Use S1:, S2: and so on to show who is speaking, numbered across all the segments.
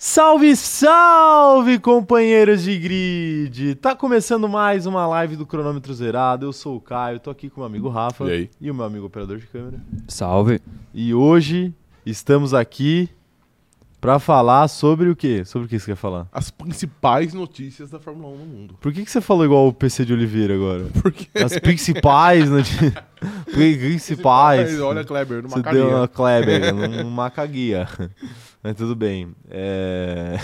S1: Salve, salve, companheiros de grid! Tá começando mais uma live do Cronômetro Zerado. Eu sou o Caio, tô aqui com o meu amigo Rafa
S2: E aí?
S1: o meu amigo operador de câmera.
S3: Salve.
S1: E hoje estamos aqui pra falar sobre o quê? Sobre o que você quer falar?
S2: as principais notícias da Fórmula 1 no mundo.
S1: Por que, que você falou igual o PC de Oliveira agora?
S2: Porque
S1: As principais né? notícias. principais.
S2: Olha, Kleber, numa
S1: Você
S2: cadeia.
S1: deu uma Kleber, uma caguia. Mas tudo bem. É...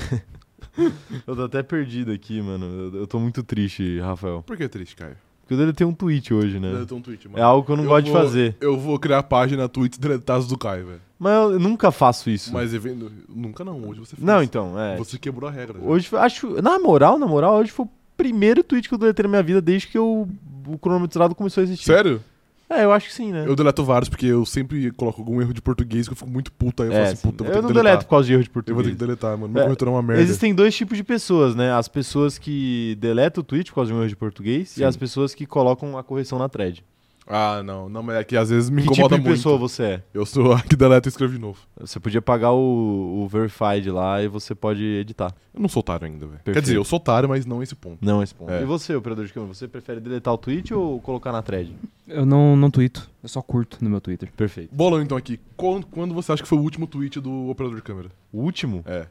S1: eu tô até perdido aqui, mano. Eu- Eu tô muito triste, Rafael.
S2: Por que triste, Caio?
S1: Porque o dele tem um tweet hoje, né?
S2: Deleta um tweet, mano.
S1: É algo que eu não gosto de
S2: vou-
S1: fazer.
S2: Eu vou criar a página Twitter deletados do Caio, velho.
S1: Mas eu nunca faço isso.
S2: Mas evento... nunca não, hoje você fez.
S1: Não, então, é.
S2: Você quebrou a regra. já.
S1: Hoje foi- acho. Na moral, na moral, hoje foi o primeiro tweet que eu deletei na minha vida desde que eu, o cronometrado começou a existir.
S2: Sério?
S1: É, eu acho que sim, né?
S2: Eu deleto vários porque eu sempre coloco algum erro de português que eu fico muito puto aí. Eu
S1: É,
S2: falo assim, puta, eu
S1: eu,
S2: vou ter
S1: não
S2: que deletar.
S1: deleto por causa de erro de
S2: Eu
S1: português.
S2: vou ter que deletar, mano. Meu
S1: É,
S2: corretor é uma merda.
S1: Existem dois tipos de pessoas, né? As pessoas que deletam o tweet por causa de um erro de português
S2: Sim.
S1: e as pessoas que colocam a correção na thread.
S2: Ah, não. Não, mas é que às vezes me
S1: que
S2: incomoda
S1: tipo de
S2: muito.
S1: pessoa você é?
S2: Eu sou a que deleta e escreve de novo.
S1: Você podia pagar o, o Verified lá e você pode editar.
S2: Eu não sou otário ainda, velho. Quer
S1: Perfeito.
S2: dizer, eu sou otário, mas não esse ponto.
S1: Não esse ponto.
S2: É.
S1: E você, operador de câmera, você prefere deletar o tweet ou colocar na thread?
S3: Eu não, não tuito, eu só curto no meu Twitter.
S1: Perfeito.
S2: Bolão, então, aqui. Quando, quando você acha que foi o último tweet do operador de câmera?
S1: O último?
S2: É.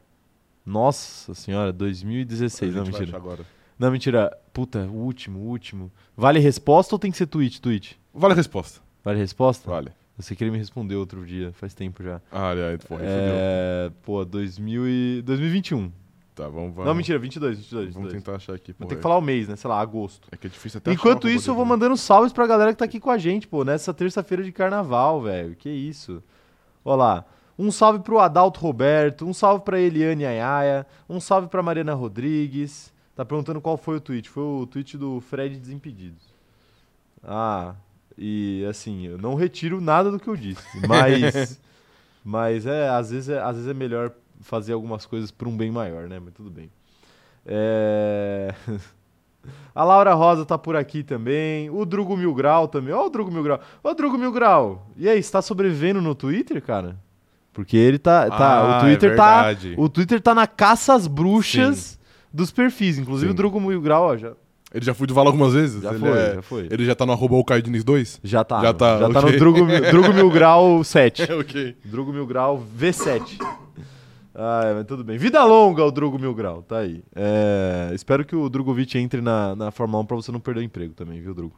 S1: Nossa senhora,
S2: a
S1: 2016.
S2: gente
S1: Não,
S2: vai achar
S1: mentira.
S2: Agora.
S1: Não, mentira. Puta, o último, o último. Vale resposta ou tem que ser tweet, tweet?
S2: Vale a resposta.
S1: Vale resposta?
S2: Vale.
S1: Você queria me responder outro dia, faz tempo já.
S2: Ah, aí, porra, aí fudeu.
S1: É, pô, 2000 e... 2021.
S2: Tá, vamos, vamos.
S1: Não, mentira, 22, 22.
S2: Vamos
S1: 22.
S2: tentar achar aqui, porra.
S1: Vou ter que falar o mês, né? Sei lá, agosto.
S2: É que é difícil até achar
S1: Enquanto
S2: uma
S1: isso, eu vou
S2: roupa
S1: mandando salves pra galera que tá aqui com a gente, pô, nessa terça-feira de carnaval, velho. Que isso. Ó lá. Um salve pro Adalto Roberto, um salve pra Eliane Ayaia, um salve pra Mariana Rodrigues. Tá perguntando qual foi o tweet. Foi o tweet do Fred Desimpedidos. Ah, e assim, eu não retiro nada do que eu disse, mas mas é, às vezes é, às vezes é melhor fazer algumas coisas por um bem maior, né? Mas tudo bem. É... A Laura Rosa tá por aqui também. O Drugo Mil Grau também. Ó, o Drugo Mil Grau. Ô, Drugo Mil Grau. E aí, você tá sobrevivendo no Twitter, cara? Porque ele tá. tá
S2: Ah,
S1: o Twitter
S2: é
S1: tá.
S2: verdade.
S1: O Twitter tá na caça às bruxas dos perfis. Inclusive,
S2: Sim.
S1: o Drugo Mil Grau, ó, já,
S2: Ele já foi de vala algumas vezes?
S1: já
S2: ele
S1: foi,
S2: é-
S1: já foi.
S2: Ele já tá no arroba o Caio Diniz 2?
S1: Já tá.
S2: Já
S1: mano.
S2: tá,
S1: já tá
S2: ok.
S1: no Drugo, Mil- Drugo Mil Grau 7.
S2: ok.
S1: Drugo Mil Grau V7. Ai, é, mas tudo bem. Vida longa o Drugo Mil Grau, tá aí. É, espero que o Drugovic entre na, na Fórmula 1 pra você não perder o emprego também, viu, Drugo?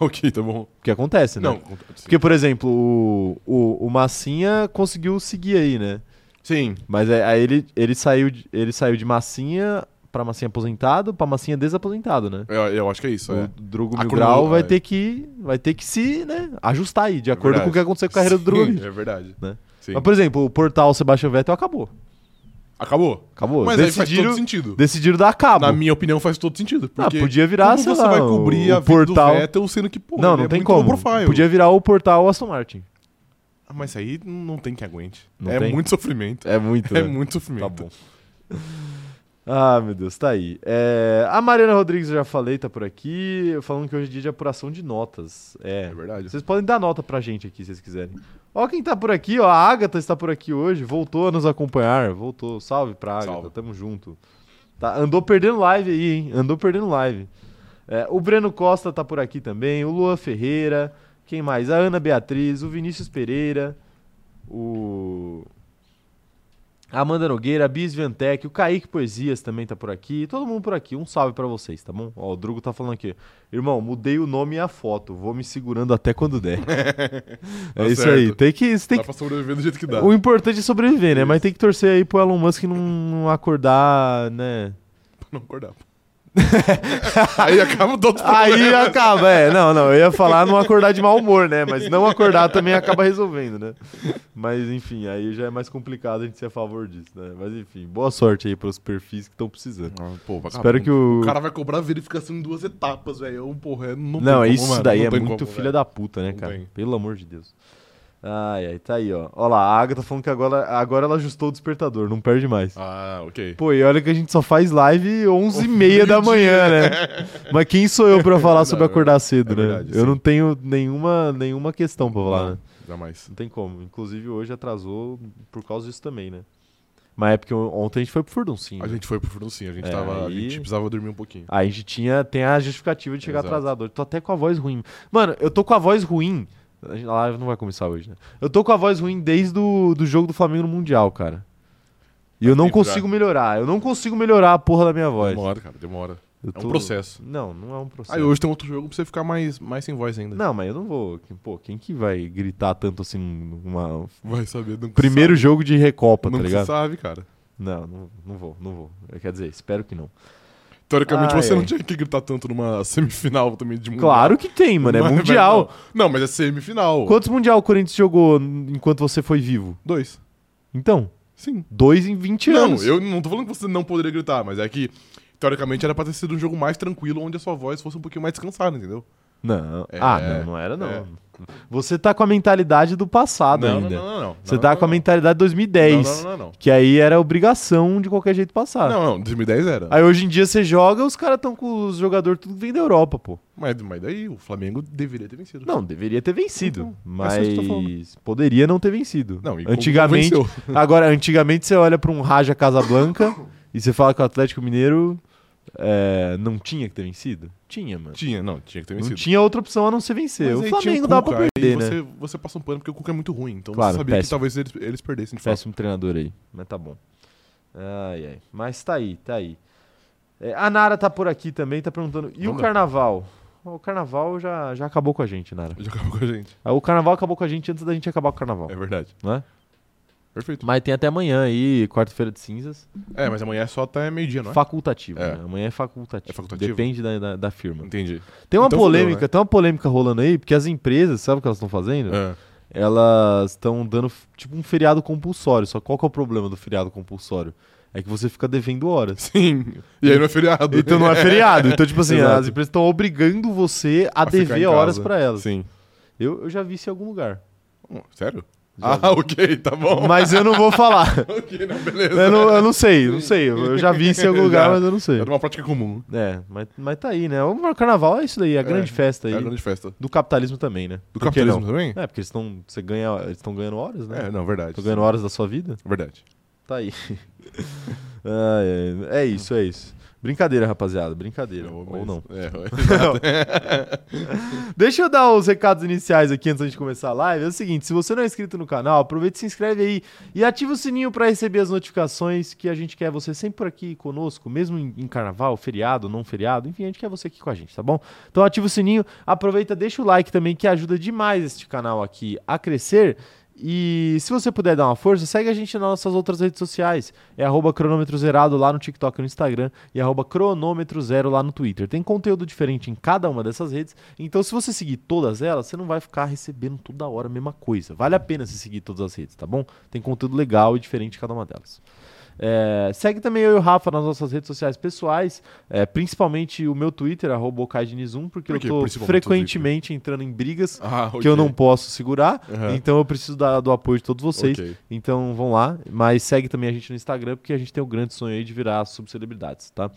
S2: ok, tá bom.
S1: Porque acontece, né?
S2: Não, conta- sim.
S1: Porque, por exemplo, o, o, o Massinha conseguiu seguir aí, né?
S2: Sim.
S1: Mas é- aí ele, ele, saiu, de- ele saiu de Massinha pra Massinha aposentado pra Massinha desaposentado, né?
S2: Eu, eu acho que é isso,
S1: O
S2: é.
S1: Drugo
S2: A
S1: Mil Grau
S2: crono-
S1: vai
S2: é.
S1: ter que vai ter que se né, ajustar aí, de acordo
S2: verdade.
S1: com o que aconteceu com a carreira do Drogovic.
S2: Sim, É verdade.
S1: Né?
S2: Sim.
S1: Mas, por exemplo, o portal Sebastian Vettel acabou.
S2: Acabou.
S1: Acabou.
S2: Mas aí faz
S1: decidiram,
S2: todo sentido.
S1: decidiram dar cabo.
S2: Na minha opinião, faz todo sentido.
S1: Ah,
S2: Porque
S1: podia virar,
S2: como
S1: sei
S2: você
S1: lá,
S2: vai
S1: o-
S2: cobrir
S1: o
S2: a vida
S1: portal-
S2: do Vettel sendo que, pô,
S1: não,
S2: ele
S1: não
S2: é
S1: tem
S2: muito
S1: como.
S2: low profile.
S1: Podia virar o portal Aston Martin.
S2: Ah, Mas isso aí não tem que aguente.
S1: Não
S2: é
S1: tem?
S2: muito sofrimento.
S1: É muito.
S2: É muito sofrimento.
S1: Tá bom. Ah, meu Deus, tá aí. É, a Mariana Rodrigues eu já falei, tá por aqui, falando que hoje é dia de apuração de notas. É.
S2: É verdade.
S1: Vocês podem dar nota pra gente aqui, se vocês quiserem. Ó quem tá por aqui, ó, a Agatha está por aqui hoje, voltou a nos acompanhar, voltou. Salve pra Agatha,
S2: Salve.
S1: tamo junto. Tá, andou perdendo live aí, hein? Andou perdendo live. É, o Breno Costa tá por aqui também, o Luan Ferreira, quem mais? A Ana Beatriz, o Vinícius Pereira, o... A Amanda Nogueira, a Bis Viantec, o Kaique Poesias também tá por aqui. Todo mundo por aqui. Um salve pra vocês, tá bom? Ó, o Drugo tá falando aqui. Irmão, mudei o nome e a foto. Vou me segurando até quando der. é
S2: Tá
S1: isso
S2: certo. Tá
S1: aí. Tem que, isso tem
S2: Dá pra sobreviver do jeito que dá.
S1: o importante é sobreviver, né? Mas tem que torcer aí pro Elon Musk não, não acordar, né?
S2: Pra não acordar. aí acaba todo outro
S1: Aí acaba, é. Não, não, eu ia falar não acordar de mau humor, né? Mas não acordar também acaba resolvendo, né? Mas enfim, aí já é mais complicado a gente ser a favor disso, né? Mas enfim, boa sorte aí pros perfis que estão precisando.
S2: problema. Ah, pô, vagabundo.
S1: Espero que o.
S2: O cara vai cobrar verificação em duas etapas, velho. Eu, Porra, eu
S1: Não,
S2: não tem como,
S1: isso
S2: mano,
S1: daí
S2: não
S1: é
S2: tem
S1: muito
S2: como,
S1: filha
S2: velho.
S1: da puta, né,
S2: Não
S1: cara?
S2: tem.
S1: Pelo amor de Deus. Ai, ai, tá aí, ó. Ó lá, a Agatha falando que agora, agora ela ajustou o despertador, não perde mais.
S2: Ah, ok.
S1: Pô, e olha que a gente só faz live 11h30 da manhã, né? Mas quem sou eu pra falar sobre
S2: Não, é
S1: acordar cedo,
S2: é
S1: né?
S2: verdade,
S1: eu
S2: sim.
S1: não tenho nenhuma, nenhuma questão pra falar, né?
S2: Jamais.
S1: Não tem como. Inclusive hoje atrasou por causa disso também, né? Mas é porque ontem a gente foi pro furduncinho.
S2: A gente foi pro Furduncinho, a gente
S1: É,
S2: tava.
S1: aí-
S2: A gente precisava dormir um pouquinho.
S1: Aí a gente tinha, tem a justificativa de chegar
S2: Exato.
S1: atrasado hoje. Tô até com a voz ruim. Mano, eu tô com a voz ruim. A gente- A live não vai começar hoje, né? Eu tô com a voz ruim desde o do jogo do Flamengo no Mundial, cara. E eu não
S2: tempo já.
S1: consigo melhorar. Eu não consigo melhorar a porra da minha voz.
S2: Demora, cara, demora.
S1: Eu
S2: É
S1: tô-
S2: um processo.
S1: Não, não é um processo.
S2: Aí hoje tem outro jogo pra você ficar mais, mais sem voz ainda.
S1: Não, mas eu não vou. Pô, quem que vai gritar tanto assim numa.
S2: Vai saber. Nunca
S1: Primeiro jogo de Recopa,
S2: sabe,
S1: tá
S2: nunca
S1: ligado?
S2: sabe, cara.
S1: Não, não, não vou, não vou. Quer dizer, espero que não.
S2: Teoricamente
S1: Ai,
S2: você não
S1: ai.
S2: tinha que gritar tanto numa semifinal também de mundial.
S1: Claro que tem, mano. É
S2: Mas- mas
S1: mundial.
S2: Não, Não, mas é semifinal.
S1: Quantos mundial o Corinthians jogou n- enquanto você foi vivo?
S2: Dois.
S1: Então,
S2: Sim.
S1: dois em 20
S2: não,
S1: anos.
S2: eu não tô falando que você não poderia gritar, mas é que, teoricamente, era pra ter sido um jogo mais tranquilo, onde a sua voz fosse um pouquinho mais descansada, entendeu?
S1: Não.
S2: É,
S1: ah, não, não era, não.
S2: é.
S1: Você tá com a mentalidade do passado
S2: não,
S1: ainda.
S2: não, não, não, não.
S1: Você
S2: não,
S1: tá
S2: não,
S1: com a
S2: não.
S1: mentalidade de 2010.
S2: Não, não, não, não.
S1: Que aí era obrigação de qualquer jeito passar.
S2: Não, não, 2010 era.
S1: Ah. Aí hoje em dia você joga, os caras estão com os jogadores tudo que vem da Europa, pô.
S2: Mas, mas daí o Flamengo deveria ter vencido.
S1: Não, deveria ter vencido.
S2: Então, é isso que eu tô falando.
S1: mas poderia não ter vencido.
S2: Não, e como
S1: antigamente.
S2: venceu?
S1: Agora, antigamente você olha pra um Raja Casablanca e você fala que o Atlético Mineiro é, não tinha que ter vencido. Tinha, mano.
S2: Tinha, não, tinha que ter
S1: Não
S2: vencido.
S1: tinha outra opção a não ser vencer.
S2: Mas
S1: o
S2: aí tinha
S1: Flamengo
S2: Cuca,
S1: dava pra
S2: é? aí
S1: perder, né?
S2: Você, você passa um pano porque o Cuca é muito ruim, então
S1: Claro,
S2: você sabia
S1: péssimo.
S2: que talvez eles, eles perdessem de fato.
S1: Péssimo treinador aí, mas tá bom. Ai, ai. Mas tá aí, tá aí. É, a Nara tá por aqui também, tá perguntando. E o
S2: Olha.
S1: carnaval? O carnaval já, já acabou com a gente, Nara.
S2: Jogava com a gente.
S1: O carnaval acabou com a gente antes da gente acabar com o carnaval,
S2: É verdade.
S1: né?
S2: Perfeito.
S1: Mas tem até amanhã aí, quarta-feira de cinzas.
S2: É, mas amanhã é só até meio-dia, não é?
S1: Facultativo.
S2: É.
S1: né? Amanhã é facultativo. né?
S2: É facultativo?
S1: Depende da, da, da firma.
S2: Entendi.
S1: Tem uma
S2: Então fudeu,
S1: polêmica, tem uma polêmica rolando aí, porque as empresas, sabe o que elas estão fazendo?
S2: É.
S1: Elas estão dando f- tipo um feriado compulsório. Só que qual que é o problema do feriado compulsório? É que você fica devendo horas.
S2: Sim. E aí não é feriado.
S1: Então não é feriado. Então, tipo assim,
S2: Exato.
S1: as empresas estão obrigando você a,
S2: A ficar em
S1: dever
S2: casa.
S1: horas pra elas.
S2: Sim.
S1: Eu, eu já vi isso em algum lugar.
S2: Hum, Sério?
S1: Já
S2: ah, ok, tá bom.
S1: Mas eu não vou falar.
S2: Ok, não, beleza.
S1: Eu não, eu não sei, eu não sei. Eu eu já vi isso em algum lugar,
S2: Já.
S1: mas eu não sei.
S2: Era uma prática comum.
S1: É, mas, mas tá aí, né? O carnaval é isso daí, a grande festa aí.
S2: É a grande festa.
S1: Do capitalismo também, né? Por
S2: Do
S1: que
S2: capitalismo também?
S1: não? É, porque eles estão. Você ganha. Eles estão ganhando horas, né?
S2: É, não, verdade.
S1: Estão ganhando horas da sua vida?
S2: Verdade.
S1: Tá aí. Ah, é, é isso, é isso. Brincadeira, rapaziada. Brincadeira.
S2: Não,
S1: Ou
S2: mas-
S1: não.
S2: É,
S1: Deixa eu dar os recados iniciais aqui antes da gente começar a live. É o seguinte, se você não é inscrito no canal, aproveita e se inscreve aí e ativa o sininho pra receber as notificações que a gente quer você sempre por aqui conosco, mesmo em, em carnaval, feriado, não feriado, enfim, a gente quer você aqui com a gente, tá bom? Então ativa o sininho, aproveita, deixa o like também que ajuda demais este canal aqui a crescer. E se você puder dar uma força, segue a gente nas nossas outras redes sociais. É arroba cronômetro zerado lá no TikTok e no Instagram e arroba cronômetro zero lá no Twitter. Tem conteúdo diferente em cada uma dessas redes. Então, se você seguir todas elas, você não vai ficar recebendo toda hora a mesma coisa. Vale a pena se seguir todas as redes, tá bom? Tem conteúdo legal e diferente em cada uma delas. É, segue também eu e o Rafa nas nossas redes sociais pessoais, é, principalmente o meu Twitter, arroba okaidiniz1, porque
S2: Por quê?
S1: eu tô
S2: Principalmente o
S1: frequentemente entrando em brigas
S2: Ah,
S1: que eu não posso segurar,
S2: Aham.
S1: então eu preciso da- do apoio de todos vocês.
S2: Ok.
S1: Então vão lá, mas segue também a gente no Instagram, porque a gente tem o grande sonho aí de virar subcelebridades, tá?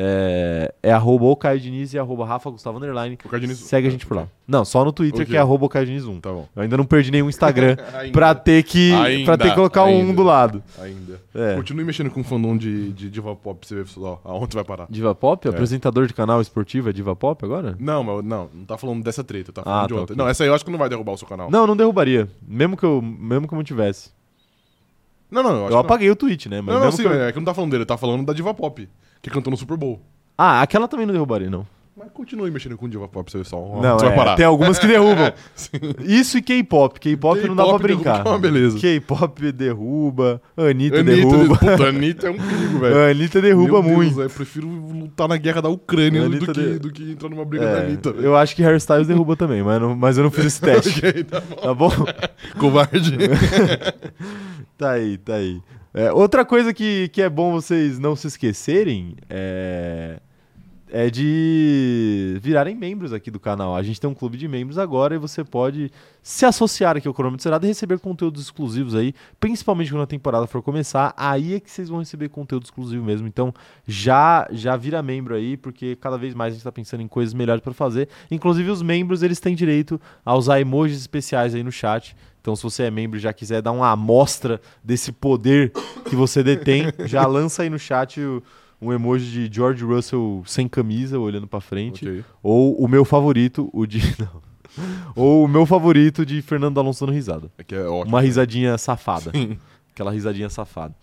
S1: É, é arroba o Caio Diniz e arroba Rafa Gustavo Underline.
S2: O Caio Diniz-
S1: Segue a
S2: Ah,
S1: gente por
S2: ok.
S1: lá. Não, só no Twitter
S2: Ok.
S1: que é arroba o Caio Diniz 1.
S2: Tá bom.
S1: Eu ainda não perdi nenhum Instagram
S2: Ainda.
S1: pra ter que pra ter que
S2: Ainda,
S1: colocar um
S2: ainda.
S1: do lado.
S2: Ainda.
S1: É.
S2: Continue mexendo com o fandom de, de diva pop pra você ver ó, aonde vai parar.
S1: Diva Pop,
S2: É.
S1: apresentador de canal esportivo é Diva Pop agora?
S2: Não, mas não, não tá falando dessa treta, tá falando
S1: Ah,
S2: de
S1: tá,
S2: outra.
S1: ok.
S2: Não, essa aí eu acho que não vai derrubar o seu canal.
S1: Não, não derrubaria, mesmo que eu mesmo que eu não tivesse.
S2: não, não, eu acho
S1: eu
S2: que não.
S1: apaguei o tweet, né? Mas
S2: Não, não,
S1: mesmo
S2: sim,
S1: que eu-
S2: é que não tá falando dele, tá falando da diva pop, que cantou no Super Bowl.
S1: Ah, aquela também não derrubaria não.
S2: Mas continue mexendo com diva pop pra você ver só
S1: Não,
S2: aonde vai
S1: é,
S2: parar.
S1: tem algumas que derrubam.
S2: Sim.
S1: Isso e K-pop. K-pop não dá pra
S2: K-pop
S1: brincar.
S2: derruba, beleza.
S1: K-pop derruba, Anitta,
S2: Anitta,
S1: derruba.
S2: Puta, Anitta é um perigo, velho.
S1: Anitta derruba
S2: Meu Deus, é
S1: muito.
S2: velho, eu prefiro lutar na guerra da Ucrânia
S1: Anitta
S2: do, que,
S1: de-
S2: do que entrar numa briga
S1: É,
S2: da Anitta. velho.
S1: eu acho que hairstyles derruba também, mas, não- mas eu não fiz esse teste.
S2: Ok, tá bom.
S1: Tá bom?
S2: Covarde.
S1: Tá aí, tá aí. É, outra coisa que, que é bom vocês não se esquecerem é. é de virarem membros aqui do canal. A gente tem um clube de membros agora e você pode se associar aqui ao Cronômetro Zerado e receber conteúdos exclusivos aí, principalmente quando a temporada for começar. Aí é que vocês vão receber conteúdo exclusivo mesmo. Então já já vira membro aí, porque cada vez mais a gente tá pensando em coisas melhores para fazer. Inclusive os membros, eles têm direito a usar emojis especiais aí no chat. Então, se você é membro e já quiser dar uma amostra desse poder que você detém, já lança aí no chat o- um emoji de George Russell sem camisa, olhando pra frente.
S2: Ok.
S1: Ou o meu favorito, o de. Não. Ou o meu favorito de Fernando Alonso dando risada.
S2: É que é ótimo.
S1: Uma risadinha safada. Aquela risadinha safada.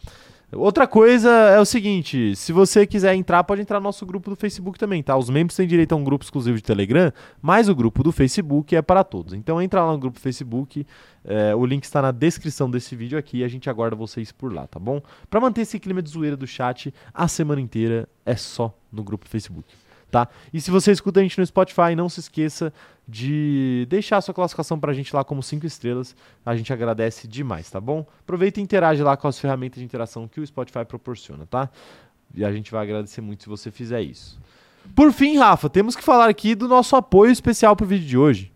S1: Outra coisa é o seguinte: se você quiser entrar, pode entrar no nosso grupo do Facebook também, tá? Os membros têm direito a um grupo exclusivo de Telegram, mas o grupo do Facebook é para todos. Então entra lá no grupo do Facebook, é, o link está na descrição desse vídeo aqui e a gente aguarda vocês por lá, tá bom? Para manter esse clima de zoeira do chat a semana inteira, é só no grupo do Facebook. Tá? E se você escuta a gente no Spotify, não se esqueça de deixar a sua classificação pra gente lá como 5 estrelas. A gente agradece demais, tá bom? Aproveita e interage lá com as ferramentas de interação que o Spotify proporciona, tá? E a gente vai agradecer muito se você fizer isso. Por fim, Rafa, temos que falar aqui do nosso apoio especial pro vídeo de hoje.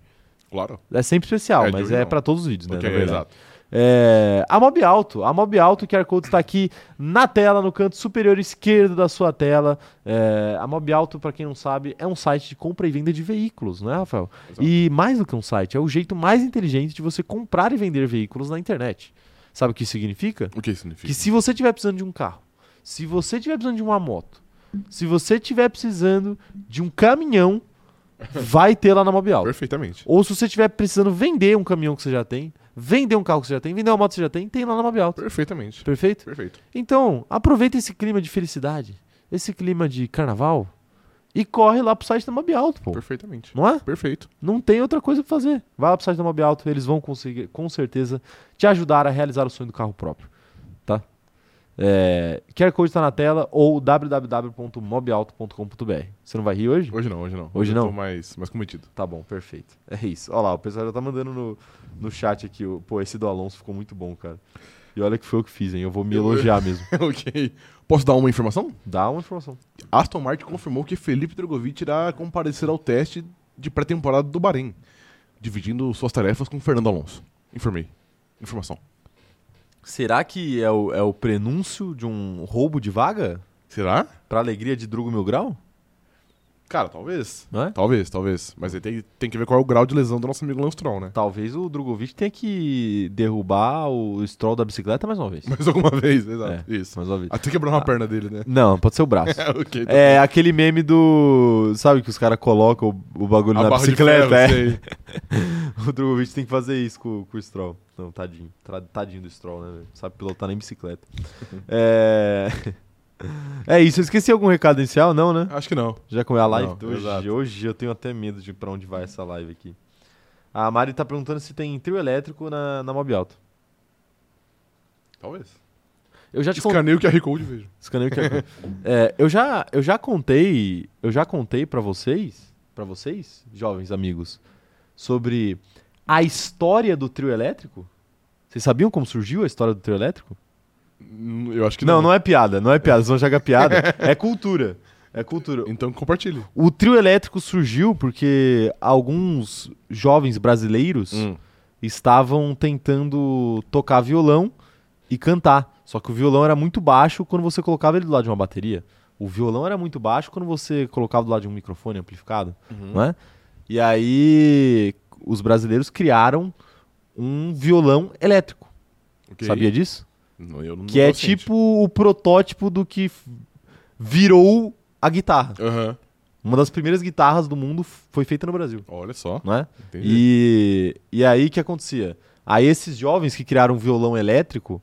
S2: Claro.
S1: É sempre especial,
S2: É, de
S1: mas
S2: hoje
S1: é
S2: não.
S1: pra todos os vídeos, né?
S2: Ok,
S1: na verdade.
S2: exato.
S1: É, a Mob Alto. A Mob Alto, o QR Code está aqui na tela, no canto superior esquerdo da sua tela. É, a Mob Alto, para quem não sabe, é um site de compra e venda de veículos, né, Rafael?
S2: Exato.
S1: E mais do que um site, é o jeito mais inteligente de você comprar e vender veículos na internet. Sabe o que isso significa?
S2: O que isso significa?
S1: Que se você tiver precisando de um carro, se você tiver precisando de uma moto, se você tiver precisando de um caminhão, vai ter lá na Mob Alto.
S2: Perfeitamente.
S1: Ou se você estiver precisando vender um caminhão que você já tem, vender um carro que você já tem, vender uma moto que você já tem, tem lá na Mob Alto.
S2: Perfeitamente.
S1: Perfeito?
S2: Perfeito.
S1: Então, aproveita esse clima de felicidade, esse clima de carnaval e corre lá pro site da Mob Alto, pô.
S2: Perfeitamente.
S1: Não é?
S2: Perfeito.
S1: Não tem outra coisa pra fazer. Vai lá pro site da Mob Alto, eles vão conseguir, com certeza, te ajudar a realizar o sonho do carro próprio. Tá? É, QR Code tá na tela ou www.mobalto.com.br. Você não vai rir hoje?
S2: Hoje não, hoje não.
S1: Hum. Hoje
S2: eu
S1: não?
S2: Tô mais, mais cometido.
S1: Tá bom, perfeito. É isso. Olha lá, o pessoal já tá mandando no, no chat aqui. o- Pô, esse do Alonso ficou muito bom, cara. E olha que foi eu que fiz, hein? Eu vou me
S2: Eu-
S1: elogiar mesmo.
S2: ok. Posso dar uma informação?
S1: Dá uma informação.
S2: Aston Martin confirmou que Felipe Drogovic irá comparecer ao teste de pré-temporada do Bahrein, dividindo suas tarefas com Fernando Alonso. Informei. Informação.
S1: Será que é o, é o prenúncio de um roubo de vaga?
S2: Será?
S1: Pra alegria de Drugo Mil Grau?
S2: Cara, talvez.
S1: Não é?
S2: Talvez, talvez. Mas aí tem, tem que ver qual é o grau de lesão do nosso amigo Lance Stroll, né?
S1: Talvez o Drogovic tenha que derrubar o Stroll da bicicleta mais uma vez.
S2: Mais alguma vez, exato. Isso.
S1: Mais uma vez.
S2: Até quebrar uma perna dele, né?
S1: Não, pode ser o braço.
S2: É, ok. tá
S1: É aquele meme do. Sabe que os caras colocam o, o
S2: bom.
S1: bagulho
S2: A
S1: na
S2: barra de
S1: bicicleta?
S2: ferro,
S1: é.
S2: sei.
S1: O Drogovic tem que fazer isso com, com o Stroll. Não, tadinho. Tra- Tadinho do Stroll, né? velho? Sabe pilotar nem bicicleta. é... é isso. Eu esqueci algum recado inicial? Não, né?
S2: Acho que não.
S1: Já comeu a live
S2: Ah, Não,
S1: de hoje?
S2: exato.
S1: Hoje eu tenho até medo de pra onde vai essa live aqui. A Mari tá perguntando se tem trio elétrico na, na Mob Alto.
S2: Talvez.
S1: Eu já te contei.
S2: Escaneio o QR Code e vejo.
S1: Escaneio o QR Code. É, eu já eu já contei, eu já contei para vocês, para vocês, jovens amigos, sobre a história do trio elétrico? Vocês sabiam como surgiu a história do trio elétrico?
S2: Hum, Eu acho que
S1: não,
S2: não.
S1: não, é piada, não é piada, vocês vão jogar piada. É cultura. É cultura.
S2: Então compartilhe.
S1: O trio elétrico surgiu porque alguns jovens brasileiros estavam tentando tocar violão e cantar. Só que o violão era muito baixo quando você colocava ele do lado de uma bateria. O violão era muito baixo quando você colocava do lado de um microfone amplificado,
S2: Uhum.
S1: não é? E aí os brasileiros criaram um violão elétrico.
S2: Ok.
S1: é Sabia disso?
S2: Não, eu não
S1: que é
S2: tô ciente.
S1: tipo o protótipo do que f- virou a guitarra.
S2: Aham.
S1: Uma das primeiras guitarras do mundo f- foi feita no Brasil,
S2: Olha só.
S1: não é?
S2: Entendi.
S1: E, e aí o que acontecia? Aí esses jovens que criaram um violão elétrico,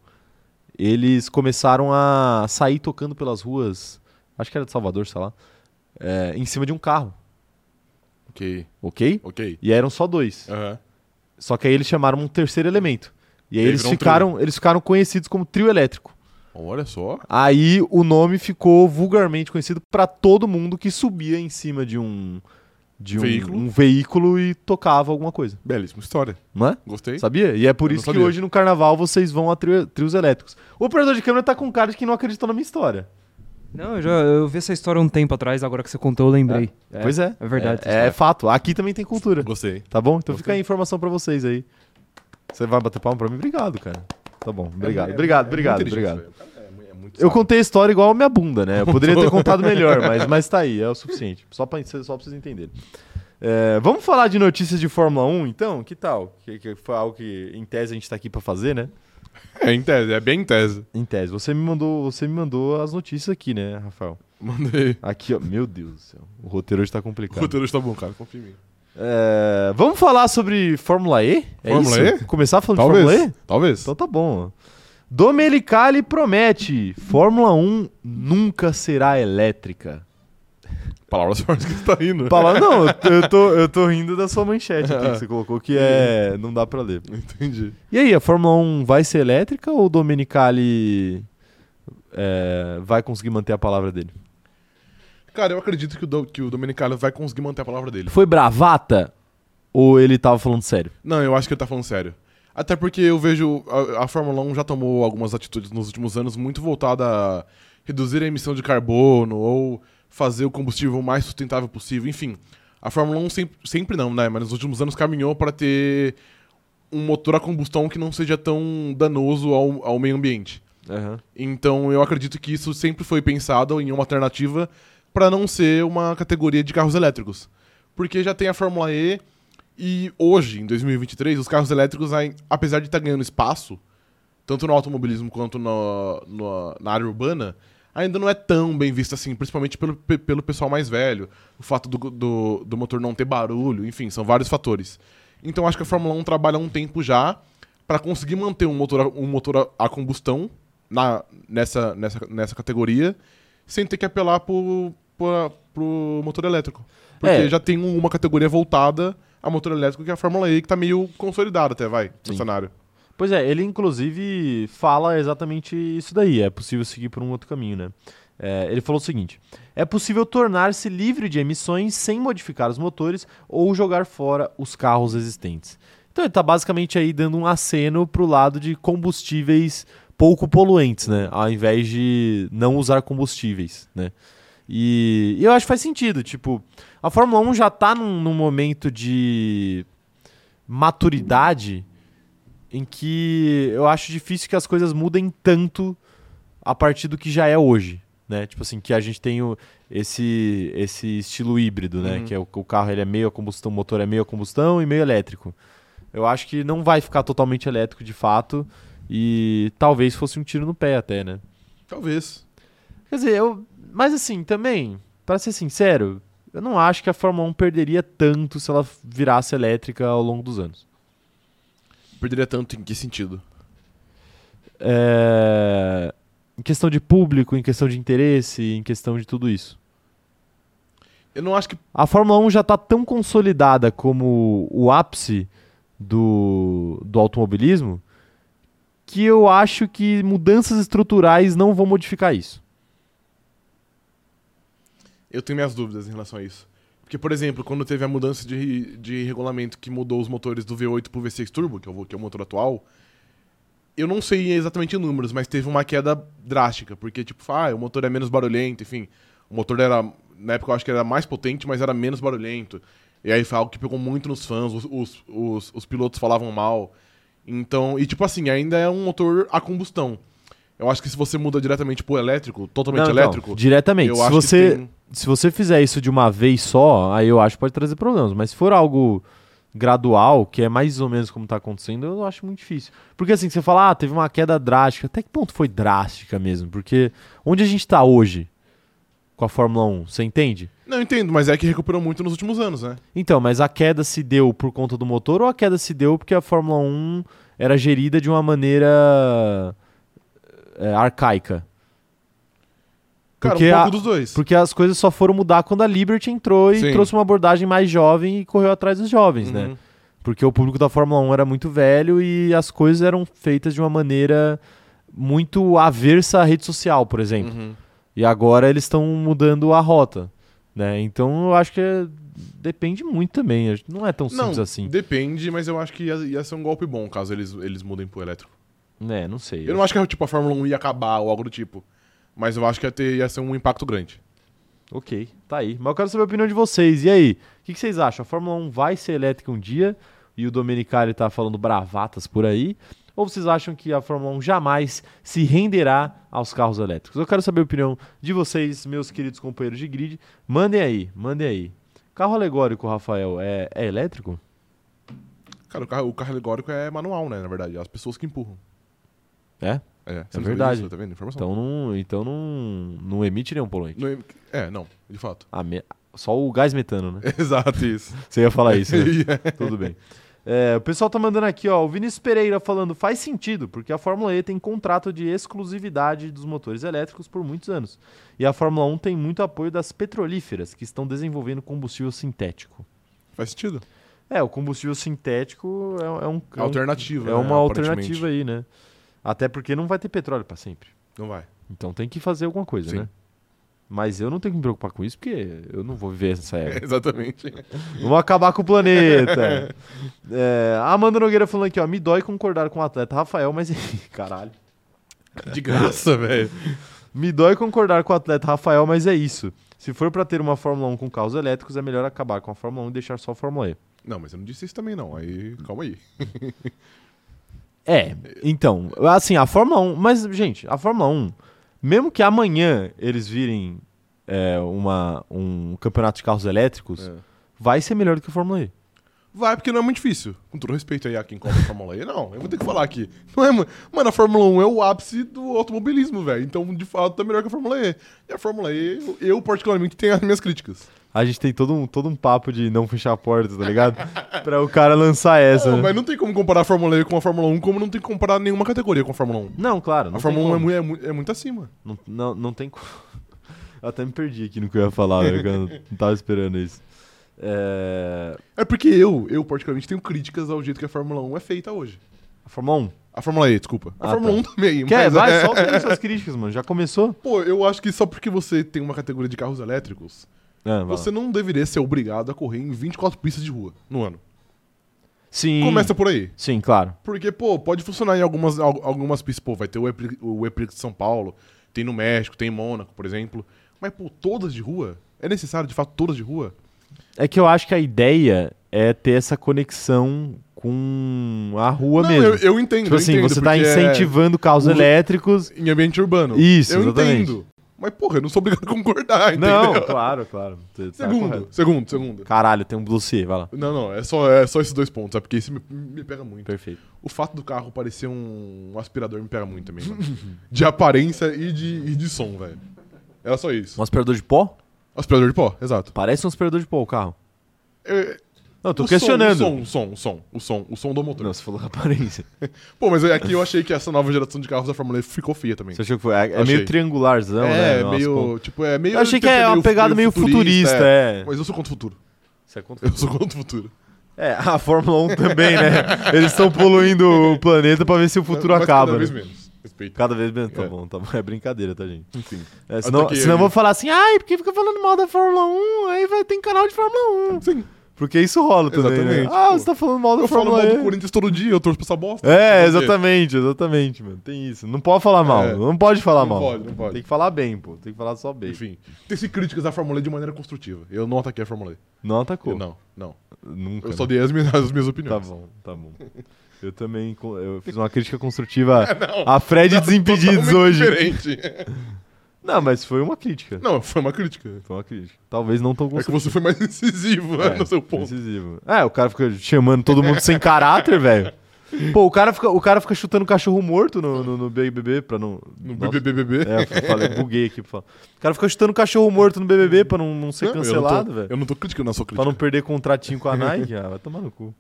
S1: eles começaram a sair tocando pelas ruas, acho que era de Salvador, sei lá, é, em cima de um carro,
S2: Ok.
S1: ok?
S2: Ok.
S1: E eram só dois.
S2: Aham.
S1: Só que aí eles chamaram um terceiro elemento. E aí
S2: E aí
S1: eles
S2: virou um
S1: ficaram, eles ficaram conhecidos como trio elétrico.
S2: Olha só.
S1: Aí o nome ficou vulgarmente conhecido pra todo mundo que subia em cima de um de um
S2: Veículo.
S1: um veículo e tocava alguma coisa,
S2: Belíssima história.
S1: não é?
S2: Gostei.
S1: Sabia? E é por
S2: Eu
S1: isso
S2: não
S1: que
S2: sabia.
S1: hoje no carnaval vocês vão a trio- trios elétricos. O operador de câmera tá com cara de que não acreditou na minha história.
S3: Não, eu já eu vi essa história um tempo atrás, agora que você contou, eu lembrei. É,
S1: pois é.
S3: É verdade. essa
S2: né?
S1: É, é fato. Aqui também tem cultura.
S2: Gostei.
S1: Tá bom? Então
S2: Gostei.
S1: fica aí a informação pra vocês aí. Você vai bater palma pra mim? Obrigado, cara. Tá bom. Obrigado,
S2: É- é-
S1: obrigado,
S2: é
S1: obrigado,
S2: muito inteligente,
S1: obrigado.
S2: velho. É mu- é muito
S1: Eu
S2: sábio.
S1: contei a história igual a minha bunda, né? Eu poderia ter contado melhor, mas, mas tá aí, é o suficiente. Só pra, só pra vocês entenderem. É, vamos falar de notícias de Fórmula 1, então? Que tal? Que, que foi algo que, em tese, a gente tá aqui pra fazer, né?
S2: É em tese, é bem em tese.
S1: Em tese. Você me mandou, você me mandou as notícias aqui, né, Rafael?
S2: Mandei.
S1: Aqui, ó. Meu Deus do céu. O roteiro hoje tá
S2: O
S1: complicado.
S2: roteiro está bom, cara. Confia em mim.
S1: É, vamos falar sobre Fórmula E? É
S2: Fórmula
S1: isso?
S2: E?
S1: Começar falando de Fórmula E?
S2: Talvez. Talvez.
S1: Então tá bom. Domenicali promete: Fórmula 1 nunca será elétrica.
S2: Palavras fortes que você tá rindo.
S1: Palavra, não, eu tô- eu tô, eu tô rindo da sua manchete aqui que você colocou, que é. Não dá pra ler.
S2: Entendi.
S1: E aí, a Fórmula 1 vai ser elétrica ou o Domenicali é, vai conseguir manter a palavra dele?
S2: Cara, eu acredito que o, Do, que o Domenicali vai conseguir manter a palavra dele.
S1: Ele foi bravata ou ele tava falando sério?
S2: Não, eu acho que ele tá falando sério. Até porque eu vejo. A, a Fórmula 1 já tomou algumas atitudes nos últimos anos muito voltada a reduzir a emissão de carbono ou fazer o combustível o mais sustentável possível. Enfim, a Fórmula 1 sempre, sempre não, né? Mas nos últimos anos caminhou para ter um motor a combustão que não seja tão danoso ao, ao meio ambiente. Então eu acredito que isso sempre foi pensado em uma alternativa para não ser uma categoria de carros elétricos. Porque já tem a Fórmula E e hoje, em 2023, os carros elétricos, ai- apesar de estar ganhando espaço, tanto no automobilismo quanto na- na- na área urbana, ainda não é tão bem visto assim, principalmente pelo, pe- pelo pessoal mais velho, o fato do, do, do motor não ter barulho, enfim, são vários fatores. Então acho que a Fórmula 1 trabalha há um tempo já para conseguir manter um motor, a- um motor a- a combustão na, nessa, nessa, nessa categoria, sem ter que apelar pro, pro, pro motor elétrico. Porque
S1: É.
S2: já tem um- uma categoria voltada a motor elétrico, que é a Fórmula E, que tá meio consolidada até, vai, no
S1: Sim.
S2: cenário.
S1: Pois é, ele inclusive fala exatamente isso daí. É possível seguir por um outro caminho, né? É, ele falou o seguinte: é possível tornar-se livre de emissões sem modificar os motores ou jogar fora os carros existentes. Então ele tá basicamente aí dando um aceno pro lado de combustíveis pouco poluentes, né? Ao invés de não usar combustíveis, né? E, e eu acho que faz sentido, tipo, a Fórmula 1 já tá num- num momento de maturidade em que eu acho difícil que as coisas mudem tanto a partir do que já é hoje, né? Tipo assim, que a gente tem o- esse, esse estilo híbrido, né?
S2: Uhum.
S1: Que é o, o carro ele é meio a combustão, o motor é meio a combustão e meio elétrico. Eu acho que não vai ficar totalmente elétrico de fato e talvez fosse um tiro no pé até, né?
S2: Talvez.
S1: Quer dizer, eu. Mas assim, também, pra ser sincero, eu não acho que a Fórmula 1 perderia tanto se ela virasse elétrica ao longo dos anos.
S2: Perderia tanto em que sentido?
S1: É, Em questão de público, em questão de interesse, em questão de tudo isso.
S2: Eu não acho que.
S1: A Fórmula 1 já tá tão consolidada como o ápice do, do automobilismo que eu acho que mudanças estruturais não vão modificar isso.
S2: Eu tenho minhas dúvidas em relação a isso. Porque, por exemplo, quando teve a mudança de, de regulamento que mudou os motores do V8 pro V6 Turbo, que é o, que é o motor atual, eu não sei exatamente em números, mas teve uma queda drástica. Porque, tipo, ah, o motor é menos barulhento, enfim. O motor era. Na época eu acho que era mais potente, mas era menos barulhento. E aí foi algo que pegou muito nos fãs, os, os, os, os pilotos falavam mal. Então. E tipo assim, ainda é um motor a combustão. Eu acho que se você muda diretamente pro elétrico, totalmente
S1: Não, então,
S2: elétrico.
S1: diretamente.
S2: eu
S1: se
S2: acho
S1: você
S2: que tem...
S1: se você fizer isso de uma vez só, aí eu acho que pode trazer problemas. Mas se for algo gradual, que é mais ou menos como tá acontecendo, eu acho muito difícil. Porque assim, você fala, ah, teve uma queda drástica. Até que ponto foi drástica mesmo? Porque onde a gente tá hoje com a Fórmula 1, você entende?
S2: Não, eu entendo, mas é que recuperou muito nos últimos anos, né?
S1: Então, mas a queda se deu por conta do motor ou a queda se deu porque a Fórmula 1 era gerida de uma maneira é, arcaica?
S2: Cara,
S1: Porque
S2: um pouco
S1: a-
S2: dos dois.
S1: Porque as coisas só foram mudar quando a Liberty entrou e
S2: Sim.
S1: trouxe uma abordagem mais jovem e correu atrás dos jovens,
S2: Uhum.
S1: né? Porque o público da Fórmula 1 era muito velho e as coisas eram feitas de uma maneira muito aversa à rede social, por exemplo.
S2: Uhum.
S1: E agora eles estão mudando a rota, né? Então eu acho que é- depende muito também. acho que Não é tão
S2: Não,
S1: simples assim.
S2: depende, mas eu acho que ia, ia ser um golpe bom caso eles, eles mudem pro elétrico.
S1: Né, não sei.
S2: um Eu não acho que tipo, a Fórmula 1 ia acabar ou algo do tipo. Mas eu acho que ia, ter, ia ser um impacto grande.
S1: Ok, tá aí. Mas eu quero saber a opinião de vocês. E aí, o que, que vocês acham? A Fórmula 1 vai ser elétrica um dia e o Domenicali tá falando bravatas por aí? Ou vocês acham que a Fórmula 1 jamais se renderá aos carros elétricos? Eu quero saber a opinião de vocês, meus queridos companheiros de grid. Mandem aí, mandem aí. Carro alegórico, Rafael, é, é elétrico?
S2: Cara, o carro, o carro alegórico é manual, né? Na verdade, é as pessoas que empurram.
S1: É?
S2: É, você não sabia
S1: verdade.
S2: disso, tá vendo? Informação.
S1: Então não, então não, não emite nenhum poluente.
S2: Não é- é, não, de fato.
S1: A me- Só o gás metano, né?
S2: Exato, isso.
S1: Você ia falar isso, né?
S2: Yeah.
S1: Tudo bem. É, o pessoal tá mandando aqui, ó, o Vinícius Pereira falando, faz sentido, porque a Fórmula E tem contrato de exclusividade dos motores elétricos por muitos anos. E a Fórmula 1 tem muito apoio das petrolíferas, que estão desenvolvendo combustível sintético.
S2: Faz sentido.
S1: É, o combustível sintético é, é um, é um-
S2: alternativa.
S1: é
S2: né,
S1: uma
S2: aparentemente.
S1: alternativa aí, né? Até porque não vai ter petróleo para sempre.
S2: Não vai.
S1: Então tem que fazer alguma coisa,
S2: Sim.
S1: né? Mas eu não tenho que me preocupar com isso, porque eu não vou viver essa época.
S2: Exatamente.
S1: Vamos acabar com o planeta. É, a Amanda Nogueira falando aqui, ó. Me dói concordar com o atleta Rafael, mas. é Caralho.
S2: De graça, velho.
S1: Me dói concordar com o atleta Rafael, mas é isso. Se for pra ter uma Fórmula 1 com carros elétricos, é melhor acabar com a Fórmula 1 e deixar só a Fórmula E.
S2: Não, mas eu não disse isso também, não. Aí, calma aí.
S1: É, então, assim, a Fórmula 1. Mas, gente, a Fórmula 1, mesmo que amanhã eles virem é, uma, um campeonato de carros elétricos,
S2: É.
S1: vai ser melhor do que a Fórmula E.
S2: Vai, porque não é muito difícil. Com todo respeito aí a quem cobra a Fórmula E, não. Eu vou ter que falar aqui. Não é, mano? Mano, a Fórmula 1 é o ápice do automobilismo, velho. Então, de fato, tá melhor que a Fórmula E. E a Fórmula E, eu, eu, particularmente, tenho as minhas críticas.
S1: A gente tem todo um, todo um papo de não fechar a porta, tá ligado? pra o cara lançar essa.
S2: Não,
S1: né?
S2: mas não tem como comparar a Fórmula E com a Fórmula 1, como não tem que comparar nenhuma categoria com a Fórmula 1.
S1: Não, claro. Não
S2: a Fórmula 1 é
S1: tem como.
S2: mu- é, mu- é muito acima.
S1: Não, não, não tem como. Eu até me perdi aqui no que eu ia falar, velho, que eu não- não tava esperando isso. É...
S2: É porque eu, eu, particularmente, tenho críticas ao jeito que a Fórmula 1 é feita hoje.
S1: a Fórmula 1.
S2: A Fórmula E, desculpa. A
S1: Ah,
S2: Fórmula
S1: tá.
S2: 1 também.
S1: Quer?
S2: mas
S1: Vai,
S2: é-
S1: solta aí suas críticas, mano. Já começou?
S2: Pô, eu acho que só porque você tem uma categoria de carros elétricos,
S1: É, vai lá.
S2: Você não deveria ser obrigado a correr em 24 pistas de rua no ano.
S1: Sim.
S2: Começa por aí.
S1: Sim, claro.
S2: Porque, pô, pode funcionar em algumas, al- algumas pistas. Pô, vai ter o Eprix o Eprix de São Paulo, tem no México, tem em Mônaco, por exemplo. Mas, pô, todas de rua? É necessário, de fato, todas de rua?
S1: É que eu acho que a ideia é ter essa conexão com a rua
S2: não,
S1: mesmo.
S2: Eu, eu entendo.
S1: tipo
S2: eu
S1: assim,
S2: entendo,
S1: você tá
S2: porque é
S1: incentivando carros
S2: usa-
S1: elétricos.
S2: Em ambiente urbano.
S1: Isso,
S2: Eu
S1: exatamente.
S2: entendo. Mas, porra, eu não sou obrigado a concordar, entendeu?
S1: Não, claro, claro. Você tá
S2: Segundo,
S1: correto.
S2: segundo, segundo.
S1: Caralho, tem um dossiê, vai lá.
S2: Não, não, é só, é só esses dois pontos, é porque esse me, me pega muito.
S1: Perfeito.
S2: O fato do carro parecer um um aspirador me pega muito também, mano. De aparência e de, e de som, velho. Era só isso.
S1: Um aspirador de pó?
S2: Aspirador de pó, exato.
S1: Parece um aspirador de pó o carro.
S2: Eu,
S1: Não, eu tô
S2: o som,
S1: questionando.
S2: o som, o som, o som, o som, o som do motor.
S1: Não, você falou aparência.
S2: Pô, mas aqui eu achei que essa nova geração de carros da Fórmula E ficou feia também.
S1: Você achou que foi? É, é
S2: Achei.
S1: meio triangularzão, né?
S2: é,
S1: Nossa,
S2: meio,
S1: pô.
S2: tipo, é meio...
S1: Eu achei que
S2: tem
S1: é uma pegada meio futurista, é.
S2: Mas eu sou contra o futuro.
S1: Você é contra-
S2: Eu sou contra o futuro.
S1: É, a Fórmula 1 também, né? Eles estão poluindo o planeta pra ver se o futuro
S2: Mas
S1: acaba.
S2: Cada
S1: né?
S2: vez menos. Respeito.
S1: Cada vez menos. Tá
S2: É.
S1: bom, tá bom. É brincadeira, tá, gente?
S2: Enfim.
S1: É, senão
S2: Até que-
S1: senão eu vou falar assim, ai, porque fica falando mal da Fórmula 1, aí vai, tem canal de Fórmula 1.
S2: Sim.
S1: Porque isso rola também, né?
S2: Exatamente,
S1: Ah,
S2: pô.
S1: você tá falando mal da
S2: Eu falo
S1: Fórmula
S2: mal
S1: E.
S2: do Corinthians todo dia, eu torço pra essa bosta.
S1: É,
S2: Não sei o quê.
S1: exatamente, exatamente, mano. Tem isso. Não pode falar mal.
S2: É.
S1: Não pode falar
S2: Não
S1: mal.
S2: pode, não pode.
S1: Tem que falar bem, pô. Tem que falar só bem.
S2: Enfim, teci críticas à Fórmula E de maneira construtiva. Eu não ataquei a Fórmula E.
S1: Não
S2: Eu
S1: atacou.
S2: Não, não.
S1: Nunca.
S2: Eu
S1: né?
S2: só dei as minhas, as minhas
S1: Tá
S2: opiniões.
S1: bom, tá bom. Eu também co- eu fiz uma crítica construtiva
S2: É, não.
S1: a Fred Desimpedidos
S2: Totalmente
S1: hoje.
S2: Diferente.
S1: Não, mas foi uma crítica.
S2: Não, foi uma crítica.
S1: Foi uma crítica. Talvez não tão
S2: É que
S1: construtiva.
S2: você foi mais incisivo né,
S1: É,
S2: no seu ponto.
S1: Incisivo. É, o cara fica chamando todo mundo sem caráter, velho. Pô, o cara, fica, o cara fica chutando cachorro morto no, no, no BBB pra não.
S2: No
S1: Nossa.
S2: BBBBB.
S1: É, eu falei, buguei aqui pra falar. O cara fica chutando cachorro morto no BBB pra não, não ser
S2: Não, eu não tô-
S1: cancelado, velho.
S2: Eu não tô criticando a sua crítica.
S1: Pra não perder contratinho com a Nike. Ah, vai tomar no cu.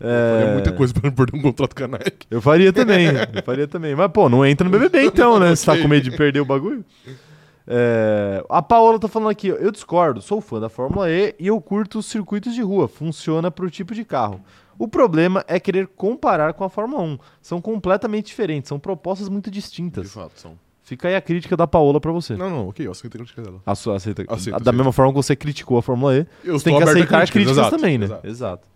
S2: Eu faria
S1: É,
S2: muita coisa pra não perder um contrato com a Nike.
S1: Eu faria também, eu faria também. Mas, pô, não entra no BBB então, né? Você tá com medo de perder o bagulho? É, a Paola tá falando aqui, ó, eu discordo, sou fã da Fórmula E e eu curto os circuitos de rua, funciona pro tipo de carro. O problema é querer comparar com a Fórmula 1. São completamente diferentes, são propostas muito distintas.
S2: fato, são.
S1: Fica aí a crítica da Paola pra você.
S2: Não, não, ok, eu aceito a crítica dela.
S1: A sua, aceita,
S2: Aceito,
S1: da
S2: aceito.
S1: mesma forma que você criticou a Fórmula E,
S2: Eu
S1: você tem
S2: estou
S1: que
S2: aberto a
S1: aceitar críticas,
S2: críticas, exato,
S1: também, né? Exato.
S2: exato.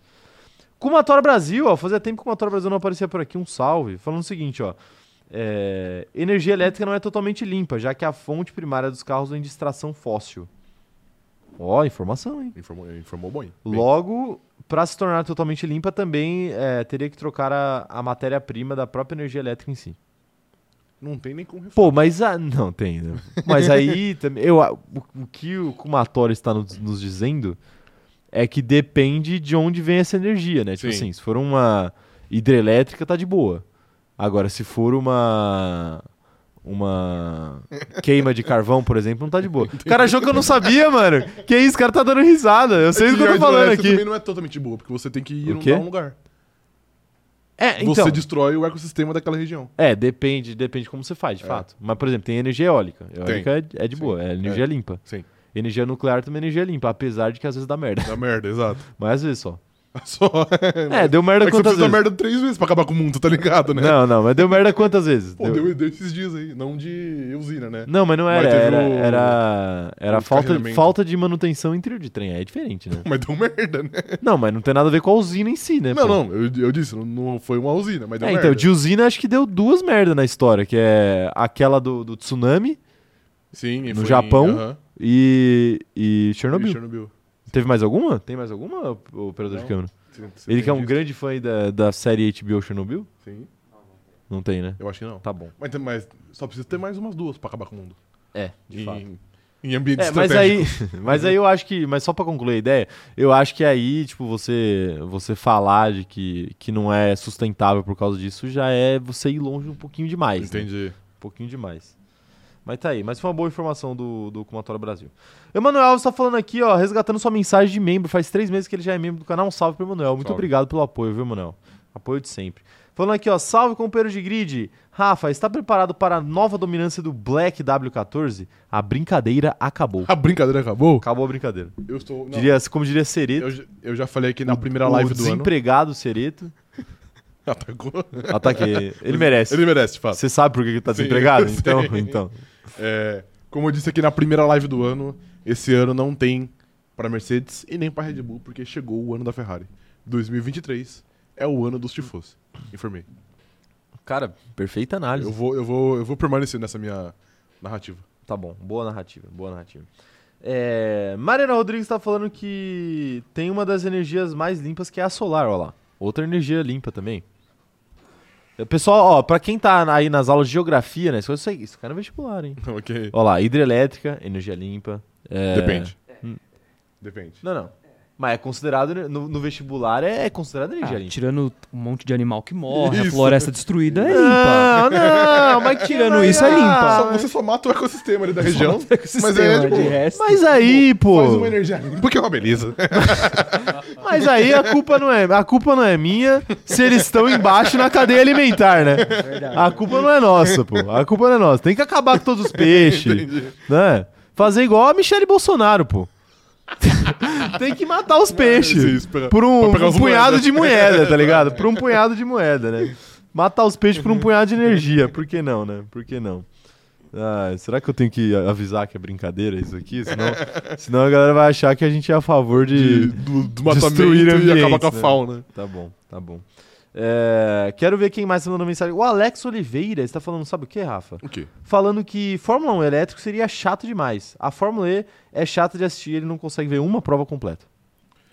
S1: Kumatora Brasil, ó, fazia tempo que o Kumatora Brasil não aparecia por aqui, um salve. Falando o seguinte, ó. É, energia elétrica não é totalmente limpa, já que a fonte primária dos carros vem de extração fóssil. Ó, informação, hein?
S2: Informou, informou bem.
S1: Logo, para se tornar totalmente limpa, também é, teria que trocar a, a matéria-prima da própria energia elétrica em si.
S2: Não tem nem como refutar.
S1: Pô, mas a... não tem, né? Mas aí também. Eu, a- o, o que o Kumatora está nos, nos dizendo é que depende de onde vem essa energia, né? Tipo
S2: Sim.
S1: assim, se for uma hidrelétrica, tá de boa. Agora, se for uma. Uma queima de carvão, por exemplo, não tá de boa. O cara achou que eu não sabia, mano. Que isso, o cara tá dando risada. Eu sei o que eu tô falando aqui.
S2: também não é totalmente boa, porque você tem que
S1: O
S2: ir
S1: quê?
S2: inundar um lugar.
S1: É, então.
S2: Você destrói o ecossistema daquela região.
S1: É, depende, depende como você faz, de
S2: É.
S1: fato. Mas, por exemplo, tem energia eólica. Eólica é, é de
S2: Sim.
S1: boa, é energia limpa.
S2: Sim.
S1: Energia nuclear também é energia limpa, apesar de que às vezes dá merda.
S2: Da merda, exato.
S1: Mas às vezes só.
S2: Só.
S1: É, deu merda
S2: É que você
S1: quantas
S2: precisa
S1: vezes?
S2: da merda três vezes pra acabar com o mundo, tá ligado, né?
S1: Não, não, mas deu merda quantas vezes?
S2: Pô,
S1: Deu-
S2: deu, deu esses dias aí, não de usina, né?
S1: Não, mas não
S2: Mas
S1: era.
S2: teve
S1: era,
S2: o-
S1: era, era
S2: o
S1: falta,
S2: carregamento.
S1: falta de manutenção em trilho de trem. Aí É diferente, né?
S2: Mas deu merda, né?
S1: não, mas não tem nada a ver com a usina em si, né?
S2: Não,
S1: pô?
S2: não, eu, eu disse, não, não foi uma usina, mas deu
S1: É,
S2: merda.
S1: então, de usina acho que deu duas merdas na história, que é aquela do, do tsunami
S2: Sim, e
S1: no
S2: foi em-
S1: Japão,
S2: aham,
S1: e, e
S2: em
S1: Chernobyl.
S2: Chernobyl.
S1: Teve mais alguma? Tem mais alguma, o operador de
S2: Não.
S1: câmera?
S2: Você- você
S1: Ele que é um
S2: tem
S1: grande fã aí da, da série HBO Chernobyl?
S2: disso? Sim,
S1: Não tem, né?
S2: eu acho que não.
S1: Tá bom.
S2: Mas, tem- mas só precisa ter mais umas duas pra acabar com o mundo.
S1: É, de
S2: em,
S1: fato.
S2: em ambiente
S1: É, mas aí, mas aí eu acho que, mas só pra concluir a ideia, eu acho que aí, tipo, você você falar de que, que não é sustentável por causa disso já é você ir longe um pouquinho demais. né?
S2: Entendi.
S1: Um pouquinho demais. Mas tá aí, mas foi uma boa informação do, do Kumatora Brasil. Emanuel Alves tá falando aqui, ó, resgatando sua mensagem de membro. Faz três meses que ele já é membro do canal. Um salve pro Emanuel. Muito
S2: Salve.
S1: obrigado pelo apoio, viu, Emanuel? Apoio de sempre. Falando aqui, ó, salve companheiro de grid. Rafa, está preparado para a nova dominância do Black W14? A brincadeira acabou.
S2: A brincadeira acabou?
S1: Acabou a brincadeira.
S2: Eu estou. não,
S1: Diria, como diria Sereto,
S2: eu, já- eu já falei aqui na primeira
S1: o
S2: live do ano.
S1: desempregado Sereto.
S2: Atacou.
S1: Ataquei. Ele merece.
S2: Ele merece, de fato.
S1: Você sabe por que ele tá
S2: Sim,
S1: desempregado?
S2: eu sei.
S1: Então, então.
S2: É, como eu disse aqui na primeira live do ano, esse ano não tem pra Mercedes e nem pra Red Bull, porque chegou o ano da Ferrari. 2023 é o ano dos tifos. Informei.
S1: Cara, perfeita análise.
S2: Eu vou, eu vou, eu vou permanecer nessa minha narrativa.
S1: Tá bom, boa narrativa, boa narrativa. É, Mariana Rodrigues tá falando que tem uma das energias mais limpas que é a solar, ó lá. Outra energia limpa também. É, Pessoal, ó, pra quem tá aí nas aulas de geografia, né? Isso, isso, aí- isso cara é vestibular, hein?
S2: ok.
S1: Ó lá, hidrelétrica, energia limpa. é-
S2: Depende. Depende.
S1: Não, não. Mas é considerado, no, no vestibular é, é considerado energia
S3: Ah,
S1: limpa.
S3: tirando um monte de animal que morre, a
S2: Isso.
S3: floresta destruída é limpa.
S1: Não, não, mas
S3: Tirando isso, é limpa.
S1: Ah,
S2: Só-
S1: mas-
S2: você só mata o ecossistema ali da região, mas é
S3: de
S2: tipo,
S3: resto.
S1: Mas aí, pô.
S2: faz uma energia limpa que é uma beleza.
S1: Mas aí a culpa não é, a culpa não é minha se eles estão embaixo na cadeia alimentar, né? A culpa não é nossa, pô. A culpa não é nossa. Tem que acabar com todos os peixes, né? Fazer igual a Michele Bolsonaro, pô. Tem que matar os peixes
S2: Isso, pra-
S1: por um,
S2: pra pegar
S1: um
S2: as
S1: punhado
S2: moedas.
S1: de moeda, tá ligado? Por um punhado de moeda, né? Matar os peixes por um punhado de energia. Por que não, né? Por que não? Ah, será que eu tenho que avisar que é brincadeira isso aqui? Senão, senão a galera vai achar que a gente é a favor de,
S2: de, do, do
S1: Destruir
S2: matamento e acabar
S1: ambientes,
S2: com a
S1: né?
S2: fauna.
S1: Tá bom, tá bom. É, quero ver quem mais tá mandando mensagem. O Alex Oliveira está falando, sabe o que, Rafa?
S2: O quê?
S1: Falando que Fórmula 1 elétrico seria chato demais. A Fórmula E é chata de assistir, ele não consegue ver uma prova completa.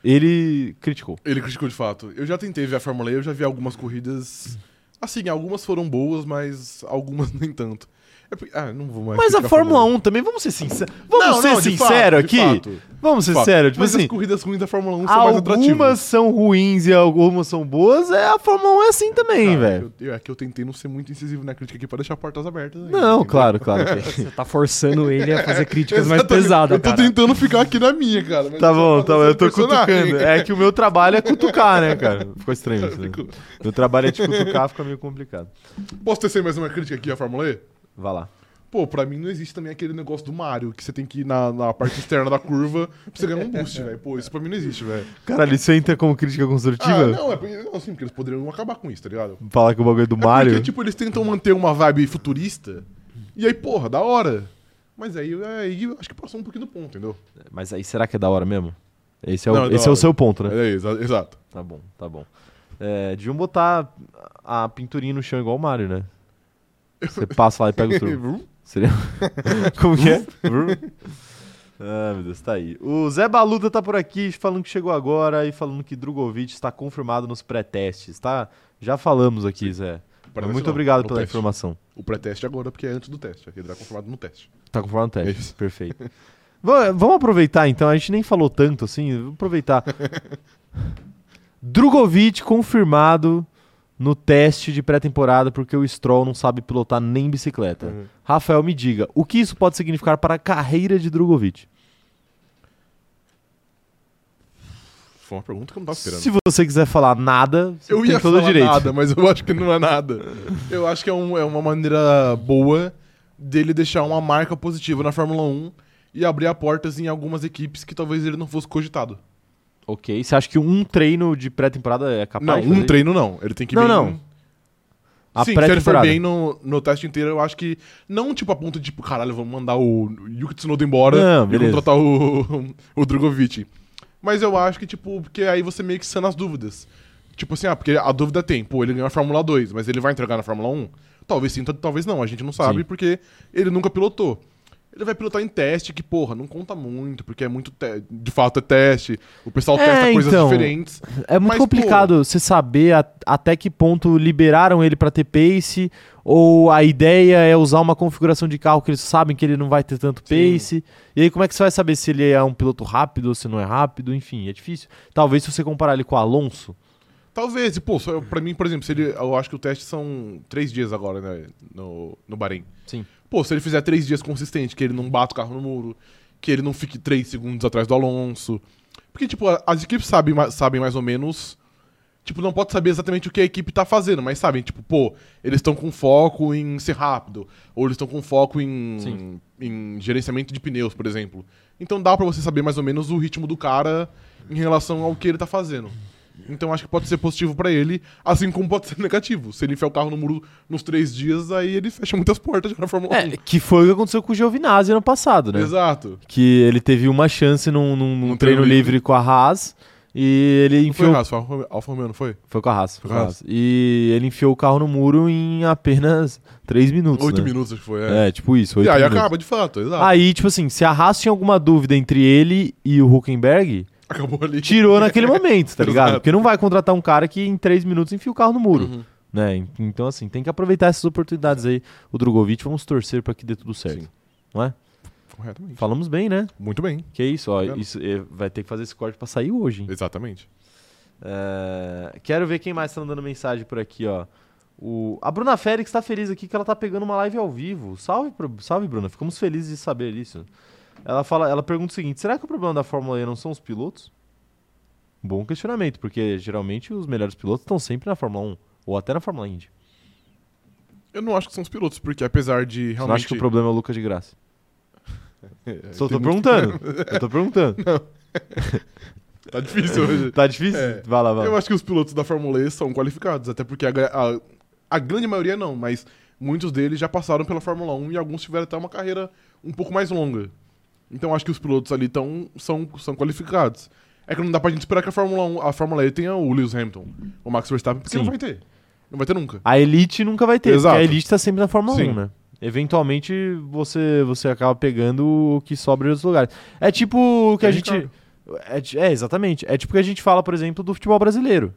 S1: Ele criticou.
S2: Ele criticou de fato. Eu já tentei ver a Fórmula E, eu já vi algumas corridas. Assim, algumas foram boas, mas algumas nem tanto. É porque- ah, não vou mais.
S1: Mas a
S2: criticar
S1: Fórmula 1 também, vamos ser sinceros. Vamos
S2: Não,
S1: ser
S2: não, de
S1: sinceros
S2: fato, de
S1: aqui.
S2: fato.
S1: Vamos
S2: De
S1: ser
S2: fato.
S1: sérios. Tipo
S2: mas
S1: assim,
S2: as corridas ruins da Fórmula 1 são mais
S1: algumas
S2: atrativas.
S1: são ruins e algumas são boas. É, a Fórmula 1 é assim também,
S2: Cara,
S1: velho.
S2: eu- eu- É que eu tentei não ser muito incisivo na crítica aqui pra deixar portas abertas. ainda,
S1: Não,
S2: entendeu?
S1: claro, claro. que- é.
S3: Você tá forçando ele a fazer críticas mais
S2: É, Exatamente.
S3: pesadas,
S2: Eu tô
S3: cara.
S2: tentando ficar aqui na minha, cara. mas
S1: Tá bom,
S2: tô
S1: tá bom, eu tô
S2: fazendo personagem.
S1: cutucando. É que o meu trabalho é cutucar, né, cara? Ficou estranho isso. Né?
S2: Ficou.
S1: Meu trabalho é te cutucar, fica meio complicado.
S2: Posso tecer mais uma crítica aqui à Fórmula E?
S1: Vai lá.
S2: Pô, pra mim não existe também aquele negócio do Mario, que você tem que ir na, na parte externa da curva pra você ganhar um boost, velho. Pô, isso pra mim não existe, velho.
S1: Caralho, isso entra como crítica
S2: Ah,
S1: construtiva?
S2: não, é porque- não, sim, porque eles poderiam acabar com isso, tá ligado?
S1: Falar que o bagulho é do Mario.
S2: Porque, tipo, eles tentam manter uma vibe futurista, e aí, porra, da hora. Mas aí, aí eu acho que passou um pouquinho do ponto, entendeu?
S1: Mas aí será que é da hora mesmo? Esse é o,
S2: Não, é da
S1: esse é o
S2: hora.
S1: seu ponto, né?
S2: É, exa- exato.
S1: Tá bom, tá bom. É, deviam botar a pinturinha no chão igual o Mario, né? Você passa lá e pega o turbo. Seria. Como que é? Vrum. ah, meu Deus, tá aí. O Zé Baluta tá por aqui falando que chegou agora e falando que Drogovic está confirmado nos pré-testes, tá? Já falamos aqui, Zé.
S2: Parece
S1: Muito
S2: não,
S1: obrigado
S2: no
S1: pela
S2: teste.
S1: informação.
S2: O pré-teste agora, porque é antes do teste. Ele tá confirmado no teste.
S1: Tá conforme o teste.
S2: É isso.
S1: Perfeito. Va- Vamos aproveitar então, a gente nem falou tanto assim, vamos aproveitar. Drogovic confirmado no teste de pré-temporada porque o Stroll não sabe pilotar nem bicicleta.
S2: Uhum.
S1: Rafael, me diga, o que isso pode significar para a carreira de Drogovic?
S2: Foi uma pergunta que eu não tava Tá esperando.
S1: Se você quiser falar nada, você
S2: Eu
S1: tem
S2: ia
S1: todo o
S2: falar
S1: direito.
S2: nada, mas eu acho que não é nada. Eu acho que é, um- é uma maneira boa dele deixar uma marca positiva na Fórmula 1 e abrir a portas em algumas equipes que talvez ele não fosse cogitado.
S1: Ok, você acha que um treino de pré-temporada é capaz
S2: não,
S1: de
S2: um
S1: fazer?
S2: treino não. Ele tem que ir
S1: Não,
S2: bem...
S1: não. A
S2: Sim, se ele for
S1: pré-temporada.
S2: bem no, no teste inteiro, eu acho que... Não tipo a ponto de, tipo, caralho, vamos mandar o Yuki Tsunoda embora
S1: Não,
S2: e
S1: beleza.
S2: contratar o, o Drogovic. Mas eu acho que, tipo, porque aí você meio que sana as dúvidas. Tipo assim, ah, porque a dúvida tem, pô, ele ganhou a Fórmula 2, mas ele vai entregar na Fórmula 1? Talvez sim, tal- talvez não, a gente não sabe,
S1: Sim.
S2: porque ele nunca pilotou. Ele vai pilotar em teste, que, porra, não conta muito, porque é muito. te- De fato, é teste. O pessoal
S1: É,
S2: testa coisas
S1: então.
S2: diferentes.
S1: É muito
S2: Mas,
S1: complicado você saber a- até que ponto liberaram ele pra ter pace ou a ideia é usar uma configuração de carro que eles sabem que ele não vai ter tanto
S2: Sim.
S1: pace. E aí como é que você vai saber se ele é um piloto rápido ou se não é rápido? Enfim, é difícil. Talvez se você comparar ele com o Alonso.
S2: Talvez, e, pô, só, pra mim, por exemplo, se ele, eu acho que o teste são três dias agora, né? No, no Bahrein.
S1: Sim.
S2: Pô, se ele fizer três dias consistente, que ele não bata o carro no muro, que ele não fique três segundos atrás do Alonso. Porque, tipo, a- as equipes sabem, ma- sabem mais ou menos. Tipo, não pode saber exatamente o que a equipe tá fazendo, mas sabem, tipo, pô, eles estão com foco em ser rápido, ou eles estão com foco em,
S1: Sim.
S2: em gerenciamento de pneus, por exemplo. Então dá pra você saber mais ou menos o ritmo do cara em relação ao que ele tá fazendo. Então acho que pode ser positivo pra ele, assim como pode ser negativo. Se ele enfiar o carro no muro nos três dias, aí ele fecha muitas portas já na Fórmula 1.
S1: É, que foi o que aconteceu com o Giovinazzi ano passado, né?
S2: Exato.
S1: Que ele teve uma chance num, num- num
S2: Um treino
S1: treino livre. com a Haas e ele
S2: Não foi
S1: enfiou
S2: errado, foi Alfa Romeo- Alfa Romeo, não foi?
S1: Foi com a Haas.
S2: Foi
S1: Foi
S2: com
S1: com
S2: a
S1: a Haas. E ele enfiou o carro no muro em apenas 3 minutos.
S2: Oito
S1: né?
S2: minutos, acho que foi. É.
S1: É, tipo isso.
S2: e
S1: oito
S2: aí
S1: minutos.
S2: acaba, de fato, exato.
S1: Aí, tipo assim, se a Haas tinha alguma dúvida entre ele e o Huckenberg,
S2: Acabou ali.
S1: tirou naquele momento, tá ligado?
S2: Exato.
S1: Porque não vai contratar um cara que em 3 minutos enfia o carro no muro.
S2: Uhum.
S1: Né? En- Então, assim, tem que aproveitar essas oportunidades aí. O Drogovic, vamos torcer pra que dê tudo certo.
S2: Sim.
S1: Não é?
S2: Corretamente.
S1: Falamos bem, né?
S2: Muito bem,
S1: Que isso, ó.
S2: Claro.
S1: Isso, eh, vai ter que fazer esse corte pra sair hoje, hein?
S2: exatamente.
S1: É, quero ver quem mais tá mandando mensagem por aqui, ó. O- a Bruna Félix tá feliz aqui que ela tá pegando uma live ao vivo. Salve, pro- salve Bruna. Ficamos felizes de saber isso. Ela, fala, ela pergunta o seguinte: será que o problema da Fórmula E não são os pilotos? Bom questionamento, porque geralmente os melhores pilotos estão sempre na Fórmula 1 ou até na Fórmula Indy.
S2: Eu não acho que são os pilotos, porque apesar de
S1: Você não
S2: realmente.
S1: acha que o problema é o Lucas de Graça?
S2: É,
S1: Só
S2: tem
S1: tô
S2: muito-
S1: perguntando. Eu tô perguntando.
S2: Tá difícil hoje.
S1: Tá difícil?
S2: É.
S1: Vai lá, vai
S2: Eu
S1: lá.
S2: acho que os pilotos da Fórmula E são qualificados, até porque a, gra- a, a grande maioria não, mas muitos deles já passaram pela Fórmula 1 e alguns tiveram até uma carreira um pouco mais longa. Então acho que os pilotos ali tão, são, são qualificados. É que não dá pra gente esperar que a Fórmula 1, a Fórmula E tenha o Lewis Hamilton, o Max Verstappen, porque
S1: Sim.
S2: não vai ter. Não vai ter nunca.
S1: A elite nunca vai ter,
S2: Exato.
S1: porque a elite tá sempre na Fórmula
S2: Sim.
S1: 1, né? Eventualmente você, você acaba pegando o que sobra dos lugares. É tipo o que a
S2: Tem
S1: gente.
S2: Ricardo.
S1: É, ti- é, exatamente. É tipo o que a gente fala, por exemplo, do futebol brasileiro.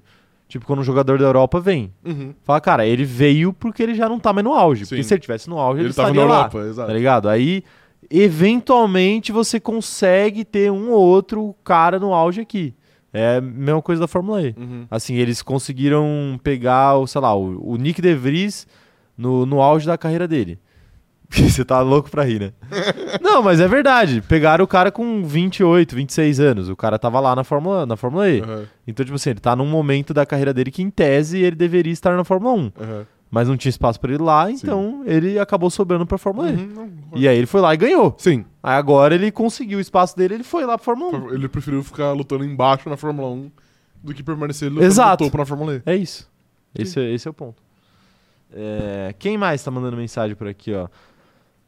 S1: Tipo, quando um jogador da Europa vem.
S2: Uhum.
S1: Fala, cara, ele veio porque ele já não tá mais no auge. Porque
S2: Sim.
S1: se ele tivesse no auge, ele,
S2: Ele tava na
S1: estaria lá.
S2: Europa,
S1: Tá
S2: exato.
S1: ligado? Aí, eventualmente, você consegue ter um ou outro cara no auge aqui. É a mesma coisa da Fórmula E.
S2: Uhum.
S1: Assim, eles conseguiram pegar, o, sei lá, o, o Nick De Vries no, no auge da carreira dele. Você tá louco pra rir, né? Não, mas é verdade. Pegaram o cara com 28, 26 anos. O cara tava lá na Fórmula, na Fórmula E.
S2: Aham,
S1: Então, tipo assim, ele tá num momento da carreira dele que, em tese, ele deveria estar na Fórmula 1.
S2: aham.
S1: Mas não tinha espaço pra ele lá, então ele acabou sobrando pra Fórmula
S2: Uhum, não,
S1: E. E aí ele foi lá e ganhou.
S2: Sim,
S1: Aí agora ele conseguiu o espaço dele, ele foi lá pra Fórmula 1.
S2: ele preferiu ficar lutando embaixo na Fórmula 1 do que permanecer lutando
S1: Exato.
S2: no topo na Fórmula E.
S1: É isso. Esse, é- esse é o ponto. É, quem mais tá mandando mensagem por aqui, ó?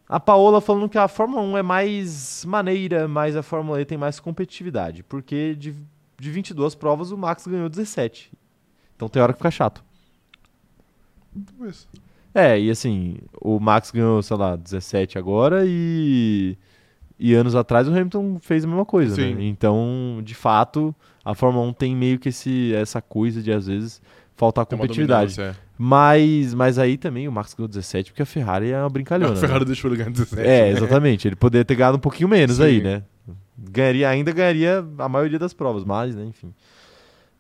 S1: A Paola falando que a Fórmula 1 é mais maneira, mas a Fórmula E tem mais competitividade. Porque de, de 22 provas, o Max ganhou 17. Então tem hora que fica chato.
S2: Tipo Talvez.
S1: É, e assim, o Max ganhou, sei lá, 17 agora e. E anos atrás o Hamilton fez a mesma coisa,
S2: Sim.
S1: né? Então, de fato, a Fórmula 1 tem meio que esse, essa coisa de, às vezes, faltar
S2: Tem uma
S1: competitividade.
S2: dominância, é.
S1: Mas, mas aí também o Max ganhou 17 porque a Ferrari é uma brincalhona.
S2: A
S1: né?
S2: Ferrari deixou ele ganhar 17.
S1: É, exatamente. Ele poderia ter ganhado um pouquinho menos
S2: Sim.
S1: aí, né? Ganharia, ainda ganharia a maioria das provas, mas, né, enfim.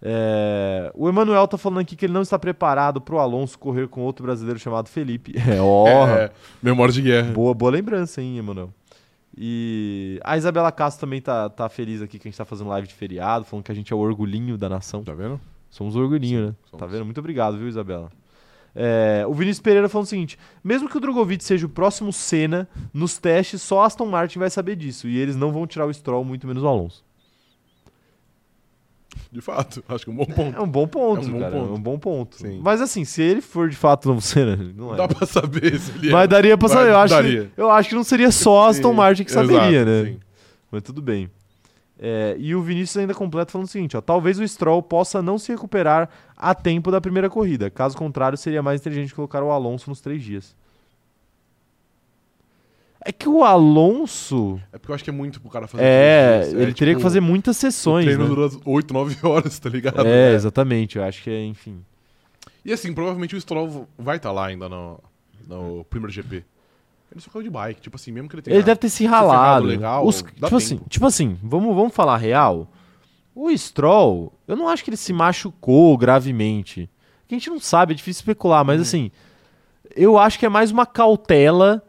S1: É, o Emanuel tá falando aqui que ele não está preparado pro Alonso correr com outro brasileiro chamado Felipe. É, ó,
S2: É, é, memória de guerra.
S1: boa, boa lembrança, hein, Emanuel. E a Isabela Castro também tá, tá feliz aqui que a gente tá fazendo live de feriado, falando que a gente é o orgulhinho da nação.
S2: Tá vendo?
S1: Somos o orgulhinho, né?
S2: somos.
S1: Tá vendo? Muito obrigado, viu, Isabela? É, o Vinícius Pereira falando o seguinte: mesmo que o Drogovic seja o próximo Senna, nos testes só Aston Martin vai saber disso. E eles não vão tirar o Stroll, muito menos o Alonso.
S2: De fato, acho que é um bom ponto.
S1: É um bom ponto,
S2: É um bom
S1: cara.
S2: ponto.
S1: É um bom ponto.
S2: Sim.
S1: Mas assim, se ele for de fato o novo Senna, não é.
S2: Dá pra saber se ele é.
S1: Mas daria pra
S2: Vai,
S1: saber. Eu acho,
S2: daria.
S1: que, eu acho que não seria só Aston
S2: Sim,
S1: Martin que
S2: exato,
S1: saberia, né?
S2: sim.
S1: Mas tudo bem. É, e o Vinícius ainda completa falando o seguinte: ó, talvez o Stroll possa não se recuperar a tempo da primeira corrida. Caso contrário, seria mais inteligente colocar o Alonso nos três dias. É que o Alonso.
S2: É porque eu acho que é muito pro cara fazer.
S1: É,
S2: três dias.
S1: ele
S2: É,
S1: teria
S2: tipo,
S1: que fazer muitas
S2: O
S1: sessões.
S2: treino
S1: Né?
S2: dura 8, 9 horas, tá ligado?
S1: É, exatamente. Eu acho que é, enfim.
S2: E assim, provavelmente o Stroll vai estar lá ainda no, no primeiro GP. Ele só caiu de bike, tipo assim, mesmo que ele tenha.
S1: Ele deve ter se ralado.
S2: legal,
S1: Os-
S2: dá
S1: tipo,
S2: tempo.
S1: assim, tipo assim, vamos, vamos falar real. O Stroll, eu não acho que ele se machucou gravemente. A gente não sabe, é difícil especular,
S2: Uhum.
S1: mas assim, eu acho que é mais uma cautela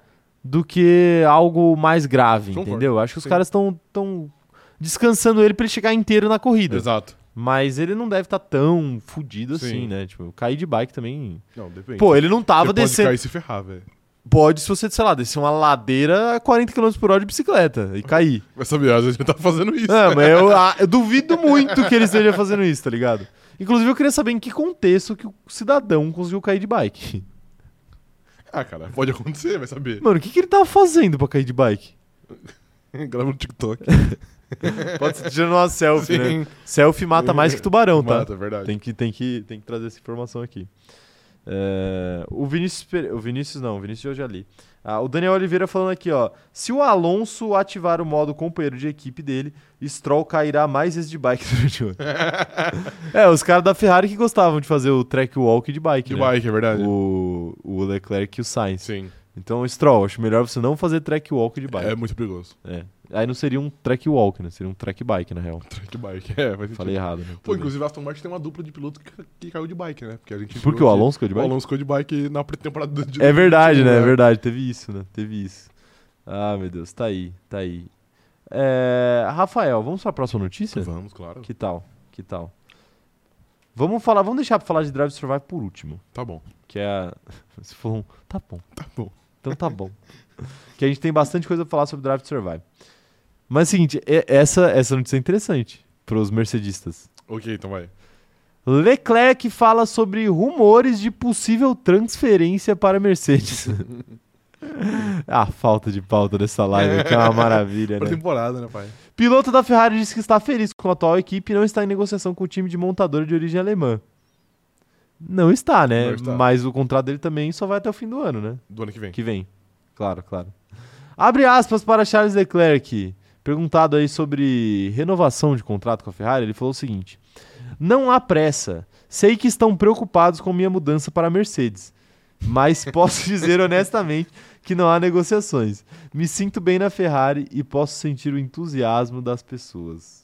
S1: do que algo mais grave,
S2: Concordo.
S1: entendeu? Eu Acho que os
S2: Sim.
S1: caras estão tão descansando ele pra ele chegar inteiro na corrida.
S2: Exato.
S1: Mas ele não deve estar tão fudido assim,
S2: Sim.
S1: né? Tipo, cair de bike também.
S2: Não, depende.
S1: Pô, ele não
S2: Você
S1: tava
S2: pode
S1: descendo.
S2: cair e se ferrar, velho.
S1: Pode, se você, sei lá, descer uma ladeira a 40 km por hora de bicicleta e cair.
S2: Vai saber, às vezes ele tá fazendo isso.
S1: Ah, mas eu, ah, eu duvido muito que ele esteja fazendo isso, tá ligado? Inclusive, eu queria saber em que contexto que o cidadão conseguiu cair de bike.
S2: Ah, cara, pode acontecer, vai saber.
S1: Mano, o que, que ele tava fazendo pra cair de bike?
S2: Grava no TikTok.
S1: Então Pode ser tirando uma selfie, né?
S2: Sim.
S1: Selfie mata mais que tubarão, tá?
S2: Mata, é verdade.
S1: Tem que, tem que, tem que trazer essa informação aqui. É, o Vinícius. Pere- O Vinícius não, o Vinícius eu já li. Ah, o Daniel Oliveira falando aqui, ó. Se o Alonso ativar o modo companheiro de equipe dele, Stroll cairá mais vezes de bike durante o ano. é, os caras da Ferrari que gostavam de fazer o track walk de bike,
S2: De
S1: né?
S2: bike, é verdade.
S1: O, o Leclerc e o Sainz.
S2: Sim.
S1: Então, Stroll, acho melhor você não fazer track walk de
S2: É
S1: bike.
S2: muito perigoso.
S1: É. Aí não seria um track walk, né? Seria um track bike, na real.
S2: Track bike, é, vai
S1: Falei errado, né?
S2: Pô,
S1: Tudo bem.
S2: inclusive a Aston Martin tem uma dupla de piloto que, que caiu de bike, né? Porque a gente
S1: Porque
S2: viu
S1: o
S2: aqui-
S1: Alonso caiu de
S2: O
S1: bike?
S2: Alonso caiu de bike na pré-temporada de
S1: É verdade, né? É
S2: né?
S1: verdade, teve isso, né? Teve isso. Ah, meu Deus, tá aí, tá aí. É, Rafael, vamos pra próxima notícia?
S2: Vamos, claro.
S1: Que tal? Que tal? Vamos falar, vamos deixar pra falar de Drive to Survive por último.
S2: Tá bom.
S1: Que é. a- Se for um. Tá bom.
S2: Tá bom.
S1: Então tá bom. que a gente tem bastante coisa pra falar sobre Drive to Survive. Mas é o seguinte, é- essa, essa notícia é interessante pros mercedistas.
S2: Ok, então vai.
S1: Leclerc fala sobre rumores de possível transferência para Mercedes. A falta de pauta dessa live que é uma maravilha,
S2: Pra
S1: né?
S2: temporada, né, pai?
S1: Piloto da Ferrari diz que está feliz com a atual equipe e não está em negociação com o time de montador de origem alemã. Não está, né?
S2: Não está.
S1: Mas o contrato dele também só vai até o fim do ano, né?
S2: Do ano que vem.
S1: Que vem. Claro, claro. Abre aspas para Charles Leclerc. Perguntado aí sobre renovação de contrato com a Ferrari, ele falou o seguinte: Não há pressa. Sei que estão preocupados com minha mudança para a Mercedes, mas posso dizer honestamente que não há negociações. Me sinto bem na Ferrari e posso sentir o entusiasmo das pessoas.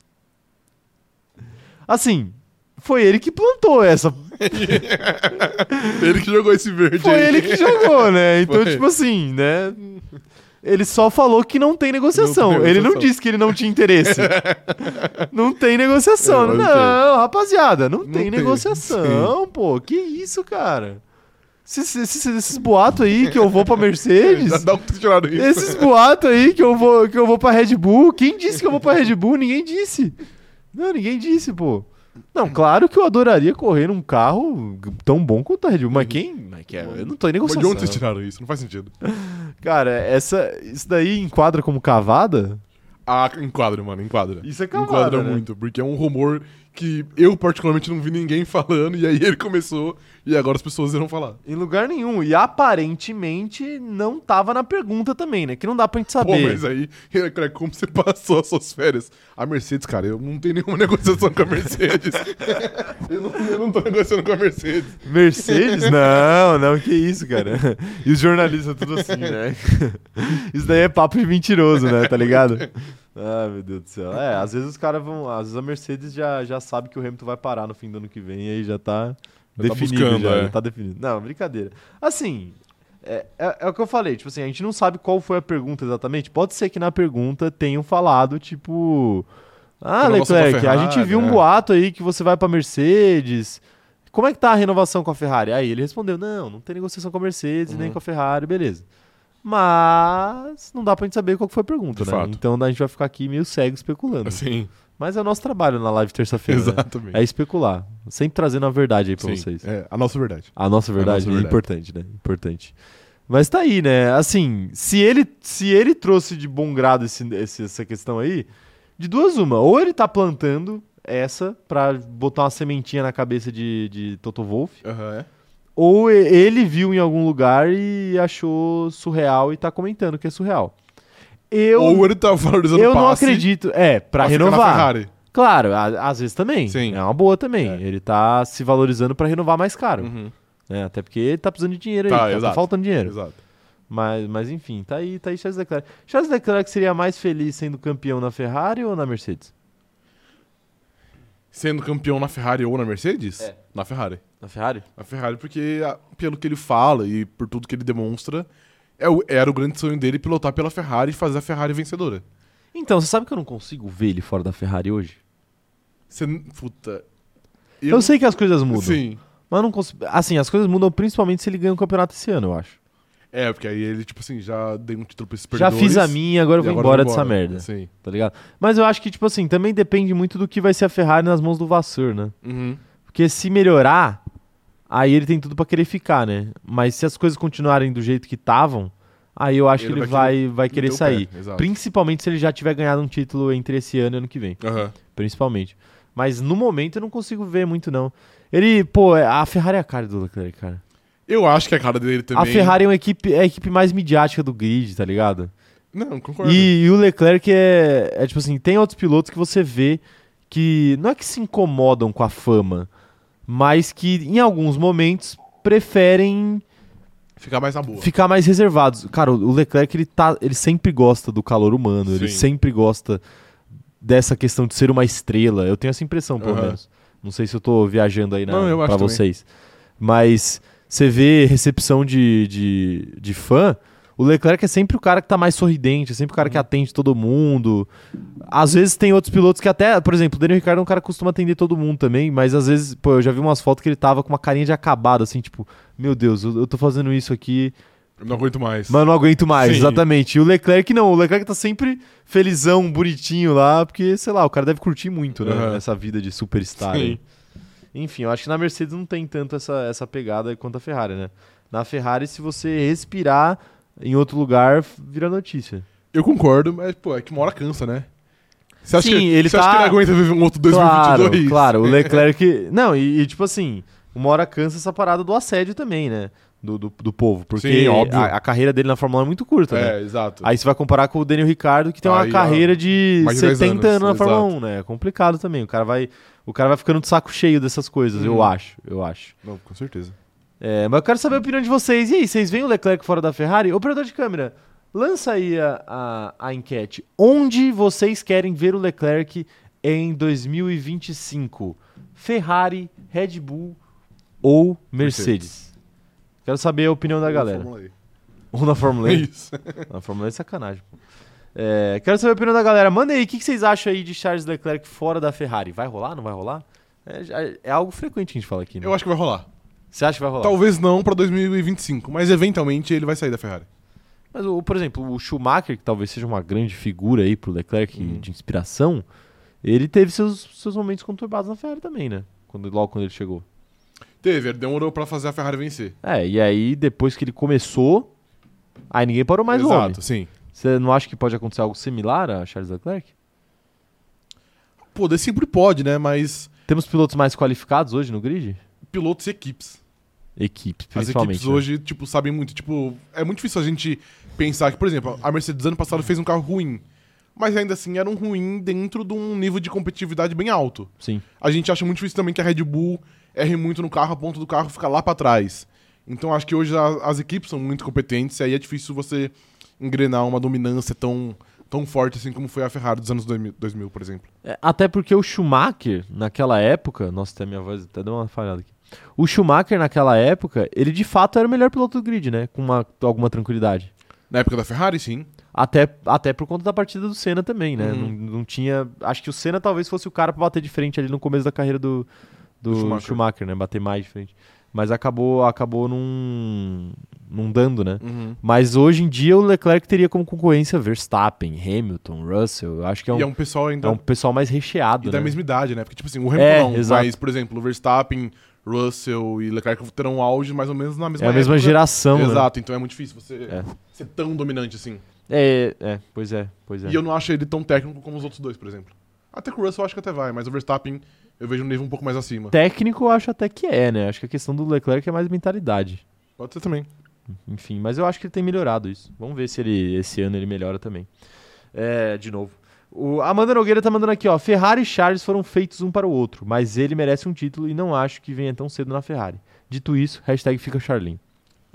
S1: Assim, foi ele que plantou essa
S2: ele que jogou esse verde
S1: foi
S2: aí.
S1: ele que jogou, né? Então,
S2: Foi.
S1: tipo assim, né? Ele só falou que não tem negociação.
S2: Não tem
S1: ele não
S2: negociação.
S1: disse que ele não tinha interesse. não tem negociação.
S2: É,
S1: não,
S2: mas
S1: rapaziada, não,
S2: Não
S1: tem,
S2: tem,
S1: negociação, pô. Que isso, cara? Esses, esses- esses boatos aí que é eu vou pra Mercedes.
S2: Dá, dá um tirado aí.
S1: Esses boatos aí que eu vou que eu vou para Red Bull, quem disse que eu vou para Red Bull? Ninguém disse. Não, ninguém disse, pô. Não, claro que eu adoraria correr num carro tão bom quanto a Red Bull, mas quem? Mas que é, eu não tô em
S2: Mas de
S1: negociação.
S2: onde vocês tiraram isso? Não faz sentido.
S1: Cara, essa isso daí enquadra como cavada?
S2: Ah, enquadra, mano, enquadra.
S1: Isso é cavada,
S2: Enquadra
S1: né?
S2: muito, porque é um rumor que eu particularmente não vi ninguém falando, e aí ele começou, e agora as pessoas irão falar.
S1: Em lugar nenhum. E aparentemente não tava na pergunta também, né? Que não dá pra gente saber.
S2: Pô, mas aí, cara, como você passou as suas férias? A Mercedes, cara, eu não tenho nenhuma negociação com a Mercedes. eu, não, eu não tô negociando com a Mercedes.
S1: Mercedes? Não, não, que isso, cara. E os jornalistas tudo assim, né? Isso daí é papo de mentiroso, né? Tá ligado? Ah, meu Deus do céu. É, às vezes os caras vão. Às vezes a Mercedes já, já sabe que o Hamilton vai parar no fim do ano que vem e aí já tá
S2: Já tá
S1: definido.
S2: buscando,
S1: já,
S2: é.
S1: já tá definido. Não, brincadeira. Assim, é, é- é o que eu falei, tipo assim, a gente não sabe qual foi a pergunta exatamente. Pode ser que na pergunta tenham falado, tipo. Ah,
S2: Renovação
S1: Leclerc,
S2: com a
S1: a gente viu um
S2: Ferrari, é.
S1: boato aí que você vai pra Mercedes. Como é que tá a renovação com a Ferrari? Aí ele respondeu: não, não tem negociação com a Mercedes, nem
S2: Uhum.
S1: com a Ferrari, beleza. Mas não dá pra gente saber qual que foi a pergunta,
S2: De
S1: né?
S2: fato.
S1: Então a gente vai ficar aqui meio cego especulando.
S2: Assim,
S1: Mas é o nosso trabalho na live de terça-feira. né?
S2: exatamente.
S1: É especular. Sempre trazendo a verdade aí pra
S2: Sim,
S1: vocês.
S2: é a nossa verdade.
S1: A nossa verdade
S2: nossa
S1: é
S2: verdade.
S1: importante, né? Importante. Mas tá aí, né? Assim, se ele, se ele trouxe de bom grado esse- esse- essa questão aí, de duas uma. Ou ele tá plantando essa pra botar uma sementinha na cabeça de, de Toto Wolff,
S2: Aham, é.
S1: ou e- ele viu em algum lugar e achou surreal e tá comentando que é surreal. é. Eu,
S2: Ou ele tá valorizando
S1: eu
S2: o passe
S1: não acredito. É, pra
S2: ficar na
S1: renovar.
S2: Ferrari.
S1: Claro, a- às vezes também.
S2: Sim.
S1: É uma boa também.
S2: É.
S1: Ele tá se valorizando pra renovar mais caro.
S2: Uhum,
S1: né? Até porque ele tá precisando de dinheiro
S2: Tá,
S1: aí, tá- tá,
S2: exato.
S1: faltando dinheiro.
S2: Exato.
S1: Mas, mas enfim, tá aí, tá aí Charles Leclerc. Charles Leclerc seria mais feliz sendo campeão na Ferrari ou na Mercedes?
S2: Sendo campeão na Ferrari ou na Mercedes?
S1: É.
S2: Na Ferrari.
S1: Na Ferrari?
S2: Na Ferrari, porque a- pelo que ele fala e por tudo que ele demonstra, é o- era o grande sonho dele pilotar pela Ferrari e fazer a Ferrari vencedora.
S1: Então, você sabe que eu não consigo ver ele fora da Ferrari hoje?
S2: Você. n- Puta.
S1: Eu, sei que as coisas mudam.
S2: Sim.
S1: Mas eu não consigo. Assim, as coisas mudam principalmente se ele ganha o campeonato esse ano, eu acho.
S2: É, porque aí ele, tipo assim, já deu um título pra esses
S1: Já
S2: perdedores.
S1: fiz a minha, agora eu vou embora, dessa merda.
S2: Sim.
S1: Tá ligado? Mas eu acho que, tipo assim, também depende muito do que vai ser a Ferrari nas mãos do Vasseur, né?
S2: Uhum.
S1: Porque se melhorar, aí ele tem tudo pra querer ficar, né? Mas se as coisas continuarem do jeito que estavam, aí eu acho
S2: Ele
S1: que ele
S2: vai
S1: vai, vai, querer
S2: Meteu o
S1: sair.
S2: pé, Exato.
S1: Principalmente se ele já tiver ganhado um título entre esse ano e ano que vem.
S2: Aham.
S1: Principalmente. Mas no momento eu não consigo ver muito, não. Ele, pô, é- a Ferrari é a cara do Leclerc, cara.
S2: Eu acho que a cara dele também.
S1: A Ferrari é, uma equipe, é a equipe mais midiática do grid, tá ligado?
S2: Não, concordo.
S1: E, e o Leclerc é, é tipo assim, tem outros pilotos que você vê que não é que se incomodam com a fama, mas que em alguns momentos preferem
S2: Ficar mais na boa.
S1: ficar mais reservados. Cara, o Leclerc ele, tá, ele sempre gosta do calor humano, ele
S2: Sim.
S1: sempre gosta dessa questão de ser uma estrela. Eu tenho essa impressão, pelo
S2: Aham.
S1: menos. Não sei se eu tô viajando aí
S2: Não, eu
S1: na,
S2: acho
S1: pra
S2: também.
S1: vocês. Mas você vê recepção de, de, de fã. O Leclerc é sempre o cara que tá mais sorridente, é sempre o cara
S2: Uhum.
S1: que atende todo mundo. Às vezes tem outros pilotos que até, por exemplo, o Daniel Ricciardo é um cara que costuma atender todo mundo também, mas às vezes, pô, eu já vi umas fotos que ele tava com uma carinha de acabado, assim, tipo, meu Deus, eu, eu tô fazendo isso aqui,
S2: Eu Não aguento mais.
S1: mas eu não aguento mais,
S2: Sim.
S1: exatamente. E o Leclerc não, o Leclerc tá sempre felizão, bonitinho lá, porque, sei lá, o cara deve curtir muito, né?
S2: Aham.
S1: Essa vida de superstar.
S2: Sim.
S1: aí. Enfim, eu acho que na Mercedes não tem tanto essa, essa pegada quanto a Ferrari, né? Na Ferrari, se você respirar em outro lugar, vira notícia.
S2: Eu concordo, mas, pô, é que uma hora cansa, né? Você acha
S1: Sim,
S2: que,
S1: ele
S2: você
S1: tá-
S2: acha que ele aguenta viver um outro
S1: Claro,
S2: 2022?
S1: claro. O Leclerc. não, e, e, tipo assim, uma hora cansa essa parada do assédio também, né? Do, do, do povo. Porque
S2: Sim, óbvio.
S1: A, a carreira dele na Fórmula 1 é muito curta, né?
S2: É, exato.
S1: Aí você vai comparar com o Daniel Ricardo, que tem uma
S2: Aí, ó,
S1: carreira de
S2: mais de 10
S1: 70 anos, na
S2: anos,
S1: Fórmula
S2: exato.
S1: 1, né? É complicado também. O cara vai, o cara vai ficando de saco cheio dessas coisas, eu
S2: Uhum.
S1: acho, eu acho.
S2: Não, com certeza.
S1: É, mas eu quero saber a opinião de vocês. E aí, vocês veem o Leclerc fora da Ferrari? Operador de câmera, lança aí a, a, a enquete. Onde vocês querem ver o Leclerc em 2025? Ferrari, Red Bull ou Mercedes? Quero saber a opinião da galera.
S2: Fórmula E.
S1: Ou na Fórmula
S2: É
S1: 1.
S2: isso.
S1: A Fórmula E é sacanagem. pô. É, quero saber a opinião da galera. Manda aí, o que, que vocês acham aí de Charles Leclerc fora da Ferrari? Vai rolar, não vai rolar? É, já- é algo frequente que a gente fala aqui, né?
S2: Eu Então- acho que vai rolar.
S1: Você acha que vai rolar?
S2: Talvez não pra 2025, mas eventualmente ele vai sair da Ferrari.
S1: Mas, o- por exemplo, o Schumacher, que talvez seja uma grande figura aí pro Leclerc
S2: Uhum.
S1: de inspiração, ele teve seus, seus momentos conturbados na Ferrari também, né? Quando, logo quando ele chegou.
S2: Teve, ele demorou pra fazer a Ferrari vencer.
S1: É, e aí depois que ele começou, aí ninguém parou mais o homem.
S2: Exato, sim.
S1: Você não acha que pode acontecer algo similar a Charles Leclerc?
S2: Poder sempre pode, né? Mas
S1: Temos pilotos mais qualificados hoje no grid?
S2: Pilotos e equipes.
S1: Equipes,
S2: As
S1: principalmente.
S2: equipes
S1: né?
S2: hoje, tipo, sabem muito. Tipo, é muito difícil a gente pensar que, por exemplo, a Mercedes ano passado fez um carro ruim. Mas ainda assim era um ruim dentro de um nível de competitividade bem alto.
S1: Sim.
S2: A gente acha muito difícil também que a Red Bull erre muito no carro a ponto do carro ficar lá pra trás. Então acho que hoje a- as equipes são muito competentes e aí é difícil você engrenar uma dominância tão, tão forte assim como foi a Ferrari dos anos 2000, 2000, por exemplo.
S1: É, Até porque o Schumacher, naquela época. Nossa, até minha voz até deu uma falhada aqui. O Schumacher, naquela época, ele de fato era o melhor piloto do grid, né? Com uma- alguma tranquilidade.
S2: Na época da Ferrari, sim.
S1: Até, até por conta da partida do Senna também, né?
S2: Uhum.
S1: Não, não tinha. Acho que o Senna talvez fosse o cara pra bater de frente ali no começo da carreira do, do
S2: Do
S1: Schumacher.
S2: Schumacher.
S1: né? Bater mais de frente. Mas acabou, acabou num, num dando, né? Mas hoje em dia o Leclerc teria como concorrência Verstappen, Hamilton, Russell. Eu acho que é um,
S2: E
S1: é
S2: é um pessoal ainda
S1: um pessoal mais recheado.
S2: e da
S1: né?
S2: mesma idade, né? Porque, tipo assim, o
S1: É,
S2: Hamilton não,
S1: exato.
S2: mas, por exemplo, o Verstappen, Russell e Leclerc terão auge mais ou menos na mesma
S1: é a mesma
S2: época.
S1: geração, né?
S2: Exato, então é muito difícil você
S1: É.
S2: ser tão dominante assim.
S1: É, é, pois é, pois é.
S2: E eu não acho ele tão técnico como os outros dois, por exemplo. Até que o Russell eu acho que até vai, mas o Verstappen eu vejo um nível um pouco mais acima.
S1: Técnico eu acho até que é, né? Acho que a questão do Leclerc é mais mentalidade.
S2: Pode ser também.
S1: Enfim, mas eu acho que ele tem melhorado isso. Vamos ver se ele esse ano ele melhora também. É, de novo. O Amanda Nogueira tá mandando aqui, ó. Ferrari e Charles foram feitos um para o outro, mas ele merece um título e não acho que venha tão cedo na Ferrari. Dito isso, hashtag fica Charlin.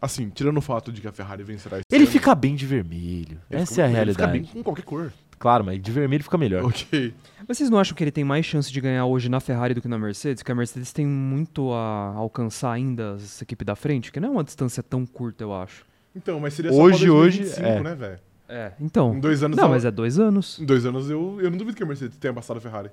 S2: Assim, tirando o fato de que a Ferrari vencerá esse
S1: Ele
S2: ano,
S1: fica bem de vermelho.
S2: ele
S1: Essa
S2: fica
S1: é a
S2: muito bem,
S1: realidade. É.
S2: Ele fica bem com qualquer cor.
S1: Claro, mas de vermelho fica melhor.
S2: Ok.
S3: Mas vocês não acham que ele tem mais chance de ganhar hoje na Ferrari do que na Mercedes? Que a Mercedes tem muito a alcançar ainda essa equipe da frente, que não é uma distância tão curta, eu acho.
S2: Então, mas seria
S1: Hoje,
S2: só pra
S1: hoje,
S2: 2025,
S1: é.
S2: né, velho?
S3: É, então.
S2: Em dois anos
S3: Não,
S2: ela-
S3: mas é dois anos.
S2: Em dois anos eu, eu não duvido que a Mercedes tenha passado a Ferrari.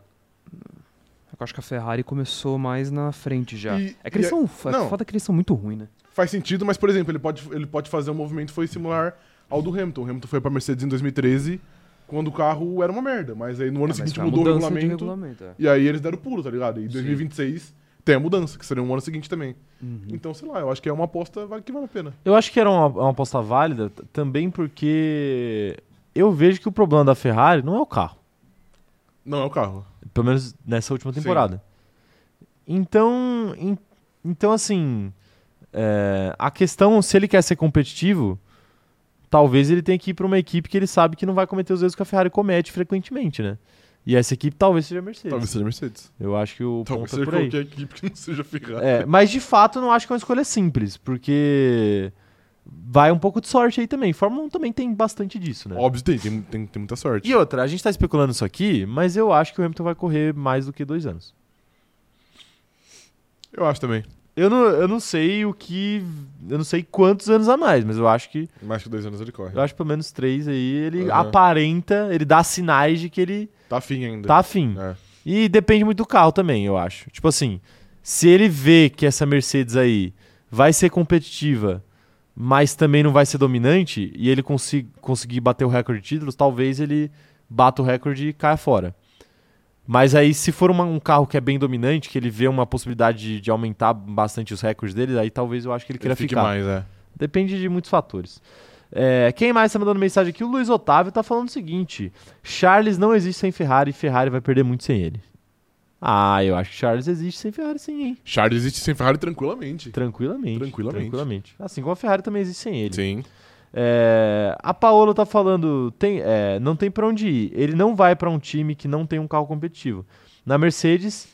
S3: Eu acho que a Ferrari começou mais na frente já.
S2: E-
S3: é que eles
S2: e-
S3: são.
S2: não.
S3: É foda que eles são muito ruins, né?
S2: Faz sentido, mas, por exemplo, ele pode, ele pode fazer um movimento que foi similar ao do Hamilton. O Hamilton foi pra Mercedes em 2013, quando o carro era uma merda. Mas aí no ano
S3: É, mas
S2: seguinte
S3: foi uma
S2: mudou o
S3: mudança de
S2: regulamento,
S3: regulamento, é.
S2: E aí eles deram o pulo, tá ligado? E em
S3: Sim.
S2: 2026 tem a mudança, que seria no ano seguinte também.
S3: Uhum.
S2: Então, sei lá, eu acho que é uma aposta vale- que vale a pena.
S1: Eu acho que era uma, uma aposta válida t- também porque eu vejo que o problema da Ferrari não é o carro.
S2: Não é o carro.
S1: Pelo menos nessa última
S2: Sim.
S1: temporada. Então, em- então assim, é, a questão, se ele quer ser competitivo, talvez ele tenha que ir para uma equipe que ele sabe que não vai cometer os erros que a Ferrari comete frequentemente, né? E essa equipe talvez seja a Mercedes.
S2: Talvez seja Mercedes.
S1: Eu acho que o
S2: Talvez
S1: ponto é
S2: seja
S1: por aí.
S2: qualquer equipe que não seja Ferrari.
S1: É, mas de fato não acho que é uma escolha simples, porque vai um pouco de sorte aí também. Fórmula 1 também tem bastante disso, né?
S2: Óbvio, tem, tem, tem, tem muita sorte.
S1: E outra, a gente tá especulando isso aqui, mas eu acho que o Hamilton vai correr mais do que dois anos.
S2: Eu acho também.
S1: Eu não, eu não sei o que. Eu não sei quantos anos a mais, mas eu acho que.
S2: Mais que dois anos ele corre.
S1: Eu acho que pelo menos três aí. Ele
S2: Uhum.
S1: aparenta, ele dá sinais de que ele
S2: Tá fim ainda.
S1: tá afim.
S2: É.
S1: E depende muito do carro também, eu acho. Tipo assim, se ele vê que essa Mercedes aí vai ser competitiva, mas também não vai ser dominante, e ele consi- conseguir bater o recorde de títulos, talvez ele bata o recorde e caia fora. Mas aí, se for uma- um carro que é bem dominante, que ele vê uma possibilidade de, de aumentar bastante os recordes dele, aí talvez eu acho que ele queira
S2: Ele fique
S1: ficar.
S2: mais, é.
S1: Depende de muitos fatores. É, quem mais tá mandando mensagem aqui? O Luiz Otávio tá falando o seguinte: Charles não existe sem Ferrari e Ferrari vai perder muito sem ele. Ah, eu acho que Charles existe sem Ferrari sim, hein?
S2: Charles existe sem Ferrari tranquilamente.
S1: Tranquilamente.
S2: Tranquilamente.
S1: tranquilamente. Assim como a Ferrari também existe sem ele.
S2: Sim.
S1: É, a Paola tá falando, tem, é, não tem pra onde ir. Ele não vai pra um time que não tem um carro competitivo. Na Mercedes,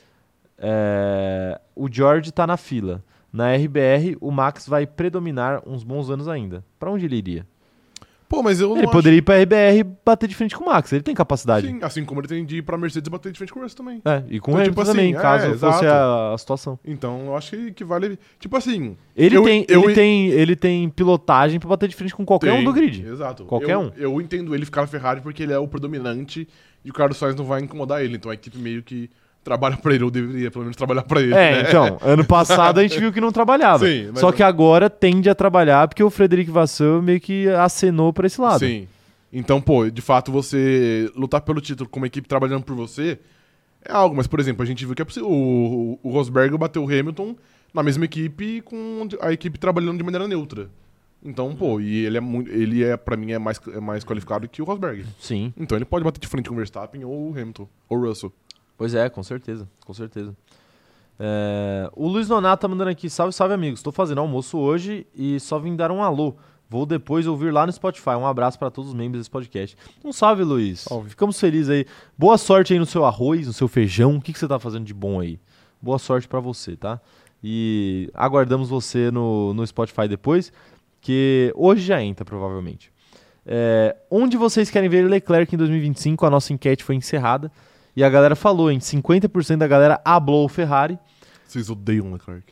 S1: é, o George tá na fila. Na RBR, o Max vai predominar uns bons anos ainda. Pra onde ele iria?
S2: Pô, mas eu
S1: Ele
S2: não
S1: poderia ir pra RBR e bater de frente com o Max. Ele tem
S2: acho...
S1: capacidade.
S2: Sim, assim como ele tem de ir pra Mercedes e bater de frente com o Russell também.
S1: É, e com
S2: Então,
S1: ele
S2: tipo assim,
S1: também,
S2: é,
S1: caso fosse
S2: exato.
S1: a, a situação.
S2: Então, eu acho que, que vale... Tipo assim...
S1: Ele,
S2: Eu-
S1: tem,
S2: eu-
S1: ele, tem, ele tem pilotagem pra bater de frente com qualquer um
S2: Tem,
S1: do grid.
S2: Exato.
S1: Qualquer
S2: eu,
S1: um.
S2: Eu entendo ele ficar na Ferrari porque ele é o predominante e o Carlos Sainz não vai incomodar ele. Então a equipe meio que trabalha pra ele, ou deveria pelo menos trabalhar pra ele.
S1: É,
S2: né?
S1: então, ano passado a gente viu que não trabalhava.
S2: Sim, mas-
S1: Só que agora tende a trabalhar porque o Frederic Vasseur meio que acenou pra esse lado.
S2: Sim. Então, pô, de fato, você lutar pelo título com uma equipe trabalhando por você é algo. Mas, por exemplo, a gente viu que é possível. O, o Rosberg bateu o Hamilton na mesma equipe com a equipe trabalhando de maneira neutra. Então, pô, e ele é muito. Ele é, pra mim, é mais, é mais qualificado que o Rosberg.
S1: Sim.
S2: Então ele pode bater de frente com o Verstappen ou o Hamilton, ou o Russell.
S1: Pois é, com certeza, com certeza. É, o Luiz Nonato tá mandando aqui, salve, salve amigos. Tô fazendo almoço hoje e só vim dar um alô. Vou depois ouvir lá no Spotify. Um abraço para todos os membros desse podcast. Um salve, Luiz.
S2: Salve.
S1: Ficamos felizes aí. Boa sorte aí no seu arroz, no seu feijão. O que, que você tá fazendo de bom aí? Boa sorte para você, tá? E aguardamos você no, no Spotify depois, que hoje já entra, provavelmente. É, onde vocês querem ver Leclerc em 2025? A nossa enquete foi encerrada. E a galera falou, hein? 50% da galera ablou o Ferrari.
S2: Vocês odeiam Leclerc.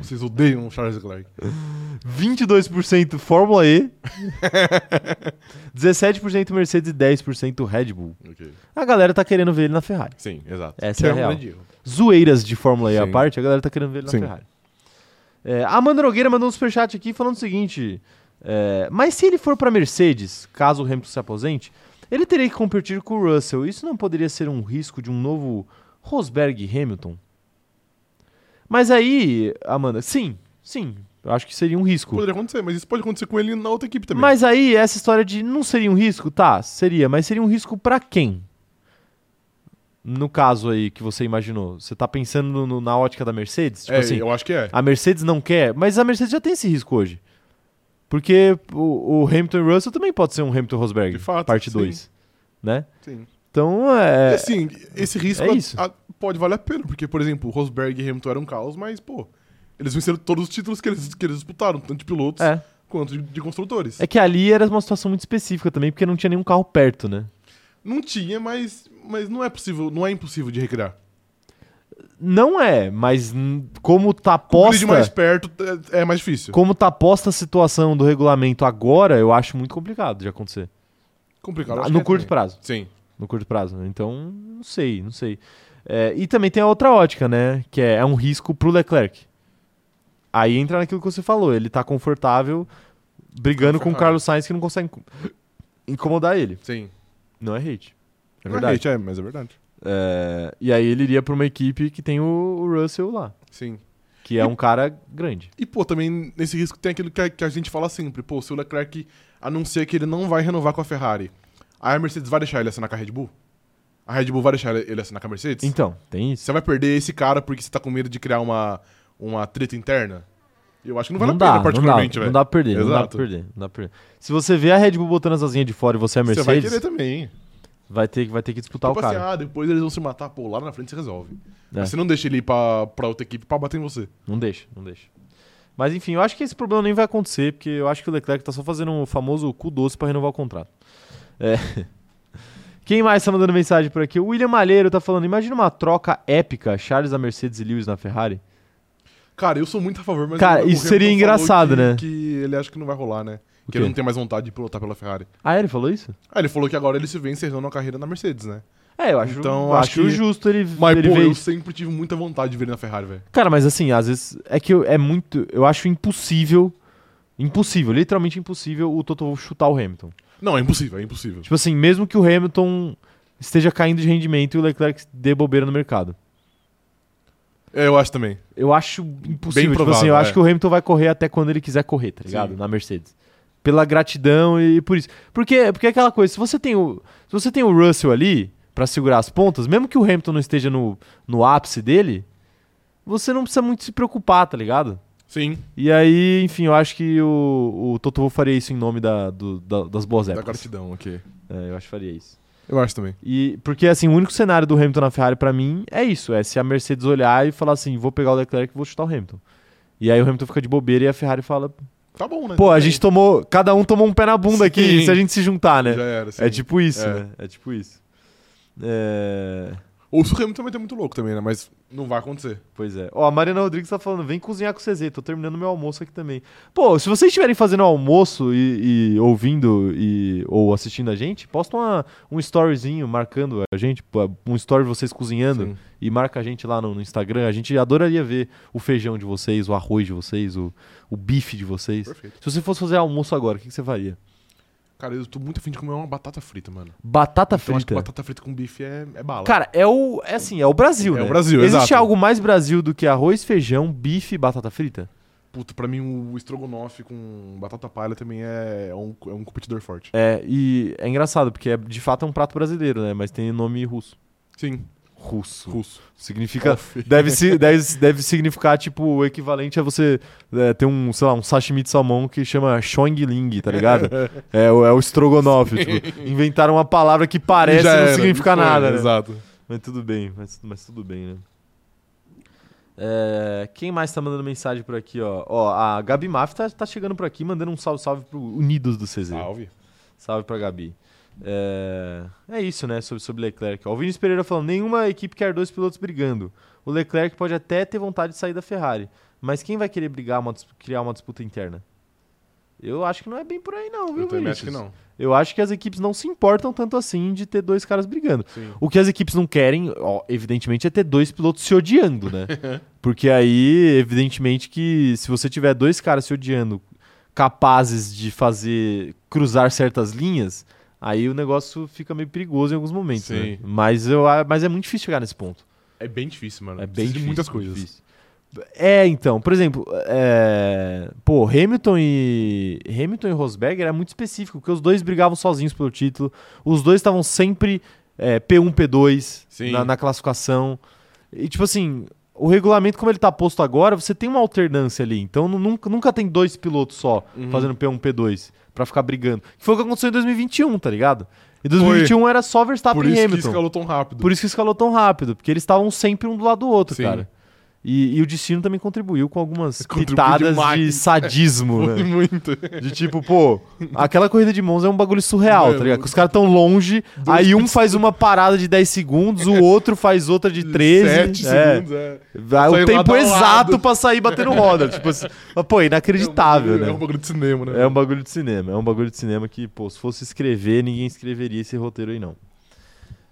S2: Vocês odeiam o Charles Leclerc.
S1: 22% Fórmula E, 17% Mercedes e 10% Red Bull.
S2: Ok.
S1: A galera tá querendo ver ele na Ferrari.
S2: Sim, exato.
S1: Essa
S2: Que
S1: é a
S2: um
S1: real.
S2: grande erro.
S1: Zoeiras de Fórmula E à
S2: Sim.
S1: parte, a galera tá querendo ver ele na
S2: Sim.
S1: Ferrari. É, a Amanda Nogueira mandou um superchat aqui falando o seguinte: é, mas se ele for pra Mercedes, caso o Hamilton se aposente, ele teria que competir com o Russell. Isso não poderia ser um risco de um novo Rosberg e Hamilton? Mas aí, Amanda, sim, sim, eu acho que seria um risco.
S2: Poderia acontecer, mas isso pode acontecer com ele na outra equipe também.
S1: Mas aí, essa história de não seria um risco? Tá, seria, mas seria um risco pra quem? No caso aí que você imaginou, você tá pensando no- no- na ótica da Mercedes? Tipo
S2: é,
S1: assim,
S2: eu acho que é.
S1: a Mercedes não quer, mas a Mercedes já tem esse risco hoje. Porque o, o Hamilton e Russell também pode ser um Hamilton e Rosberg,
S2: De fato,
S1: parte
S2: sim.
S1: 2, né?
S2: Sim.
S1: Então, é,
S2: assim, esse risco
S1: é
S2: a-
S1: isso.
S2: a- pode valer a pena, porque, por exemplo, Rosberg e Hamilton eram um caos, mas, pô, eles venceram todos os títulos que eles, que eles disputaram, tanto de pilotos
S1: é.
S2: quanto de, de construtores.
S1: É que ali era uma situação muito específica também, porque não tinha nenhum carro perto, né?
S2: Não tinha, mas, mas não é possível, não é impossível de recriar.
S1: Não é, mas hum, como tá
S2: O
S1: posta...
S2: Um grid mais perto é, é mais difícil.
S1: Como tá posta a situação do regulamento agora, eu acho muito complicado de acontecer.
S2: Complicado. acho
S1: no
S2: que é
S1: curto
S2: também.
S1: prazo.
S2: Sim.
S1: No curto prazo. né? Então, não sei, não sei. É, e também tem a outra ótica, né? Que é, é um risco pro Leclerc. Aí entra naquilo que você falou, ele tá confortável brigando com o
S2: Confortável.
S1: Carlos Sainz que não consegue inco- incomodar ele.
S2: Sim.
S1: Não é hate. É
S2: Não
S1: verdade.
S2: hate, é, mas é verdade.
S1: É, e aí ele iria pra uma equipe que tem o, o Russell lá,
S2: Sim.
S1: que é um cara grande.
S2: E, pô, também nesse risco tem aquilo que a, que a gente fala sempre. Pô, se o Leclerc anuncia que ele não vai renovar com a Ferrari, aí a Mercedes vai deixar ele assinar com a Red Bull? A Red Bull vai deixar ele ele assinar com a Mercedes?
S1: Então, tem isso.
S2: Você vai perder esse cara porque você tá com medo de criar uma, uma treta interna? Eu acho que não vale
S1: não
S2: a pena,
S1: dá,
S2: particularmente,
S1: não dá,
S2: velho.
S1: não dá pra perder, não dá
S2: Exato.
S1: pra perder, não dá pra perder. Se você vê a Red Bull botando as asinhas de fora e você é a
S2: Você vai
S1: Mercedes,
S2: querer também.
S1: vai, ter, que- vai ter que disputar
S2: tipo
S1: o
S2: assim,
S1: cara.
S2: ah, depois eles vão se matar, pô, lá na frente se resolve.
S1: É.
S2: Mas você não deixa ele ir pra, pra outra equipe pra bater em você.
S1: Não deixa, não deixa. Mas enfim, eu acho que esse problema nem vai acontecer, porque eu acho que o Leclerc tá só fazendo o famoso cu doce pra renovar o contrato. É. Quem mais tá mandando mensagem por aqui? O William Malheiro tá falando, imagina uma troca épica, Charles da Mercedes e Lewis na Ferrari.
S2: Cara, eu sou muito a favor, mas.
S1: Cara,
S2: o- o
S1: isso seria
S2: Hamilton
S1: engraçado,
S2: falou
S1: né?
S2: Que ele acha que não vai rolar, né?
S1: O
S2: que ele
S1: quê?
S2: não tem mais vontade de pilotar pela Ferrari.
S1: Ah, ele falou isso?
S2: Ah, ele falou que agora ele se vê encerrando a carreira na Mercedes, né?
S1: É, eu acho,
S2: Então,
S1: eu
S2: acho
S1: acho
S2: que-
S1: justo ele,
S2: Mas,
S1: ele
S2: pô,
S1: ver
S2: eu
S1: isso.
S2: sempre tive muita vontade de ver ele na Ferrari, velho.
S1: Cara, mas assim, às vezes é que eu- é muito. Eu acho impossível. Impossível, literalmente impossível o Toto Wolff chutar o Hamilton.
S2: Não, é impossível, é impossível.
S1: Tipo assim, mesmo que o Hamilton esteja caindo de rendimento e o Leclerc dê bobeira no mercado.
S2: É, eu acho também.
S1: Eu acho impossível. tipo
S2: provável,
S1: assim, eu
S2: é.
S1: acho que o Hamilton vai correr até quando ele quiser correr, tá ligado?
S2: Sim.
S1: Na Mercedes. Pela gratidão e por isso. Porque, porque é aquela coisa, se você tem o, se você tem o Russell ali pra segurar as pontas, mesmo que o Hamilton não esteja no, no ápice dele, você não precisa muito se preocupar, tá ligado?
S2: Sim,
S1: E aí, enfim, eu acho que o, o Toto Wolff faria isso em nome da, do- da- das boas
S2: da
S1: épocas.
S2: gratidão, ok.
S1: É, eu acho que faria isso.
S2: Eu acho também.
S1: E, porque, assim, o único cenário do Hamilton na Ferrari pra mim é isso. É se a Mercedes olhar e falar assim, vou pegar o Leclerc e vou chutar o Hamilton. E aí o Hamilton fica de bobeira e a Ferrari fala,
S2: Tá bom, né?
S1: pô, a
S2: Tudo
S1: gente
S2: bem.
S1: tomou, cada um tomou um pé na bunda aqui,
S2: Sim.
S1: se a gente se juntar, né?
S2: Já era, sim.
S1: É tipo isso,
S2: É.
S1: né? É tipo isso. É...
S2: Ou se o Hamilton também é muito louco também, né? Mas não vai acontecer.
S1: Pois é. Ó, a Mariana Rodrigues tá falando, vem cozinhar com o CZ, tô terminando meu almoço aqui também. Pô, se vocês estiverem fazendo almoço e, e ouvindo e, ou assistindo a gente, posta uma- um storyzinho marcando a gente, pô, um story de vocês cozinhando
S2: Sim.
S1: e marca a gente lá no, no Instagram. A gente adoraria ver o feijão de vocês, o arroz de vocês, o, o bife de vocês.
S2: Perfeito.
S1: Se você fosse fazer almoço agora, o que, que você faria?
S2: Cara, eu tô muito afim de comer uma batata frita, mano. Então,
S1: Batata
S2: Eu acho
S1: frita.
S2: que batata frita com bife é, é bala.
S1: Cara, é o. É assim, é o Brasil,
S2: É
S1: né?
S2: o Brasil,
S1: Existe
S2: exato.
S1: algo mais Brasil do que arroz, feijão, bife e batata frita?
S2: Puta, pra mim o estrogonofe com batata palha também é um, é um competidor forte.
S1: É, e é engraçado, porque é, de fato é um prato brasileiro, né? Mas tem nome russo.
S2: Sim.
S1: Russo.
S2: Russo.
S1: Significa. Deve, se- deve, deve significar, tipo, o equivalente a você é, ter um, sei lá, um sashimi de salmão que chama Ling, tá ligado? é, o- é o estrogonofe. tipo, inventaram uma palavra que parece
S2: Já
S1: não
S2: era,
S1: significar
S2: foi,
S1: nada. Né?
S2: Exato.
S1: Mas tudo bem, mas, mas tudo bem, né? É, quem mais tá mandando mensagem por aqui, ó? Ó, a Gabi Maf tá, tá chegando por aqui, mandando um salve, salve pro Unidos do CZ.
S2: Salve.
S1: Salve pra Gabi. É, é isso, né? Sobre, sobre Leclerc. Ó, O Vinícius Pereira falando: nenhuma equipe quer dois pilotos brigando. O Leclerc pode até ter vontade de sair da Ferrari, mas quem vai querer brigar, uma dis- criar uma disputa interna? Eu acho que não é bem por aí, não, viu,
S2: Eu também acho
S1: Vinícius?
S2: que não.
S1: Eu acho que as equipes não se importam tanto assim de ter dois caras brigando.
S2: Sim.
S1: O que as equipes não querem, ó, evidentemente, é ter dois pilotos se odiando, né? Porque aí, evidentemente, que se você tiver dois caras se odiando, capazes de fazer cruzar certas linhas, aí o negócio fica meio perigoso em alguns momentos.
S2: Sim.
S1: né? Mas, eu, a- mas é muito difícil chegar nesse ponto.
S2: É bem difícil, mano.
S1: É bem
S2: Precisa
S1: difícil,
S2: de muitas
S1: muito
S2: coisas.
S1: difícil. É, então, por exemplo, é, pô, Hamilton e Hamilton e Rosberg era muito específico, porque os dois brigavam sozinhos pelo título, os dois estavam sempre é, P1, P2
S2: Sim.
S1: na, na classificação. E tipo assim, o regulamento como ele tá posto agora, você tem uma alternância ali, então nu- nunca, nunca tem dois pilotos só
S2: Uhum.
S1: fazendo P1, P2 pra ficar brigando. Que foi o que aconteceu em 2021, tá ligado? Em 2021 era só Verstappen
S2: Por
S1: e
S2: isso
S1: Hamilton.
S2: que escalou tão rápido.
S1: Por isso que escalou tão rápido, porque eles estavam sempre um do lado do outro,
S2: Sim.
S1: cara. E, e o destino também contribuiu com algumas
S2: Contribuiu
S1: pitadas
S2: demais.
S1: de sadismo, né?
S2: Foi muito.
S1: De tipo, pô, aquela corrida de Monza é um bagulho surreal,
S2: Mano.
S1: tá ligado? Que os caras tão longe, aí um faz uma parada de 10 segundos, o outro faz outra de 13.
S2: 7
S1: é.
S2: segundos, é.
S1: Vai
S2: Saiu
S1: O tempo
S2: lado a
S1: exato
S2: lado.
S1: pra sair batendo roda. tipo assim, mas, pô,
S2: é
S1: inacreditável,
S2: um bagulho- É um
S1: né?
S2: bagulho de cinema, né?
S1: É um bagulho de cinema. É um bagulho de cinema que, pô, se fosse escrever, ninguém escreveria esse roteiro aí, não.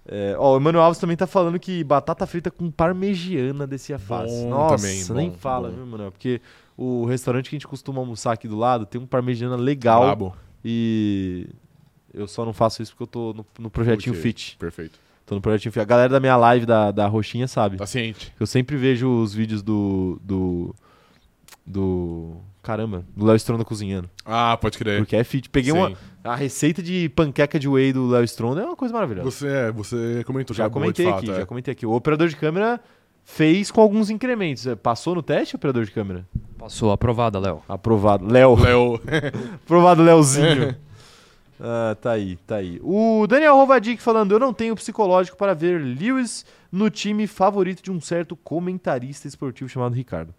S1: É, ó, o Emmanuel Alves também tá falando que batata frita com parmegiana descia fácil.
S2: Bom
S1: Nossa,
S2: também,
S1: nem
S2: bom,
S1: fala,
S2: bom.
S1: viu, Manuel? Porque o restaurante que a gente costuma almoçar aqui do lado tem um parmegiana legal
S2: Brabo.
S1: e eu só não faço isso porque eu tô no, no projetinho
S2: Ok.
S1: fit.
S2: Perfeito.
S1: Tô no projetinho fit. A galera da minha live da, da Roxinha sabe.
S2: Tá ciente.
S1: Eu sempre vejo os vídeos do. do. do. Caramba, do Léo Stronda cozinhando.
S2: Ah, pode crer.
S1: Porque é fit. Peguei
S2: Sim.
S1: uma, a receita de panqueca de whey do Léo Stronda é uma coisa maravilhosa.
S2: Você, é, você comentou
S1: já
S2: que é boa,
S1: comentei
S2: de fato,
S1: aqui,
S2: é.
S1: já comentei aqui. O operador de câmera fez com alguns incrementos. É, Passou no teste, operador de câmera?
S3: Passou, aprovada, Léo.
S1: Aprovado. Léo.
S2: Léo.
S1: Aprovado, Léozinho. Ah, tá aí, tá aí. O Daniel Rovadic falando: Eu não tenho psicológico para ver Lewis no time favorito de um certo comentarista esportivo chamado Ricardo.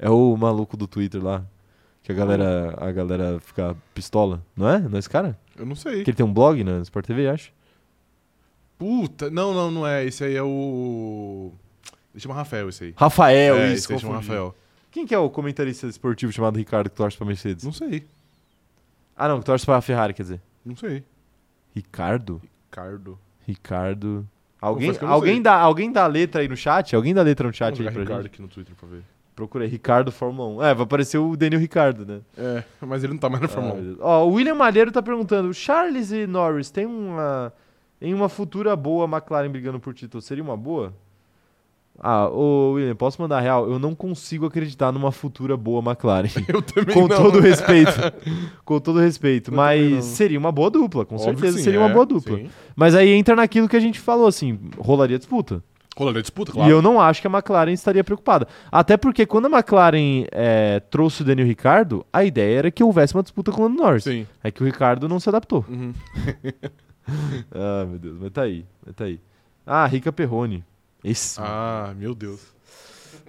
S1: É o maluco do Twitter lá. Que a galera, a galera fica pistola, não é? Não é esse cara?
S2: Eu não sei.
S1: Que ele tem um blog na Sport TV, acho.
S2: Puta, não, não, não é. Esse aí é o. Ele chama Rafael, esse aí.
S1: Rafael,
S2: é,
S1: isso,
S2: esse aí chama
S1: confundi.
S2: Rafael.
S1: Quem que é o comentarista esportivo chamado Ricardo que torce pra Mercedes?
S2: Não sei,
S1: Ah, não, que torce pra Ferrari, quer dizer.
S2: não sei.
S1: Ricardo?
S2: Cardo.
S1: Ricardo. Alguém,
S2: Confesso que eu não
S1: alguém,
S2: sei.
S1: dá, alguém dá a letra aí no chat? Alguém dá a letra no chat
S2: Vamos
S1: aí
S2: jogar
S1: pra
S2: Ricardo
S1: gente?
S2: aqui no Twitter pra ver.
S1: Procura aí, Ricardo Fórmula 1. É, vai aparecer o Daniel Ricardo, né?
S2: É, mas ele não tá mais na
S1: Ah, meu
S2: Fórmula 1.
S1: Deus. Ó, o William Malheiro tá perguntando: Charles e Norris tem uma. Em uma futura boa, a McLaren brigando por título, seria uma boa? Ah, ô William, posso mandar real? Eu não consigo acreditar numa futura boa McLaren.
S2: Eu também
S1: com
S2: não.
S1: todo respeito. com todo respeito.
S2: Eu também não.
S1: mas seria uma boa dupla, com
S2: Óbvio que
S1: certeza
S2: sim,
S1: seria uma
S2: é,
S1: boa dupla.
S2: Sim.
S1: Mas aí entra naquilo que a gente falou, assim, rolaria disputa.
S2: Rolaria disputa,
S1: E
S2: claro.
S1: eu não acho que a McLaren estaria preocupada. Até porque quando a McLaren é, trouxe o Daniel Ricardo, a ideia era que houvesse uma disputa com o Lando Norris.
S2: Sim.
S1: É que o Ricardo não se adaptou.
S2: Uhum.
S1: Ah, meu Deus, mas tá aí, mas tá aí. Ah, Rica Perrone. Esse,
S2: Ah, meu Deus.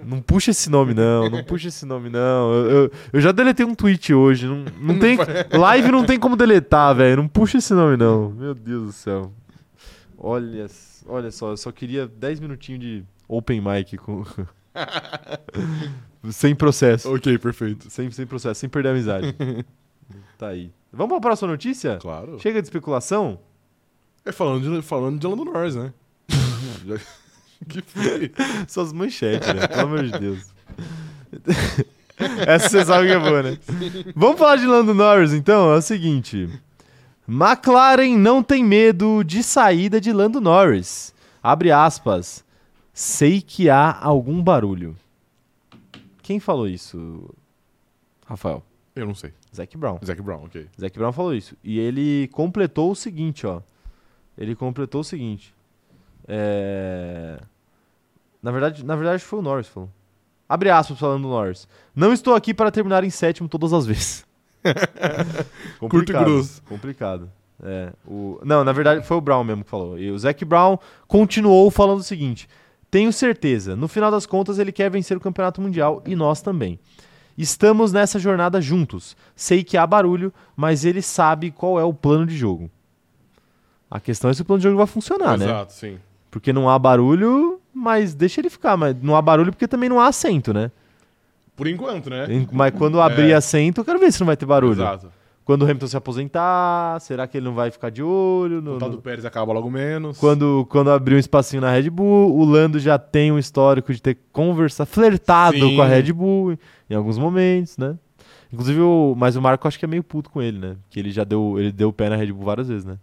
S1: Não puxa esse nome, não. Não puxa esse nome, não. Eu, eu- eu já deletei um tweet hoje. Não, não tem, live não tem como deletar, velho. Não puxa esse nome, não. Meu Deus do céu. Olha, s- olha só, eu só queria 10 minutinhos de open mic com. sem processo.
S2: Ok, perfeito.
S1: Sem, sem processo, sem perder a amizade. tá aí. Vamos pra próxima notícia?
S2: Claro.
S1: Chega de especulação?
S2: É falando de, falando de Lando Norris, né? Já- que foi?
S1: Suas manchetes, né? Pelo amor de Deus. Essa você sabe que é boa, né? Vamos falar de Lando Norris, então? É o seguinte. McLaren não tem medo de saída de Lando Norris. Abre aspas. Sei que há algum barulho. Quem falou isso, Rafael?
S2: Eu não sei.
S1: Zac Brown.
S2: Zac Brown, ok.
S1: Zac Brown falou isso. E ele completou o seguinte, ó. Ele completou o seguinte. É, Na verdade, na verdade foi o Norris que falou. Abre aspas falando do Norris. Não estou aqui para terminar em sétimo todas as vezes.
S2: Curto e grosso.
S1: Complicado. É, o... Não, na verdade foi o Brown mesmo que falou. E o Zac Brown continuou falando o seguinte: Tenho certeza, no final das contas ele quer vencer o campeonato mundial e nós também. Estamos nessa jornada juntos. Sei que há barulho, mas ele sabe qual é o plano de jogo. A questão é se o plano de jogo vai funcionar, né?
S2: Exato, sim.
S1: Porque não há barulho, mas deixa ele ficar. Mas não há barulho porque também não há assento, né?
S2: Por enquanto, né?
S1: Em- Mas quando abrir assento, eu quero ver se não vai ter barulho.
S2: Exato.
S1: Quando o Hamilton se aposentar, será que ele não vai ficar de olho? no-
S2: O tal
S1: no-
S2: do Pérez acaba logo menos.
S1: Quando, quando abrir um espacinho na Red Bull, o Lando já tem um histórico de ter conversado, flertado
S2: Sim.
S1: com a Red Bull em- em alguns momentos, né? Inclusive, o, mas o Marco acho que é meio puto com ele, né? Que ele já deu, ele deu o pé na Red Bull várias vezes, né?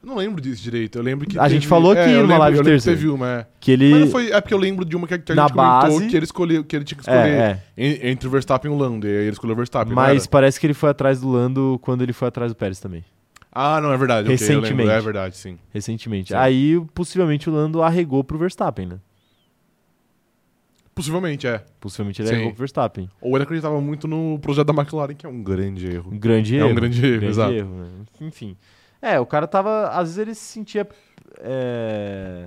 S2: Eu não lembro disso direito. Eu lembro que. é,
S1: A gente falou aqui numa
S2: eu lembro-
S1: live
S2: eu lembro que
S1: terça.
S2: Teve uma, é.
S1: Que ele.
S2: Mas não foi. É porque eu lembro de uma que a que a gente
S1: Na
S2: comentou
S1: base-
S2: que ele escolheu, que ele tinha que
S1: É,
S2: escolher
S1: é.
S2: en- entre o Verstappen e o Lando. E aí ele escolheu o Verstappen. não
S1: Mas
S2: era?
S1: parece que ele foi atrás do Lando quando ele foi atrás do Pérez também,
S2: Ah, não, é verdade. ok, eu lembro,
S1: Recentemente.
S2: é verdade, sim.
S1: recentemente.
S2: Sim.
S1: Aí, possivelmente, o Lando arregou pro Verstappen, né?
S2: Possivelmente, é.
S1: Possivelmente ele
S2: Sim.
S1: arregou pro Verstappen.
S2: Ou ele acreditava muito no projeto da McLaren, que é um grande erro.
S1: Um grande
S2: É
S1: erro.
S2: um grande erro, exato.
S1: erro, né? Enfim. É, o cara tava. Às vezes ele se sentia é,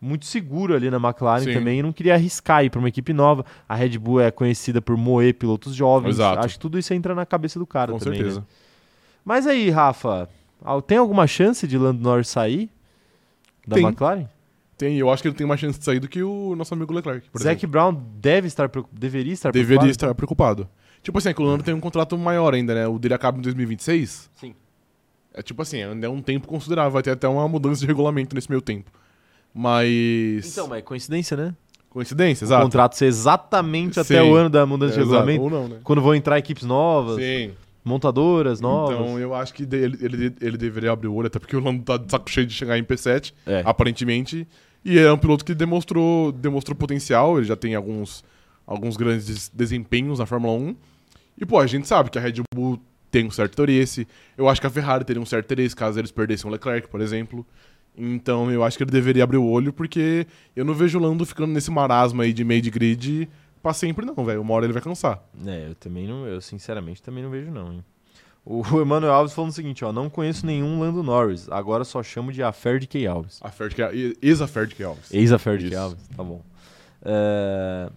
S1: muito seguro ali na McLaren
S2: Sim.
S1: também e não queria arriscar ir pra uma equipe nova. A Red Bull é conhecida por moer pilotos jovens.
S2: Exato.
S1: Acho que tudo isso entra na cabeça do cara
S2: Com
S1: também. né?
S2: certeza.
S1: Mas aí, Rafa, al- tem alguma chance de Lando Norris sair da
S2: Tem.
S1: McLaren?
S2: Tem, eu acho que ele tem mais chance de sair do que o nosso amigo Leclerc. Por
S1: Zac
S2: exemplo.
S1: Brown deve estar preocup- deveria estar
S2: Deveria
S1: tá preocupado?
S2: estar preocupado. Tipo assim, é que o Lando tem um contrato maior ainda, né? O dele acaba em 2026.
S1: Sim.
S2: É tipo assim, ainda é um tempo considerável. Vai ter até uma mudança de regulamento nesse meio tempo. Mas.
S1: Então, mas é coincidência, né? O
S2: Coincidência, exato.
S1: contrato ser exatamente até
S2: Sim.
S1: o ano da mudança de
S2: Exato,
S1: regulamento. assim?
S2: Ou não, né?
S1: Quando vão entrar equipes novas,
S2: Sim.
S1: montadoras novas.
S2: Então eu acho que de- ele, ele, ele deveria abrir o olho, até porque o Lando tá de saco cheio de chegar em P7,
S1: É.
S2: aparentemente. E é um piloto que demonstrou, demonstrou potencial, ele já tem alguns, alguns grandes des- desempenhos na Fórmula 1. E, pô, a gente sabe que a Red Bull tem um certo interesse. Eu acho que a Ferrari teria um certo interesse caso eles perdessem o Leclerc, por exemplo. Então eu acho que ele deveria abrir o olho, porque eu não vejo o Lando ficando nesse marasma aí de meio de grid pra sempre, não, velho. Uma hora ele vai cansar.
S1: É, eu também não, eu sinceramente também não vejo não, hein. O Emanuel Alves falando o seguinte, ó, não conheço nenhum Lando Norris, agora só chamo de Affair de Key Alves.
S2: A Ferdi, que- ex-a Ferdi que é Alves.
S1: Ex-Affair de Key
S2: Isso.
S1: Alves, tá bom. É,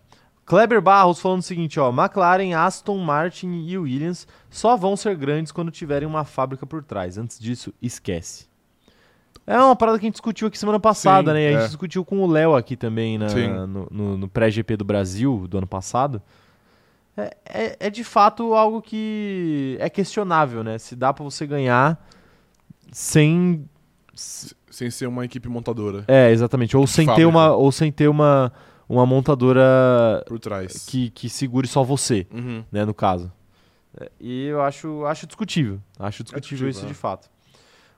S1: Kleber Barros falando o seguinte, ó, McLaren, Aston Martin e Williams só vão ser grandes quando tiverem uma fábrica por trás. Antes disso, esquece. É uma parada que a gente discutiu aqui semana passada,
S2: Sim,
S1: né? E A
S2: é.
S1: gente discutiu com o Léo aqui também na-
S2: Sim.
S1: no, no- no pré-GP do Brasil do ano passado. É, é- é de fato algo que é questionável, né? Se dá pra você ganhar sem.
S2: S- Sem ser uma equipe montadora
S1: É, exatamente. Ou sem ter
S2: Fábrica.
S1: uma, ou sem ter uma, uma montadora
S2: por trás.
S1: que, que segure só você,
S2: Uhum.
S1: né? No caso. É, E eu acho, acho discutível. Acho discutível
S2: discutível,
S1: isso
S2: é.
S1: de fato.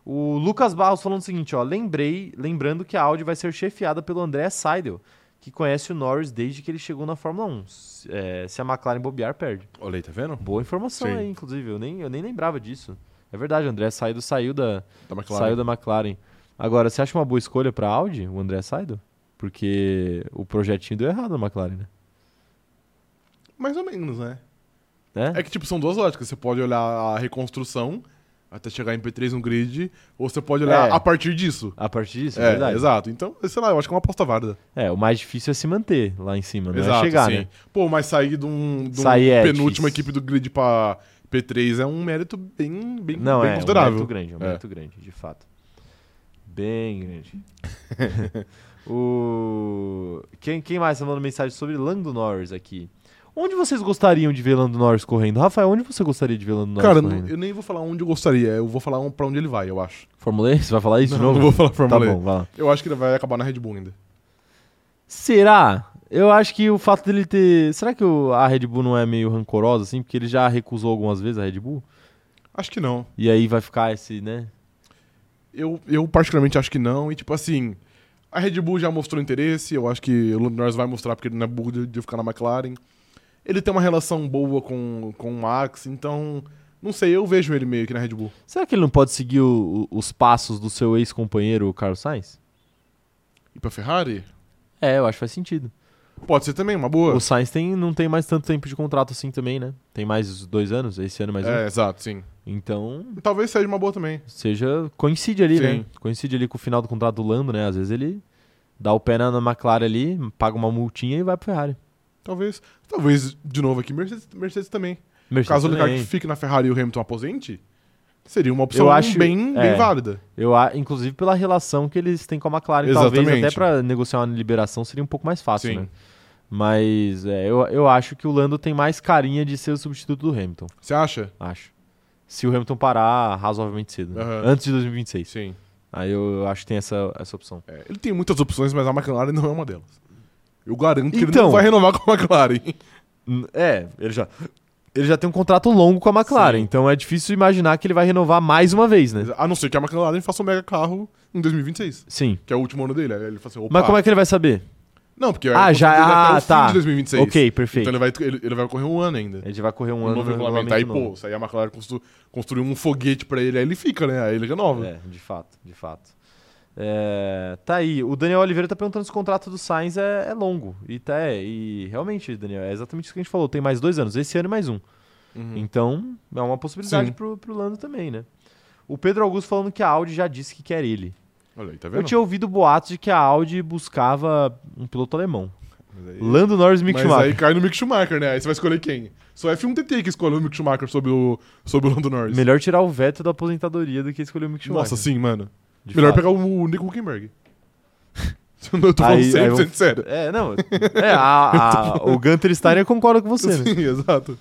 S1: O Lucas Barros falando o seguinte, ó. Lembrei, lembrando que a Audi vai ser chefiada pelo André Seidel, que conhece o Norris desde que ele chegou na Fórmula 1. Se- é, se a McLaren bobear, perde.
S2: Olha aí, tá vendo?
S1: Boa informação
S2: Sim.
S1: aí, inclusive. Eu nem, eu nem lembrava disso. É verdade, o André Saido saiu da,
S2: Tá mais
S1: saiu da McLaren. Agora, você acha uma boa escolha pra Audi, o André Saido? Porque o projetinho deu errado na McLaren, né?
S2: Mais ou menos, né?
S1: É?
S2: É que, tipo, são duas lógicas. Você pode olhar a reconstrução até chegar em P3 no grid, ou você pode olhar
S1: É.
S2: a partir disso.
S1: A partir disso, é,
S2: é,
S1: verdade.
S2: exato. Então, sei lá, eu acho que é uma aposta válida.
S1: É, o mais difícil é se manter lá em cima, não
S2: exato,
S1: é chegar,
S2: sim.
S1: né?
S2: Pô, mas sair de um, de um
S1: Sair é difícil.
S2: penúltima equipe do grid pra P3 é um mérito bem, bem,
S1: Não,
S2: bem
S1: é, um
S2: considerável.
S1: mérito grande, é um
S2: É.
S1: mérito grande, de fato. Bem grande. o... quem, quem mais tá mandando mensagem sobre Lando Norris aqui? Onde vocês gostariam de ver Lando Norris correndo? Rafael, onde você gostaria de ver Lando Norris
S2: Cara,
S1: correndo?
S2: eu nem vou falar onde eu gostaria, eu vou falar um- pra onde ele vai, eu acho.
S1: Fórmula E? Você vai falar isso de
S2: não,
S1: novo?
S2: não vou falar Fórmula
S1: Tá
S2: E.
S1: bom, vai lá.
S2: Eu acho que ele vai acabar na Red Bull ainda.
S1: Será? Eu acho que o fato dele ter. Será que o- a Red Bull não é meio rancorosa, assim? Porque ele já recusou algumas vezes a Red Bull?
S2: Acho que não.
S1: E aí vai ficar esse, né?
S2: Eu, eu particularmente acho que não. E, tipo assim, a Red Bull já mostrou interesse. Eu acho que o Lando Norris vai mostrar porque ele não é burro de, de ficar na McLaren. Ele tem uma relação boa com, com o Max, então... Não sei, eu vejo ele meio que na Red Bull.
S1: Será que ele não pode seguir o- o- os passos do seu ex-companheiro, o Carlos Sainz?
S2: ir pra Ferrari?
S1: É, eu acho que faz sentido.
S2: Pode ser também, uma boa.
S1: O Sainz tem, não tem mais tanto tempo de contrato assim também, né? Tem mais dois anos, esse ano mais
S2: é,
S1: um.
S2: exato, sim.
S1: Então,
S2: Talvez seja uma boa também.
S1: seja. Coincide ali,
S2: Sim.
S1: né? Coincide ali com o final do contrato do Lando, né? Às vezes ele dá o pé na, na McLaren ali, paga uma multinha e vai pro Ferrari.
S2: Talvez. Talvez, de novo aqui, Mercedes, Mercedes também.
S1: Mercedes
S2: Caso o Leclerc
S1: também.
S2: fique na Ferrari e o Hamilton aposente, seria uma opção
S1: acho-
S2: bem, bem
S1: é.
S2: válida.
S1: Eu, a- inclusive pela relação que eles têm com a McLaren, talvez
S2: Exatamente.
S1: até pra negociar uma liberação seria um pouco mais fácil,
S2: Sim.
S1: né? Mas é, eu, eu acho que o Lando tem mais carinha de ser o substituto do Hamilton,
S2: Você acha?
S1: acho. Se o Hamilton parar razoavelmente cedo, né?
S2: Aham.
S1: antes de 2026.
S2: Sim.
S1: Aí eu, eu acho que tem essa, essa opção.
S2: É, ele tem muitas opções, mas a McLaren não é uma delas. Eu garanto que ele
S1: Então.
S2: não vai renovar com a McLaren.
S1: N- É, ele já, ele já tem um contrato longo com a McLaren,
S2: Sim.
S1: então é difícil imaginar que ele vai renovar mais uma vez, né?
S2: A não ser que a McLaren faça um mega carro em 2026,
S1: Sim.
S2: que é o último ano dele. Aí ele fala assim, opa.
S1: Mas como é que ele vai saber?
S2: Não, porque
S1: Ah,
S2: é
S1: já-
S2: até
S1: ah,
S2: o fim
S1: tá.
S2: de 2026.
S1: Ok, perfeito.
S2: Então ele vai, ele, ele vai correr um ano ainda.
S1: Ele já vai correr um
S2: Um
S1: ano
S2: novo regulamento. Aí,
S1: novo.
S2: pô, se aí a McLaren constru- construiu um foguete pra ele, aí ele fica, né? Aí ele renova.
S1: É, de fato, de fato. É, tá aí, o Daniel Oliveira tá perguntando se o contrato do Sainz é, é longo. E, tá, é, e realmente, Daniel, é exatamente isso que a gente falou. Tem mais dois anos, esse ano e mais um.
S2: Uhum.
S1: Então, é uma possibilidade
S2: Sim.
S1: pro, pro Lando também, né? O Pedro Augusto falando que a Audi já disse que quer ele.
S2: Olha aí, tá
S1: Eu
S2: vendo?
S1: tinha ouvido boatos de que a Audi buscava um piloto alemão.
S2: Mas aí-
S1: Lando Norris e Mick
S2: Mas
S1: Schumacher.
S2: aí cai no Mick Schumacher, né? Aí você vai escolher quem? Só é F1 TT que escolheu o Mick Schumacher sobre o, sobre o Lando Norris.
S1: Melhor tirar o veto da aposentadoria do que escolher o Mick Schumacher.
S2: Nossa, sim, mano.
S1: De
S2: Melhor
S1: fato.
S2: pegar o Nick Huckenberg. eu tô falando
S1: Aí- aí
S2: 100%
S1: vão-
S2: sério.
S1: É, não. É, a- a- o Gunter Steiner concorda com você, né?
S2: Sim, exato.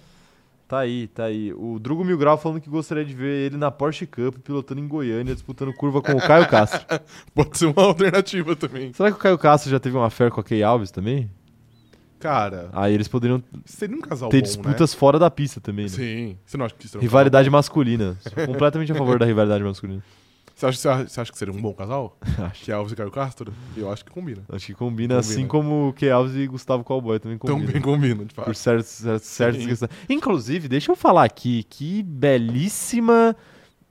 S1: Tá aí, tá aí. O Drugo Mil Grau falando que gostaria de ver ele na Porsche Cup pilotando em Goiânia, disputando curva com o Caio Castro.
S2: Pode ser uma alternativa também.
S1: Será que o Caio Castro já teve uma fé com a Key Alves também?
S2: Cara,
S1: Aí eles poderiam
S2: seria um casal
S1: ter
S2: bom,
S1: disputas fora da pista também,
S2: né?
S1: né?
S2: Sim. Você não acha que seria um
S1: Rivalidade masculina. Sou completamente a favor da rivalidade masculina.
S2: casal? Você acha, você acha- você acha que seria um bom casal?
S1: Acho.
S2: Que é Alves e Caio Castro? Eu acho que combina.
S1: Acho que combina,
S2: Combina.
S1: assim como o Key Alves e Gustavo Cowboy também combinam.
S2: Também combina, de fato.
S1: Por certos, certos, certas
S2: Sim.
S1: questões. Inclusive, deixa eu falar aqui, que belíssima,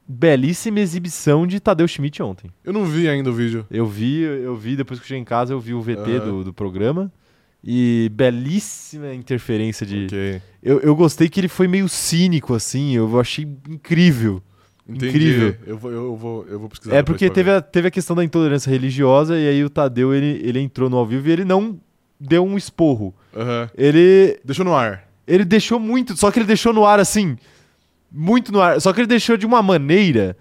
S1: belíssima exibição de Tadeu Schmidt ontem.
S2: Eu não vi ainda o vídeo.
S1: Eu vi, eu vi, depois que eu cheguei em casa, eu vi o VT
S2: Aham.
S1: do, do programa. E belíssima interferência de.
S2: Ok.
S1: Eu, eu gostei que ele foi meio cínico, assim, eu achei incrível.
S2: Entendi.
S1: Incrível.
S2: Eu vou, eu vou, eu vou pesquisar.
S1: É
S2: depois
S1: porque
S2: pra ver.
S1: teve a, teve a questão da intolerância religiosa, e aí o Tadeu ele, ele entrou no ao vivo e ele não deu um esporro.
S2: Aham.
S1: Ele,
S2: Deixa no ar.
S1: ele deixou muito, só que ele deixou no ar assim. Muito no ar. Só que ele deixou de uma maneira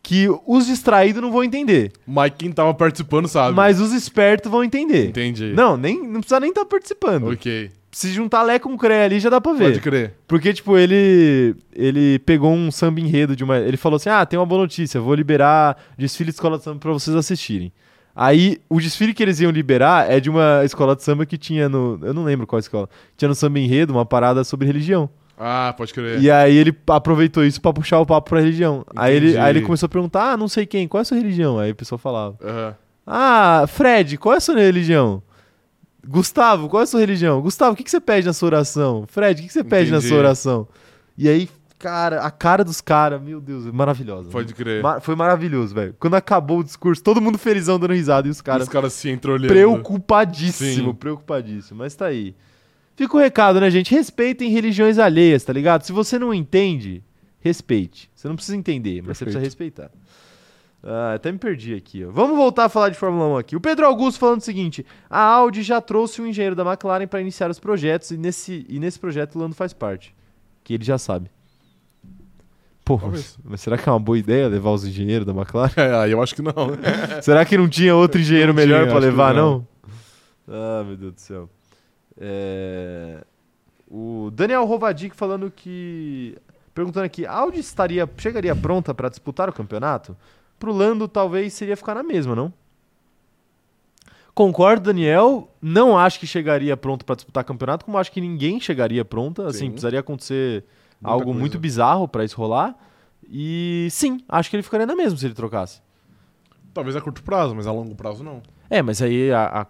S1: que os distraídos não vão entender.
S2: Mas quem tava participando sabe.
S1: Mas os espertos vão entender.
S2: Entendi.
S1: Não, nem, não precisa nem estar participando.
S2: Ok.
S1: Se juntar Lé com Cré ali, já dá pra ver.
S2: Pode crer.
S1: Porque, tipo, ele ele pegou um samba enredo de uma. Ele falou assim: ah, tem uma boa notícia, vou liberar desfile de escola de samba pra vocês assistirem. Aí, o desfile que eles iam liberar é de uma escola de samba que tinha no. Eu não lembro qual escola. Tinha no samba enredo uma parada sobre religião.
S2: Ah, pode crer.
S1: E aí ele aproveitou isso pra puxar o papo pra religião. Aí ele,
S2: Entendi.
S1: aí ele começou a perguntar: ah, não sei quem, qual é a sua religião? Aí o pessoal falava.
S2: Aham.
S1: Ah, Fred, qual é a sua religião? Gustavo, qual é a sua religião? Gustavo, o que, que você pede na sua oração? Fred, o que, que você pede na
S2: Entendi.
S1: sua oração? E aí, cara, a cara dos caras, meu Deus, é maravilhosa.
S2: Pode crer.
S1: Ma- foi maravilhoso, velho. Quando acabou o discurso, todo mundo felizão dando risada e os caras
S2: Os caras se entrolhando.
S1: preocupadíssimo,
S2: Sim.
S1: preocupadíssimo. Mas tá aí. Fica o recado, né, gente? Respeitem religiões alheias, tá ligado? Se você não entende, respeite. Você não precisa entender, mas você precisa respeitar. Ah, até me perdi aqui, ó. Vamos voltar a falar de Fórmula 1 aqui. O Pedro Augusto falando o seguinte: a Audi já trouxe um engenheiro da McLaren para iniciar os projetos e nesse, e nesse projeto o Lando faz parte. Que ele já sabe. Pô, mas,
S2: Talvez.
S1: mas será que é uma boa ideia levar os engenheiros da McLaren?
S2: É, aí eu acho que não. né?
S1: Será que não tinha outro engenheiro
S2: Não tinha,
S1: melhor pra
S2: acho que
S1: levar, não?
S2: não.
S1: Ah, meu Deus do céu. É, O Daniel Rovadic falando que. Perguntando aqui, a Audi estaria, chegaria pronta pra disputar o campeonato? Pro Lando talvez seria ficar na mesma, não? Concordo, Daniel. Não acho que chegaria pronto pra disputar campeonato, como acho que ninguém chegaria pronta. Assim,
S2: Sim.
S1: precisaria acontecer
S2: Muita
S1: algo
S2: coisa.
S1: muito bizarro pra isso rolar. E sim, acho que ele ficaria na mesma se ele trocasse.
S2: Talvez a curto prazo, mas a longo prazo não.
S1: É, mas aí a- a-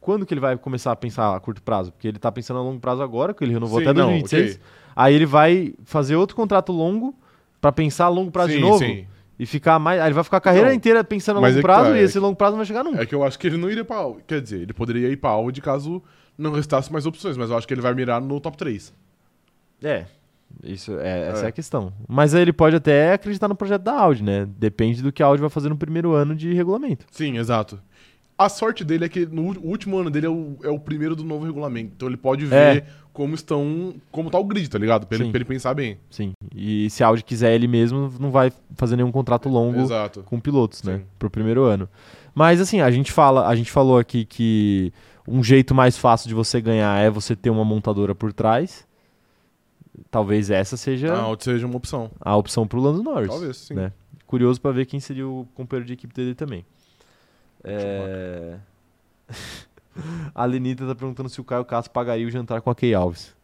S1: quando que ele vai começar a pensar a curto prazo? Porque ele tá pensando a longo prazo agora, que ele renovou
S2: Sim,
S1: até
S2: não,
S1: 2026.
S2: ok.
S1: Aí ele vai fazer outro contrato longo pra pensar a longo prazo
S2: sim,
S1: de novo.
S2: Sim.
S1: e ficar mais. aí Ele vai ficar a carreira
S2: Então,
S1: inteira pensando a
S2: mas
S1: longo
S2: é que tá,
S1: prazo e
S2: é
S1: esse
S2: que-
S1: longo prazo não vai chegar nunca.
S2: É que eu acho que ele não iria pra Audi. Quer dizer, ele poderia ir pra Audi caso não restasse mais opções, mas eu acho que ele vai mirar no top 3.
S1: É. Isso, é, essa é.
S2: É.
S1: a questão. Mas ele pode até acreditar no projeto da Audi, né? Depende do que a Audi vai fazer no primeiro ano de regulamento.
S2: Sim, exato. A sorte dele é que no ú- o último ano dele é o, é o primeiro do novo regulamento. Então ele pode ver como estão. como tá o grid, tá ligado? Pra ele,
S1: É. Sim.
S2: pra ele pensar bem.
S1: Sim. E se a Audi quiser ele mesmo, não vai fazer nenhum contrato longo
S2: Exato.
S1: com pilotos, né?
S2: Sim.
S1: Pro primeiro ano. Mas assim, a gente fala, a gente falou aqui que um jeito mais fácil de você ganhar é você ter uma montadora por trás. Talvez essa seja
S2: A Audi seja uma opção.
S1: a opção pro Lando Norris.
S2: Ah, Talvez, sim.
S1: É. né? Curioso pra ver quem seria o companheiro de equipe dele também. É... a Lenita tá perguntando se o Caio Castro pagaria o jantar com a Key Alves.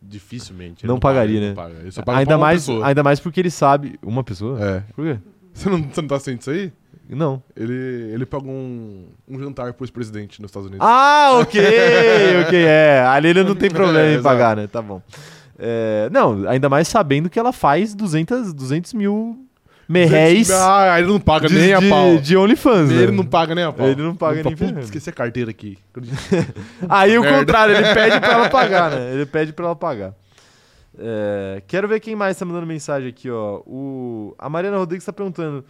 S2: Dificilmente.
S1: Não
S2: ele paga,
S1: pagaria,
S2: ele
S1: né?
S2: paga. Ele só paga
S1: Ainda
S2: pra uma
S1: mais,
S2: pessoa.
S1: ainda mais porque ele sabe. Uma pessoa?
S2: É.
S1: Por quê?
S2: Você não, você não tá sentindo isso aí?
S1: Não.
S2: Ele, ele pagou um, um jantar pro ex-presidente nos Estados Unidos.
S1: Ah, ok, ok, é. A Leila não tem problema
S2: É,
S1: em pagar, né? Tá bom. É, não, ainda mais sabendo que ela faz 200, 200 mil merréis
S2: Ah, ele não paga
S1: de,
S2: nem a
S1: é de-
S2: pau.
S1: de OnlyFans. né?
S2: Ele não paga nem a pau.
S1: Ele não paga nem
S2: Putz,
S1: ferrando.
S2: esqueci a carteira aqui.
S1: Aí o
S2: Merda.
S1: contrário, ele pede pra ela pagar, né? Ele pede pra ela pagar. É, quero ver quem mais tá mandando mensagem aqui, ó. O, a Mariana Rodrigues tá perguntando: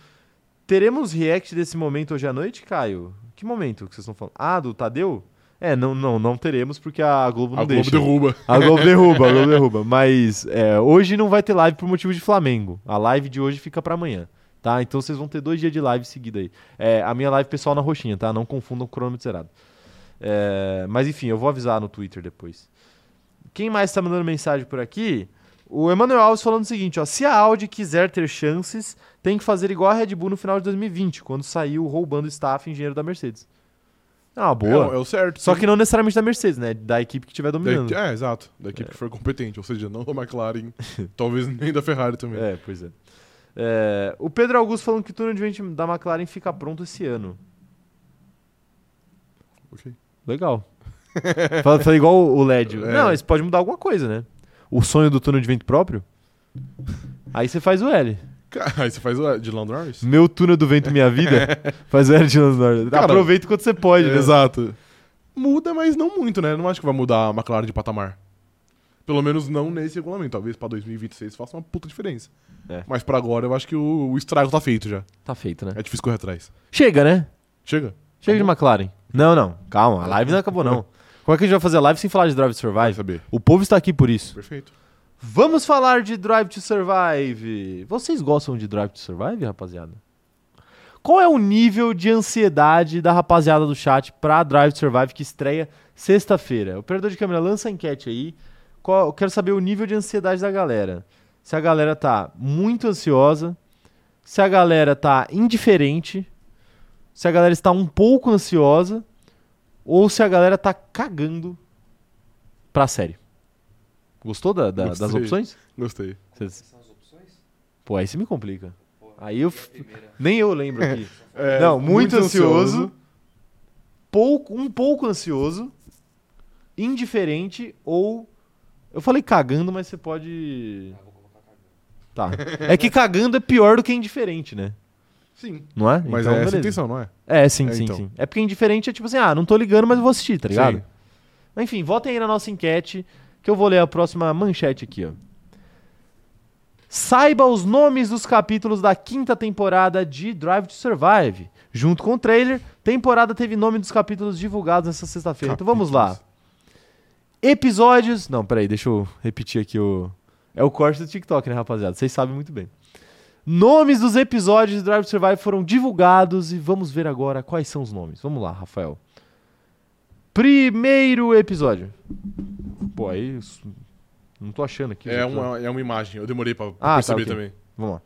S1: teremos react desse momento hoje à noite, Caio? Que momento que vocês estão falando? Ah, do Tadeu? É, não, não, não teremos, porque a Globo não
S2: a Globo
S1: deixa.
S2: derruba.
S1: A Globo derruba, a Globo derruba. Mas é, hoje não vai ter live por motivo de Flamengo. A live de hoje fica pra amanhã, tá? Então vocês vão ter dois dias de live seguida aí. É, a minha live pessoal na roxinha, tá? Não confundam com o cronômetro zerado. É, mas enfim, eu vou avisar no Twitter depois. Quem mais tá mandando mensagem por aqui? O Emanuel Alves falando o seguinte, ó. Se a Audi quiser ter chances, tem que fazer igual a Red Bull no final de 2020, quando saiu roubando staff engenheiro da Mercedes. É uma boa.
S2: É, é o certo.
S1: Só
S2: sim.
S1: que não necessariamente da Mercedes, né? Da equipe que estiver
S2: Da
S1: dominando.
S2: equi- é, exato. Da equipe que for competente. Ou seja, não da McLaren, talvez nem da Ferrari também.
S1: É, pois é. É, o Pedro Augusto falando que o túnel de vento da McLaren fica pronto esse ano.
S2: Ok.
S1: Legal. Fala, fala igual o LED.
S2: É.
S1: Não, isso pode mudar alguma coisa, né? O sonho do túnel de vento próprio? Aí você faz o L.
S2: Cara, Aí você faz o de Land Norris?
S1: Meu túnel do vento, minha vida. faz o L de Lance Norris.
S2: Cara,
S1: Aproveita quando você pode,
S2: É.
S1: né?
S2: Exato. Muda, mas não muito, né? Não acho que vai mudar a McLaren de patamar. Pelo menos não nesse regulamento. Talvez pra 2026 faça uma puta diferença.
S1: É.
S2: Mas pra agora eu acho que o, o estrago tá feito já.
S1: Tá feito, né?
S2: É difícil correr atrás.
S1: Chega, né?
S2: Chega.
S1: Chega de McLaren. Não, não. Calma, a live não acabou, não. Como é que a gente vai fazer a live sem falar de Drive to
S2: Vai
S1: Survive?
S2: saber.
S1: O povo está aqui por isso.
S2: Perfeito.
S1: Vamos falar de Drive to Survive. Vocês gostam de Drive to Survive, rapaziada? Qual é o nível de ansiedade da rapaziada do chat pra Drive to Survive que estreia sexta-feira? O operador de câmera lança a enquete aí. Qual- eu quero saber o nível de ansiedade da galera. Se a galera tá muito ansiosa, se a galera tá indiferente, se a galera está um pouco ansiosa ou se a galera tá cagando pra série. Gostou da- da- das
S2: Gostei.
S1: opções?
S2: Gostei.
S1: Vocês- Pô, aí você me complica. Aí eu. f- Nem eu lembro aqui.
S2: É,
S1: Não, muito, ansioso. Pouco, um pouco ansioso. Indiferente ou. Eu falei cagando, mas você pode. Tá. É que Ah, cagando é pior do que indiferente, né?
S2: Sim.
S1: Não é?
S2: Mas é essa a intenção, não é?
S1: É, sim,
S2: É,
S1: sim,
S2: então.
S1: sim. É porque indiferente é tipo assim, ah, não tô ligando, mas eu vou assistir, tá ligado?
S2: Sim.
S1: Enfim, votem aí na nossa enquete, que eu vou ler a próxima manchete aqui, ó. Saiba os nomes dos capítulos da quinta temporada de Drive to Survive. Junto com o trailer, temporada teve nome dos capítulos divulgados nessa sexta-feira. Então vamos lá. Episódios. Não, peraí, deixa eu repetir aqui o. É o corte do TikTok, né, rapaziada? Vocês sabem muito bem. Nomes dos episódios de Drive to Survive foram divulgados e vamos ver agora quais são os nomes. Vamos lá, Rafael. Primeiro episódio. Pô, aí. isso- Não tô achando aqui. os
S2: É
S1: episódios.
S2: uma, é uma imagem. Eu demorei pra
S1: Ah, tá,
S2: perceber
S1: ok.
S2: também.
S1: Vamos lá.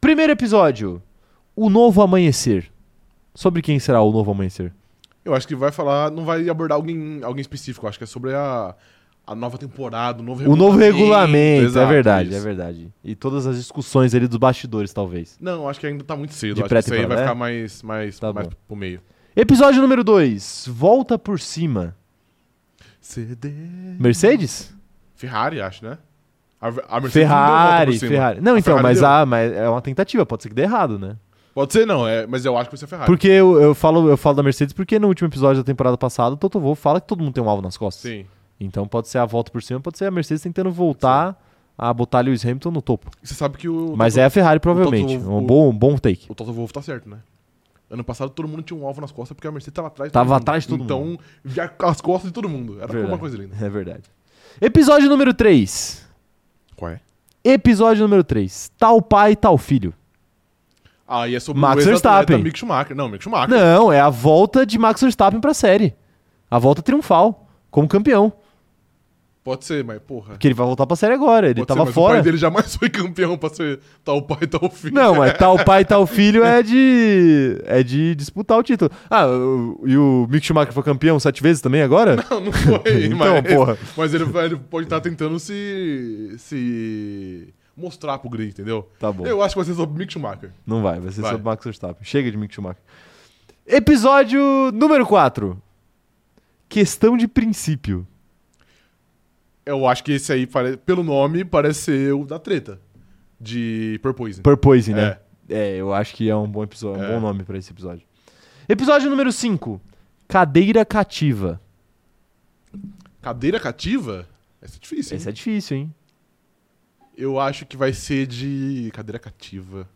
S1: Primeiro episódio: O Novo Amanhecer. Sobre quem será o Novo Amanhecer?
S2: Eu acho que vai falar, não vai abordar alguém, alguém específico. Eu acho que é sobre a, a nova temporada, o novo
S1: O novo regulamento, é
S2: Exato,
S1: verdade,
S2: isso.
S1: é verdade. E todas as discussões ali dos bastidores, talvez.
S2: Não, acho que ainda tá muito cedo.
S1: De
S2: acho que isso aí vai
S1: pré-temporada,
S2: ficar
S1: né?
S2: mais, mais,
S1: Tá
S2: mais
S1: bom.
S2: pro meio.
S1: Episódio número 2, Volta por Cima.
S2: CD.
S1: Mercedes?
S2: Ferrari, acho, né? A, a Mercedes não deu a volta por
S1: Ferrari,
S2: cima.
S1: Ferrari. Não, então,
S2: Ferrari
S1: mas,
S2: deu.
S1: ah, mas é uma tentativa, pode ser que dê errado, né?
S2: Pode ser não, é, mas eu acho que vai ser a Ferrari.
S1: Porque eu, eu falo, eu falo da Mercedes porque no último episódio da temporada passada, o Toto Wolff fala que todo mundo tem um alvo nas costas.
S2: Sim.
S1: Então pode ser a volta por cima, pode ser a Mercedes tentando voltar a botar Lewis Hamilton no topo.
S2: E Você sabe que o
S1: Mas
S2: Toto,
S1: é a Ferrari, provavelmente.
S2: Wolff-
S1: um, bom, um bom take.
S2: o Toto Wolff tá certo, né? Ano passado todo mundo tinha um alvo nas costas porque a Mercedes tava atrás
S1: Tava atrás de todo
S2: então,
S1: mundo.
S2: já com as costas de todo mundo. Era
S1: Verdade.
S2: uma coisa né? linda.
S1: É verdade. Episódio número 3.
S2: Qual é?
S1: Episódio número 3. Tal pai, tal filho.
S2: Ah, e é sobre
S1: Max
S2: o ex-atleta
S1: Verstappen.
S2: Mick Schumacher. Não, Mick Schumacher.
S1: Não, é a volta de Max Verstappen pra série. A volta triunfal, como campeão.
S2: Pode ser, mas porra.
S1: Porque ele vai voltar pra série agora, ele
S2: Pode ser,
S1: tava
S2: mas O
S1: fora.
S2: pai dele é jamais foi campeão pra ser tal pai, tal filho.
S1: Não, mas tal pai, tal filho é de. é de disputar o título. Ah, o- e o Mick Schumacher foi campeão sete vezes também agora?
S2: Não, não foi,
S1: Então,
S2: mas,
S1: porra.
S2: mas ele, ele pode estar tentando se. se. mostrar pro grid, entendeu?
S1: Tá bom.
S2: Eu acho que vai ser sobre Mick Schumacher.
S1: Não vai, vai ser
S2: Vai.
S1: sobre Max Verstappen. Chega de Mick Schumacher. Episódio número 4. Questão de princípio.
S2: Eu acho que esse aí, pare- pelo nome, parece ser o da treta. De Purpoise.
S1: Purpoise, né? É, eu acho que é um bom episódio, é um
S2: É.
S1: bom nome pra esse episódio. Episódio número 5. Cadeira cativa.
S2: Cadeira cativa? Essa é difícil. hein?
S1: Esse é difícil, hein?
S2: Eu acho que vai ser de cadeira cativa.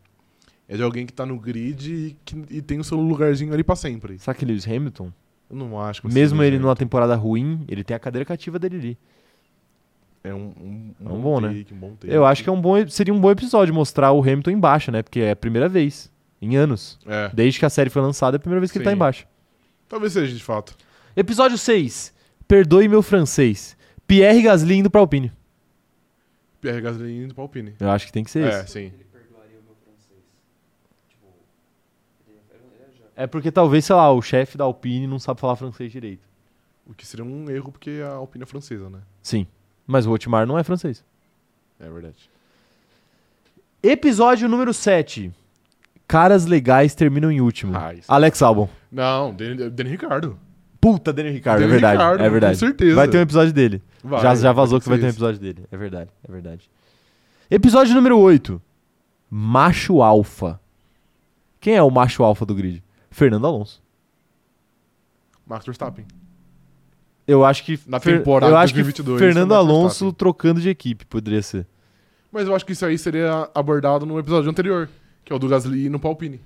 S2: É de alguém que tá no grid e, que- e tem o seu lugarzinho ali pra sempre.
S1: Será que Lewis Hamilton?
S2: Eu não acho que vai ser
S1: Mesmo
S2: desse
S1: ele
S2: jeito.
S1: numa temporada ruim, ele tem a cadeira cativa dele ali.
S2: É um, um,
S1: É um bom, né?
S2: né? Um bom take.
S1: Eu acho que é um bom, seria um bom episódio mostrar o Hamilton embaixo, né? Porque é a primeira vez em anos.
S2: É.
S1: Desde que a série foi lançada, é a primeira vez que ele tá
S2: Sim.
S1: embaixo.
S2: Talvez seja de fato.
S1: Episódio 6. Perdoe meu francês. Pierre Gasly indo pra Alpine.
S2: Pierre Gasly indo pra Alpine.
S1: Eu acho que tem que ser
S2: É,
S1: esse.
S2: sim.
S1: É porque talvez, sei lá, o chefe da Alpine não sabe falar francês direito.
S2: O que seria um erro, porque a Alpine é francesa, né?
S1: Sim. Mas o Otmar não é francês.
S2: É verdade.
S1: Episódio número 7. Caras legais terminam em último.
S2: Ah, isso.
S1: Alex Albon.
S2: Não, Dan Dan Ricardo.
S1: Puta, Daniel Ricardo, é
S2: Daniel
S1: verdade.
S2: Ricciardo,
S1: é verdade.
S2: com certeza.
S1: Vai ter um episódio dele.
S2: Vai,
S1: já, já vazou que vai ter um
S2: ser
S1: episódio dele. É verdade, é verdade. Episódio número 8. Macho alfa. Quem é o macho alfa do grid? Fernando Alonso.
S2: esse. Max Verstappen.
S1: Eu acho que
S2: Na
S1: Fer-
S2: temporada
S1: eu acho que
S2: 2022,
S1: Fernando
S2: é o Max
S1: Alonso
S2: Verstappen.
S1: trocando de equipe poderia ser.
S2: Mas eu acho que isso aí seria abordado no episódio anterior, que é o do Gasly no Palpine.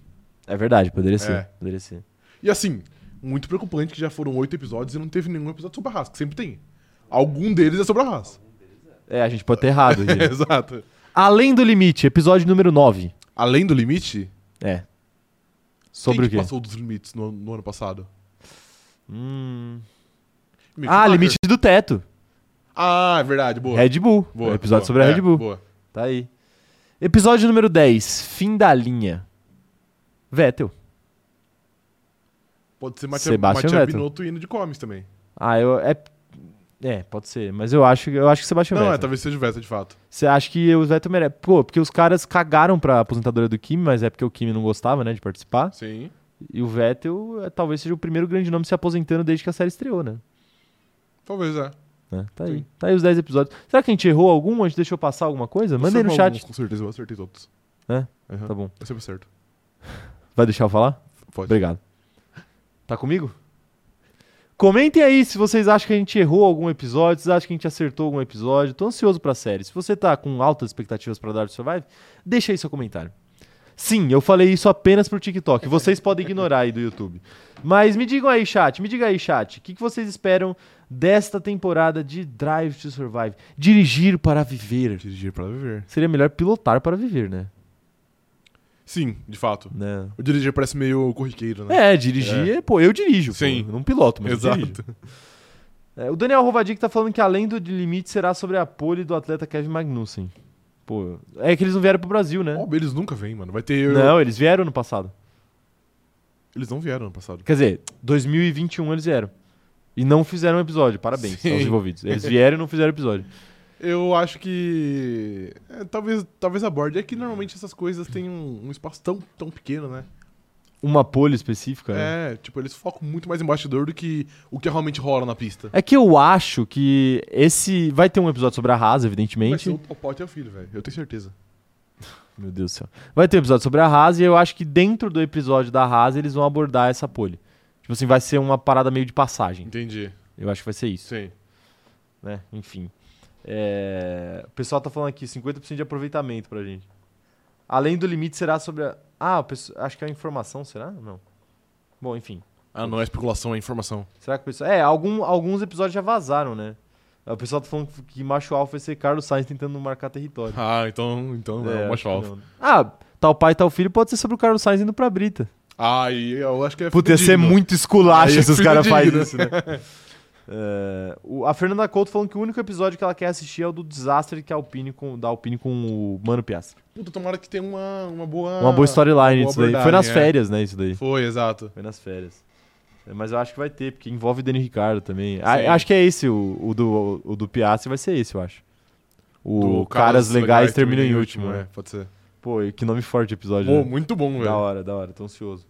S1: É verdade, poderia ser.
S2: É.
S1: Poderia ser.
S2: E assim, muito preocupante que já foram oito episódios e não teve nenhum episódio sobre a Haas, que sempre tem. Algum deles é sobre a Haas.
S1: É, a gente pode ter errado. gente.
S2: Exato.
S1: Além do limite, episódio número 9.
S2: Além do limite,
S1: É. Sobre
S2: quem
S1: o quê?
S2: Que passou dos limites no, no ano passado?
S1: Hum.
S2: Mick
S1: Ah,
S2: Schumacher.
S1: limite do teto.
S2: Ah, é verdade, boa.
S1: Red Bull.
S2: boa
S1: É um episódio
S2: boa.
S1: sobre a
S2: É,
S1: Red Bull.
S2: Boa.
S1: Tá aí. Episódio número 10. Fim da linha. Vettel.
S2: Pode ser Matia,
S1: Sebastian
S2: Matia
S1: Vettel.
S2: Binotto indo de Comes também.
S1: Ah, eu. É, é, pode ser. Mas eu acho, eu acho que Sebastian
S2: Não, é,
S1: Vettel.
S2: talvez seja o Vettel, de fato.
S1: Você acha que o Vettel merece. Pô, porque os caras cagaram pra aposentadoria do Kimi, mas é porque o Kimi não gostava, né, de participar.
S2: Sim.
S1: E o Vettel eh, talvez seja o primeiro grande nome se aposentando desde que a série estreou, né?
S2: Talvez é.
S1: Né? Tá aí.
S2: Sim.
S1: Tá aí os 10 episódios. Será que a gente errou algum? A gente deixou passar alguma coisa? Manda aí no
S2: Sobre
S1: chat.
S2: alguns, com certeza, eu acertei todos.
S1: É?
S2: Aham.
S1: Tá bom.
S2: Eu sempre acerto.
S1: Vai deixar eu falar?
S2: Pode.
S1: Obrigado. Tá comigo? Comentem aí se vocês acham que a gente errou algum episódio, se vocês acham que a gente acertou algum episódio. Tô ansioso pra série. Se você tá com altas expectativas pra Dark Survive, deixa aí seu comentário. Sim, eu falei isso apenas pro TikTok. Vocês podem ignorar aí do YouTube. Mas me digam aí, chat, me diga aí, chat, o que, que vocês esperam desta temporada de Drive to Survive? Dirigir para viver.
S2: Dirigir para viver.
S1: Seria melhor pilotar para viver, né?
S2: Sim, de fato.
S1: Né?
S2: O dirigir parece meio corriqueiro, né?
S1: É, dirigir, é, pô, eu dirijo.
S2: Sim.
S1: Pô, eu não piloto, mas eu dirijo.
S2: Exato.
S1: É, o Daniel Rovadic tá falando que além do de limite será sobre a pole do atleta Kevin Magnussen. Pô, é que eles não vieram pro Brasil, né?
S2: Óbvio, eles nunca vêm, mano. Vai ter.
S1: Não, eles vieram no passado.
S2: Eles não vieram ano passado.
S1: Quer dizer, 2021 eles vieram. E não fizeram um episódio, parabéns
S2: Sim.
S1: aos envolvidos. Eles vieram e não fizeram episódio.
S2: Eu acho que. é, talvez, talvez aborde. É que normalmente essas coisas têm um, um espaço tão, tão pequeno, né?
S1: Uma pole específica, né?
S2: É, tipo, eles focam muito mais em bastidor do que o que realmente rola na pista.
S1: É que eu acho que esse. Vai ter um episódio sobre a Haas,
S2: Vai ser
S1: evidentemente.
S2: o, o Potter é o filho, velho. Eu tenho certeza.
S1: Meu Deus do céu. Vai ter um episódio sobre a Haas e eu acho que dentro do episódio da Haas eles vão abordar essa pole. Tipo assim, vai ser uma parada meio de passagem.
S2: Entendi.
S1: Eu acho que vai ser isso,
S2: Sim.
S1: né? Enfim. É, O pessoal tá falando aqui, 50% de aproveitamento pra gente. Além do limite, será sobre a. Ah, o pesso- acho que é a informação, será? Não. Bom, enfim.
S2: Ah, não é especulação, é informação.
S1: Será que o pessoal. É, algum- alguns episódios já vazaram, né? O pessoal tá falando que macho alfa vai ser Carlos Sainz tentando marcar território.
S2: Ah, então, então é,
S1: É,
S2: uma
S1: acho que
S2: chove.
S1: não. Ah, tal pai, tal filho pode ser sobre o Carlos Sainz indo pra Brita.
S2: Ah, e eu acho que é
S1: Puta, ia ser
S2: fidedigno.
S1: muito esculacho
S2: Aí é
S1: se os caras fazem
S2: fidedigno.
S1: isso, né? É, o- a Fernanda Couto falando que o único episódio que ela quer assistir é o do desastre que a Alpine com, da Alpine com o Mano Piastri.
S2: Puta, tomara que tenha uma, uma boa.
S1: Uma boa storyline
S2: Ah, boa
S1: isso daí. Foi
S2: abordagem,
S1: nas
S2: é.
S1: férias, né, isso daí.
S2: Foi, exato.
S1: Foi nas férias. É, Mas eu acho que vai ter, porque envolve o Dani Ricardo também. A-
S2: Sim.
S1: acho que é esse, o, o do, o do Piastri vai ser esse, eu acho. O
S2: Do
S1: Caras Legais termina em último.
S2: é,
S1: né?
S2: pode ser.
S1: Pô, e que nome forte de episódio,
S2: Pô,
S1: né?
S2: muito bom,
S1: Da
S2: velho.
S1: hora, da hora, tô ansioso.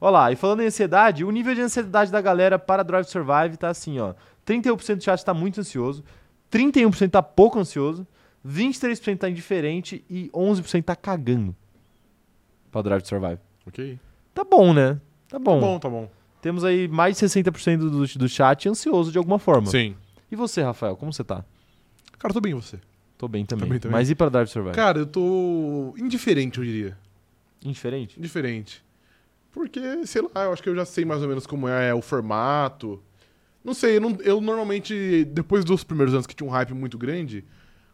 S1: Olha lá, e falando em ansiedade, o nível de ansiedade da galera para Drive to Survive tá assim, ó. 31% do chat tá muito ansioso, 31% tá pouco ansioso, 23% tá indiferente e 11% tá cagando pra Drive to Survive.
S2: Ok.
S1: Tá bom, né? Tá
S2: Tá
S1: bom.
S2: bom, tá bom.
S1: Temos aí mais de 60% do, do chat ansioso de alguma forma.
S2: Sim.
S1: E você, Rafael, como você tá?
S2: Cara, eu tô bem, e você.
S1: Tô bem também.
S2: Também, também.
S1: Mas e pra Drive to Survive?
S2: Cara, eu tô indiferente, eu diria.
S1: Indiferente?
S2: Indiferente. Porque, sei lá, eu acho que eu já sei mais ou menos como é o formato. Não sei, eu, não- eu normalmente, depois dos primeiros anos que tinha um hype muito grande,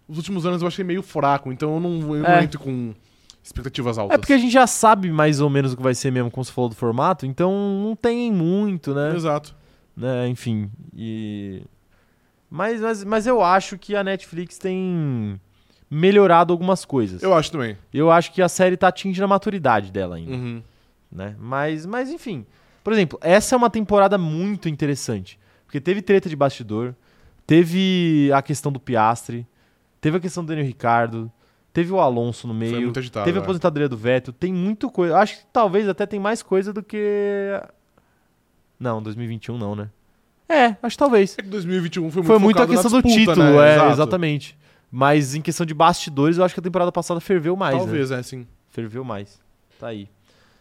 S2: os últimos anos eu achei meio fraco, então eu não, eu não
S1: É.
S2: entro com expectativas altas.
S1: É porque a gente já sabe mais ou menos o que vai ser mesmo, como você falou do formato, então não tem muito, né?
S2: Exato.
S1: né? Enfim, e mas, mas mas eu acho que a Netflix tem melhorado algumas coisas. Eu,
S2: Eu acho também.
S1: acho que a série tá atingindo a maturidade dela ainda,
S2: Uhum.
S1: né? Mas mas enfim, por exemplo, essa é uma temporada muito interessante, porque teve treta de bastidor, teve a questão do Piastre, teve a questão do Daniel Ricardo, teve o Alonso no
S2: Foi
S1: meio,
S2: muito agitado.
S1: teve a
S2: é.
S1: aposentadoria do Vettel, tem muita coisa. Eu Acho que talvez até tem mais coisa do que. Não, 2021 não, né? É, acho que talvez.
S2: É que 2021 foi muito
S1: Foi muito a
S2: focado na
S1: questão do
S2: disputa,
S1: título,
S2: né?
S1: é,
S2: Exato.
S1: exatamente. Mas em questão de bastidores, eu acho que a temporada passada ferveu mais. né?
S2: Talvez, é, sim.
S1: Ferveu mais. Tá aí.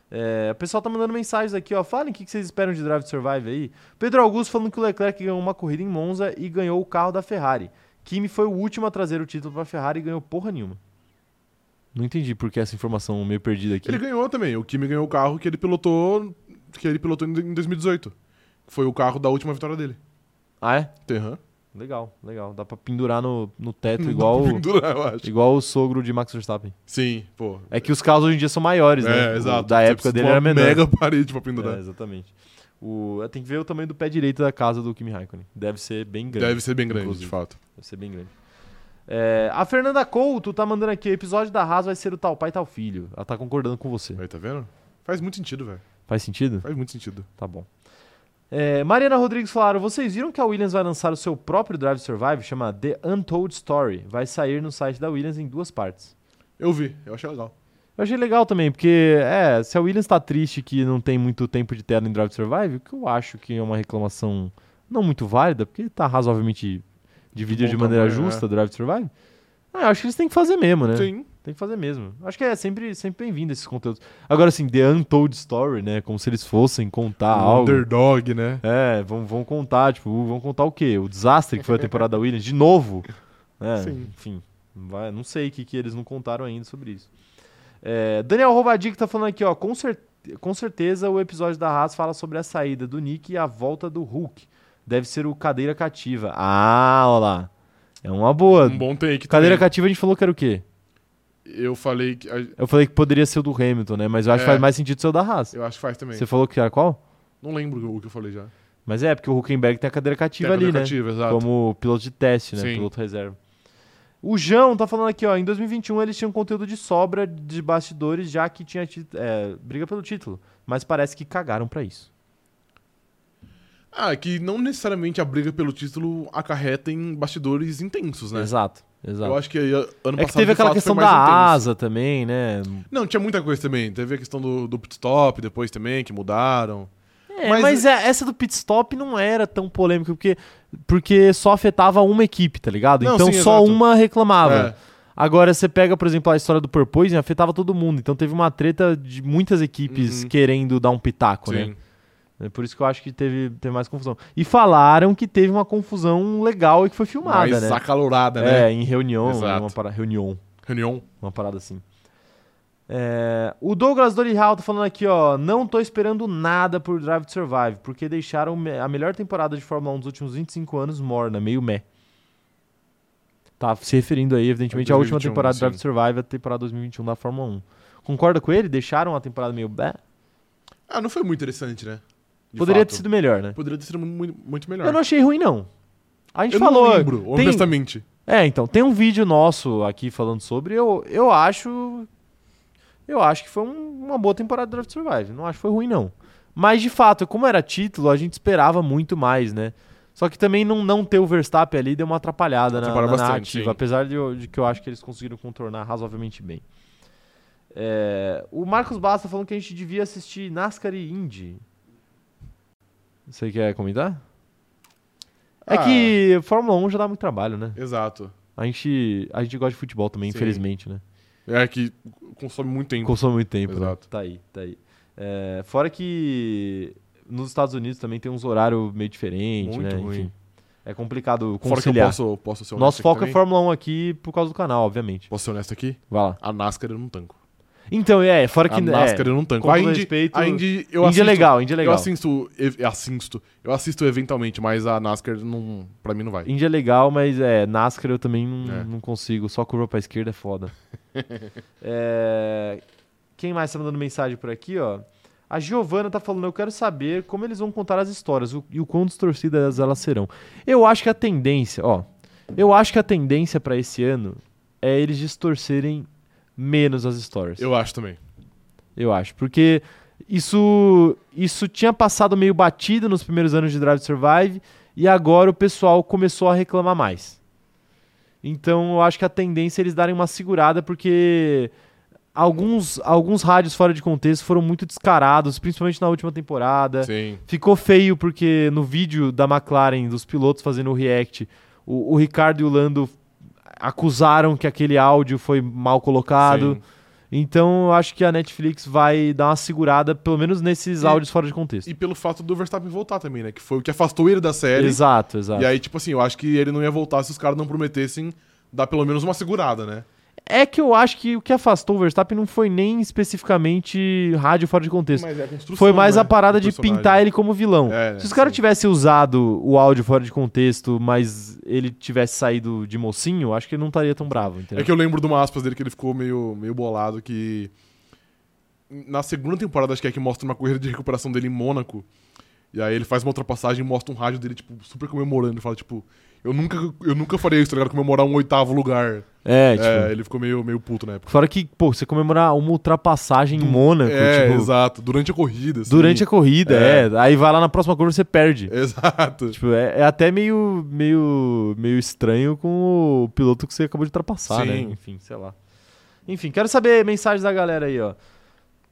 S1: É, o pessoal tá mandando mensagens aqui, ó. Falem o que que vocês esperam de Drive to Survive aí. Pedro Augusto falando que o Leclerc ganhou uma corrida em Monza e ganhou o carro da Ferrari. Kimi foi o último a trazer o título pra Ferrari e ganhou porra nenhuma. Não entendi por que essa informação meio perdida aqui.
S2: Ele ganhou também. O Kimi ganhou o carro que ele pilotou, que ele pilotou em 2018. Foi o carro da última vitória dele.
S1: Ah, é?
S2: Aham.
S1: Legal, legal. Dá pra pendurar no, no teto
S2: Não
S1: É, igual,
S2: dá pra
S1: o-
S2: pendurar, eu acho.
S1: igual o sogro de Max Verstappen.
S2: Sim, pô.
S1: É que os carros hoje em dia são maiores, né?
S2: É,
S1: O
S2: exato.
S1: Da
S2: Você
S1: época
S2: precisa de
S1: dele
S2: uma
S1: era menor.
S2: mega parede pra
S1: É,
S2: pendurar.
S1: exatamente. O, tem que ver o tamanho do pé direito da casa do Kimi Raikkonen. Deve ser bem grande.
S2: Deve ser bem grande,
S1: inclusive.
S2: de fato.
S1: Deve ser bem grande. É, a Fernanda Couto tá mandando aqui: episódio da Haas vai ser o tal pai tal filho. Ela tá concordando com você.
S2: Aí, tá vendo? Faz muito sentido, velho.
S1: Faz sentido?
S2: Faz muito sentido.
S1: Tá bom. É, Mariana Rodrigues falaram: vocês viram que a Williams vai lançar o seu próprio Drive to Survive, chama The Untold Story. Vai sair no site da Williams em duas partes.
S2: Eu vi, eu achei legal.
S1: Eu achei legal também, porque, é, se a Williams tá triste que não tem muito tempo de tela em Drive to Survive, o que eu acho que é uma reclamação não muito válida, porque tá razoavelmente dividido
S2: bom
S1: de maneira
S2: tamanho,
S1: justa Drive to Survive. Ah, eu acho que eles têm que fazer mesmo, né?
S2: Sim.
S1: Tem que fazer mesmo. Acho que é sempre, sempre bem-vindo esses conteúdos. Agora, assim, The Untold Story, né? Como se eles fossem contar
S2: Um
S1: Ah, algo.
S2: underdog, né?
S1: É, vão, vão contar, tipo, vão contar o quê? O desastre que foi a temporada da Williams, de novo. né?
S2: Sim.
S1: Enfim, vai- não sei o que, que eles não contaram ainda sobre isso. É, Daniel Rovadic tá falando aqui, ó, com, cer- com certeza o episódio da Haas fala sobre a saída do Nick e a volta do Hulk. Deve ser o Cadeira Cativa. Ah, olha lá. É uma boa.
S2: Um bom take.
S1: Cadeira
S2: também.
S1: Cativa a gente falou que era o quê?
S2: Eu falei que.
S1: Eu falei que poderia ser o do Hamilton, né? Mas eu acho
S2: É.
S1: que faz mais sentido ser o da Haas.
S2: Eu acho que faz também.
S1: Você falou que era qual?
S2: Não lembro o que eu falei já.
S1: Mas é, porque o Huckenberg tem a cadeira cativa
S2: Técnica
S1: ali, né?
S2: cativa, exato.
S1: como piloto de teste, né?
S2: Sim.
S1: Piloto reserva. O João tá falando aqui, ó. Em 2021 eles tinham conteúdo de sobra de bastidores, já que tinha tit- é, briga pelo título. Mas parece que cagaram pra isso.
S2: Ah, que não necessariamente a briga pelo título acarreta em bastidores intensos, né?
S1: Exato, Exato.
S2: Eu acho que aí, ano passado.
S1: é que teve
S2: de
S1: aquela
S2: fato,
S1: questão
S2: foi mais
S1: da
S2: intenso.
S1: asa também, né?
S2: Não, tinha muita coisa também. Teve a questão do, do pit stop depois também, que mudaram.
S1: É, mas
S2: Mas-
S1: é- essa do pit stop não era tão polêmica, porque, porque só afetava uma equipe, tá ligado?
S2: Não,
S1: então
S2: sim,
S1: só
S2: exato.
S1: uma reclamava.
S2: É.
S1: Agora, você pega, por exemplo, a história do Purpoising, afetava todo mundo. Então teve uma treta de muitas equipes
S2: Uhum.
S1: querendo dar um pitaco, né?
S2: Sim.
S1: É por isso que eu acho que teve, teve mais confusão. E falaram que teve uma confusão legal e que foi filmada,
S2: Mais
S1: né?
S2: acalorada, né?
S1: É, em reunião,
S2: Exato.
S1: uma para... reunião,
S2: Reunião.
S1: uma parada assim. É, o Douglas Dorihal tá falando aqui, ó, não tô esperando nada por Drive to Survive, porque deixaram me- a melhor temporada de Fórmula 1 dos últimos 25 anos morna, meio meh. Tá se referindo aí, evidentemente, à última
S2: 2021,
S1: temporada de
S2: sim.
S1: Drive to Survive, a temporada 2021 da Fórmula 1. Concorda com ele? Deixaram a temporada meio meh?
S2: Ah, não foi muito interessante, né? De
S1: Poderia
S2: fato.
S1: ter sido melhor, né?
S2: Poderia ter sido mu- muito melhor.
S1: Eu não achei ruim, não. A gente
S2: Eu não
S1: falou.
S2: lembro,
S1: tem-
S2: honestamente.
S1: É, então, tem um vídeo nosso aqui falando sobre. Eu, eu acho. Eu acho que foi um- uma boa temporada do Draft Survive. Não acho que foi ruim, não. Mas, de fato, como era título, a gente esperava muito mais, né? Só que também não, não ter o Verstappen ali deu uma atrapalhada na, na
S2: Atrapalhou bastante,
S1: narrativa.
S2: sim.
S1: Apesar de, eu- de que eu acho que eles conseguiram contornar razoavelmente bem. É, o Marcos Basta falando que a gente devia assistir NASCAR e Indy. Você quer comentar? É
S2: Ah.
S1: que Fórmula 1 já dá muito trabalho, né?
S2: Exato.
S1: A gente, a gente gosta de futebol também,
S2: Sim.
S1: infelizmente, né?
S2: É que consome muito tempo.
S1: Consome muito tempo, né?
S2: Exato.
S1: Tá aí, tá aí. É, fora que nos Estados Unidos também tem uns horários meio diferentes,
S2: Muito
S1: né?
S2: ruim.
S1: Enfim, é complicado
S2: Fora que eu
S1: conciliar.
S2: posso, posso ser honesto
S1: Nosso
S2: aqui
S1: foco é
S2: também.
S1: Fórmula 1 aqui por causa do canal, obviamente.
S2: Posso ser honesto aqui?
S1: Vai lá.
S2: A NASCAR eu não tanco.
S1: Então, é, fora que...
S2: a NASCAR
S1: é,
S2: eu não tanco.
S1: com
S2: A
S1: todo
S2: Indy,
S1: respeito,
S2: a Indy, eu
S1: Indy é
S2: assisto,
S1: legal, Indy é
S2: Eu
S1: legal.
S2: assisto, ev- assisto, eu assisto eventualmente, mas a NASCAR não, pra mim não vai.
S1: Índia é legal, mas é, NASCAR eu também não,
S2: É.
S1: não consigo. Só curva pra esquerda é foda. É, quem mais tá mandando mensagem por aqui, ó? A Giovana tá falando, eu quero saber como eles vão contar as histórias o- e o quão distorcidas elas serão. Eu acho que a tendência, ó, eu acho que a tendência pra esse ano é eles distorcerem menos as histórias.
S2: Eu acho também.
S1: Eu acho, porque isso isso tinha passado meio batido nos primeiros anos de Drive to Survive e agora o pessoal começou a reclamar mais. Então eu acho que a tendência é eles darem uma segurada porque alguns alguns rádios fora de contexto foram muito descarados, principalmente na última temporada.
S2: Sim.
S1: Ficou feio porque no vídeo da McLaren, dos pilotos fazendo o react, o, o Ricardo e o Lando acusaram que aquele áudio foi mal colocado.
S2: sim.
S1: Então eu acho que a Netflix vai dar uma segurada, pelo menos nesses
S2: E-
S1: áudios fora de contexto.
S2: E pelo fato do Verstappen voltar também, né? Que foi o que afastou ele da série.
S1: Exato, exato.
S2: E aí, tipo assim, eu acho que ele não ia voltar se os caras não prometessem dar pelo menos uma segurada, né?
S1: É que eu acho que o que afastou o Verstappen não foi nem especificamente rádio fora de contexto.
S2: Mas é a construção,
S1: Foi mais
S2: né,
S1: a parada
S2: do
S1: de
S2: personagem.
S1: pintar ele como vilão.
S2: É, né,
S1: Se os caras
S2: sim.
S1: tivessem usado o áudio fora de contexto, mas ele tivesse saído de mocinho, eu acho que ele não estaria tão bravo, entendeu?
S2: É que eu lembro de uma aspas dele que ele ficou meio, meio bolado que. Na segunda temporada, acho que é que mostra uma corrida de recuperação dele em Mônaco. E aí ele faz uma ultrapassagem e mostra um rádio dele, tipo, super comemorando. E fala, tipo, eu nunca, eu nunca faria isso, tá ligado? Comemorar um oitavo lugar.
S1: É, tipo.
S2: É, ele ficou meio, meio puto na época.
S1: Fora que, pô, você comemorar uma ultrapassagem em Mônaco,
S2: É,
S1: tipo,
S2: exato. Durante a corrida. assim.
S1: durante a corrida,
S2: É.
S1: é. Aí vai lá na próxima curva e você perde.
S2: Exato.
S1: Tipo, é, é até meio, meio, meio estranho com o piloto que você acabou de ultrapassar, né?
S2: Sim.
S1: Enfim, sei lá. Enfim, quero saber mensagens da galera aí, ó.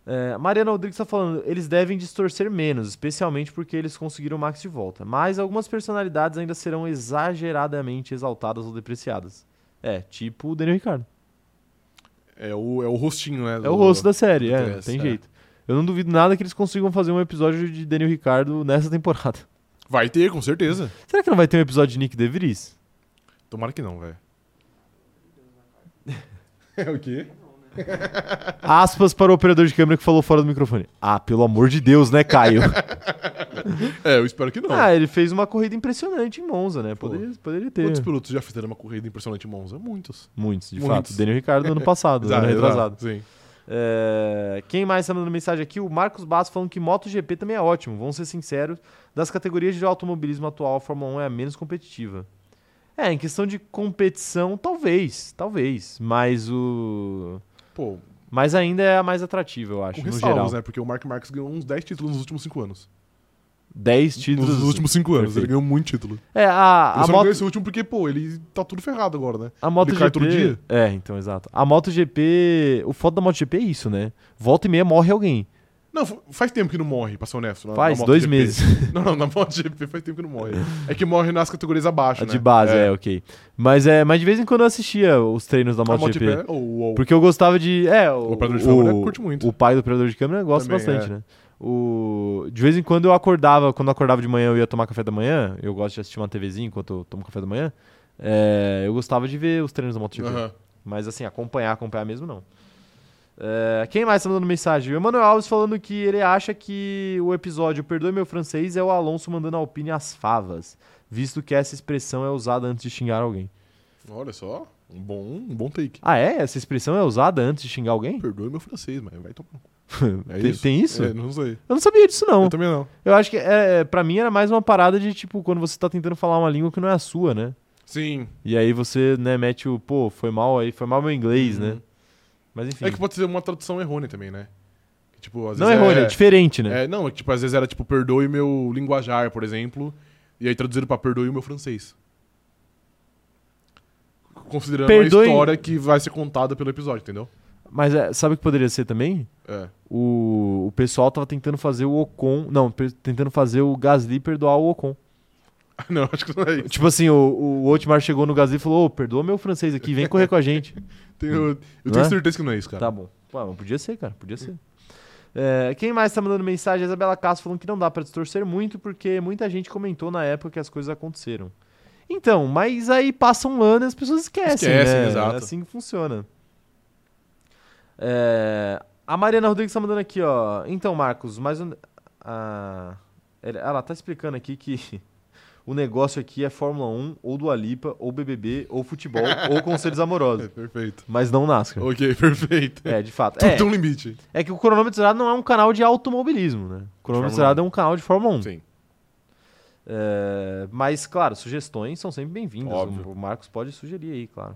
S1: É, Mariana Rodrigues tá falando, eles devem distorcer menos, especialmente porque eles conseguiram o Max de volta. Mas algumas personalidades ainda serão exageradamente exaltadas ou depreciadas. É, tipo o Daniel Ricardo.
S2: É o, é o rostinho, né?
S1: É o rosto da série,
S2: do
S1: é, não
S2: interesse,
S1: tem
S2: é.
S1: jeito. Eu não duvido nada que eles consigam fazer um episódio de Daniel Ricardo nessa temporada.
S2: Vai ter, com certeza.
S1: Será que não vai ter um episódio de Nick DeVries?
S2: Tomara que não, velho. É o quê?
S1: Aspas para o operador de câmera que falou fora do microfone. Ah, pelo amor de Deus, né, Caio?
S2: É, eu espero que não.
S1: ah, ele fez uma corrida impressionante em Monza, né? Poderia, poderia ter.
S2: Quantos pilotos já fizeram uma corrida impressionante em Monza? Muitos.
S1: Muitos, de
S2: Muitos.
S1: fato. Daniel Ricardo ano passado, ano né? retrasado.
S2: Sim.
S1: É, Quem mais está mandando mensagem aqui? O Marcos Basso falando que MotoGP também é ótimo. Vamos ser sinceros, das categorias de automobilismo atual, a Fórmula 1 é a menos competitiva. É, em questão de competição, talvez, talvez. Mas o.
S2: Pô,
S1: Mas ainda é a mais atrativa, eu acho,
S2: com
S1: no geral.
S2: ressalvas, né? Porque o Mark Marques ganhou uns 10 títulos nos últimos 5 anos.
S1: 10 títulos.
S2: Nos últimos cinco anos. Ele
S1: Perfeito.
S2: ganhou muito título.
S1: É, a,
S2: ele
S1: a
S2: só não ganhou
S1: moto.
S2: esse último porque, pô, ele tá tudo ferrado agora, né?
S1: A MotoGP.
S2: cai todo dia.
S1: É, então, exato. A MotoGP. O foda da MotoGP é isso, né? Volta e meia morre alguém.
S2: Não, fa- faz tempo que não morre, pra ser honesto. na-
S1: Faz
S2: na
S1: dois
S2: MotoGP.
S1: meses.
S2: Não, não, na MotoGP faz tempo que não morre. É que morre nas categorias abaixo,
S1: A
S2: né?
S1: de base, é. ok. Mas, é, mas de vez em quando eu assistia os treinos da
S2: A
S1: MotoGP.
S2: MotoGP, ou, ou,
S1: Porque eu gostava de. É, o,
S2: é O operador de câmera curte muito.
S1: O pai do operador de câmera gosta
S2: Também,
S1: bastante,
S2: é.
S1: né? O, de vez em quando eu acordava, quando eu acordava de manhã eu ia tomar café da manhã, eu gosto de assistir uma TVzinha enquanto eu tomo café da manhã. é, eu gostava de ver os treinos da MotoGP.
S2: Aham.
S1: Mas assim, acompanhar, acompanhar mesmo não. É, quem mais tá mandando mensagem? O Emanuel Alves falando que ele acha que o episódio Perdoe Meu Francês é o Alonso mandando a Alpine as favas, visto que essa expressão é usada antes de xingar alguém.
S2: Olha só, um bom, um bom take.
S1: Ah, é? Essa expressão é usada antes de xingar alguém?
S2: Perdoe meu francês, mas vai tomar. no cu. É
S1: tem,
S2: isso?
S1: tem isso? Então,
S2: É, não sei.
S1: Eu não sabia disso, não.
S2: Eu
S1: Eu,
S2: também não.
S1: acho que, é, é, pra mim, era mais uma parada de, tipo, quando você tá tentando falar uma língua que não é a sua, né?
S2: Sim.
S1: E aí você, né, mete o, pô, foi mal aí, foi mal meu inglês, né? Mas enfim.
S2: Uhum. É que pode ser uma tradução errônea também, né? Que, Tipo, às
S1: não é
S2: vezes
S1: errôneo, é diferente, né?
S2: É, não, é que, tipo, às vezes era tipo, perdoe meu linguajar, por exemplo, e aí traduziram pra perdoe o meu francês. Considerando
S1: Perdoe-
S2: a história que vai ser contada pelo episódio, entendeu?
S1: Mas é, sabe o que poderia ser também?
S2: É.
S1: O, o pessoal tava tentando fazer o Ocon. Não, per- tentando fazer o Gasly perdoar o Ocon.
S2: Não, acho que não é isso.
S1: Tipo assim, o, o Otmar chegou no Gasly e falou: Ô, perdoa meu francês aqui, vem correr com a gente.
S2: Tenho- eu
S1: Não
S2: tenho
S1: é?
S2: certeza que não é isso, cara.
S1: Tá bom. Pô, mas podia ser, cara, podia ser. É, quem mais tá mandando mensagem? A Isabela Castro falando que não dá pra distorcer muito, porque muita gente comentou na época que as coisas aconteceram. Então, mas aí passa um ano e as pessoas esquecem,
S2: Esquecem,
S1: né?
S2: exato.
S1: É assim que funciona. É, a Mariana Rodrigues tá mandando aqui, ó. Então, Marcos, mais um... Ah, ele- ela tá explicando aqui que o negócio aqui é Fórmula 1, ou Dua Lipa, ou BBB, ou futebol, ou conselhos
S2: É,
S1: amorosos.
S2: perfeito.
S1: Mas não NASCAR.
S2: Ok, perfeito.
S1: É, de fato.
S2: Tudo
S1: É.
S2: tem um limite.
S1: É que o cronômetro zerado não é um canal de automobilismo, né? O cronômetro
S2: Fórmula
S1: zerado é um canal de Fórmula 1.
S2: Sim.
S1: É, mas, claro, sugestões são sempre bem-vindas.
S2: Óbvio.
S1: O, o Marcos pode sugerir aí, claro.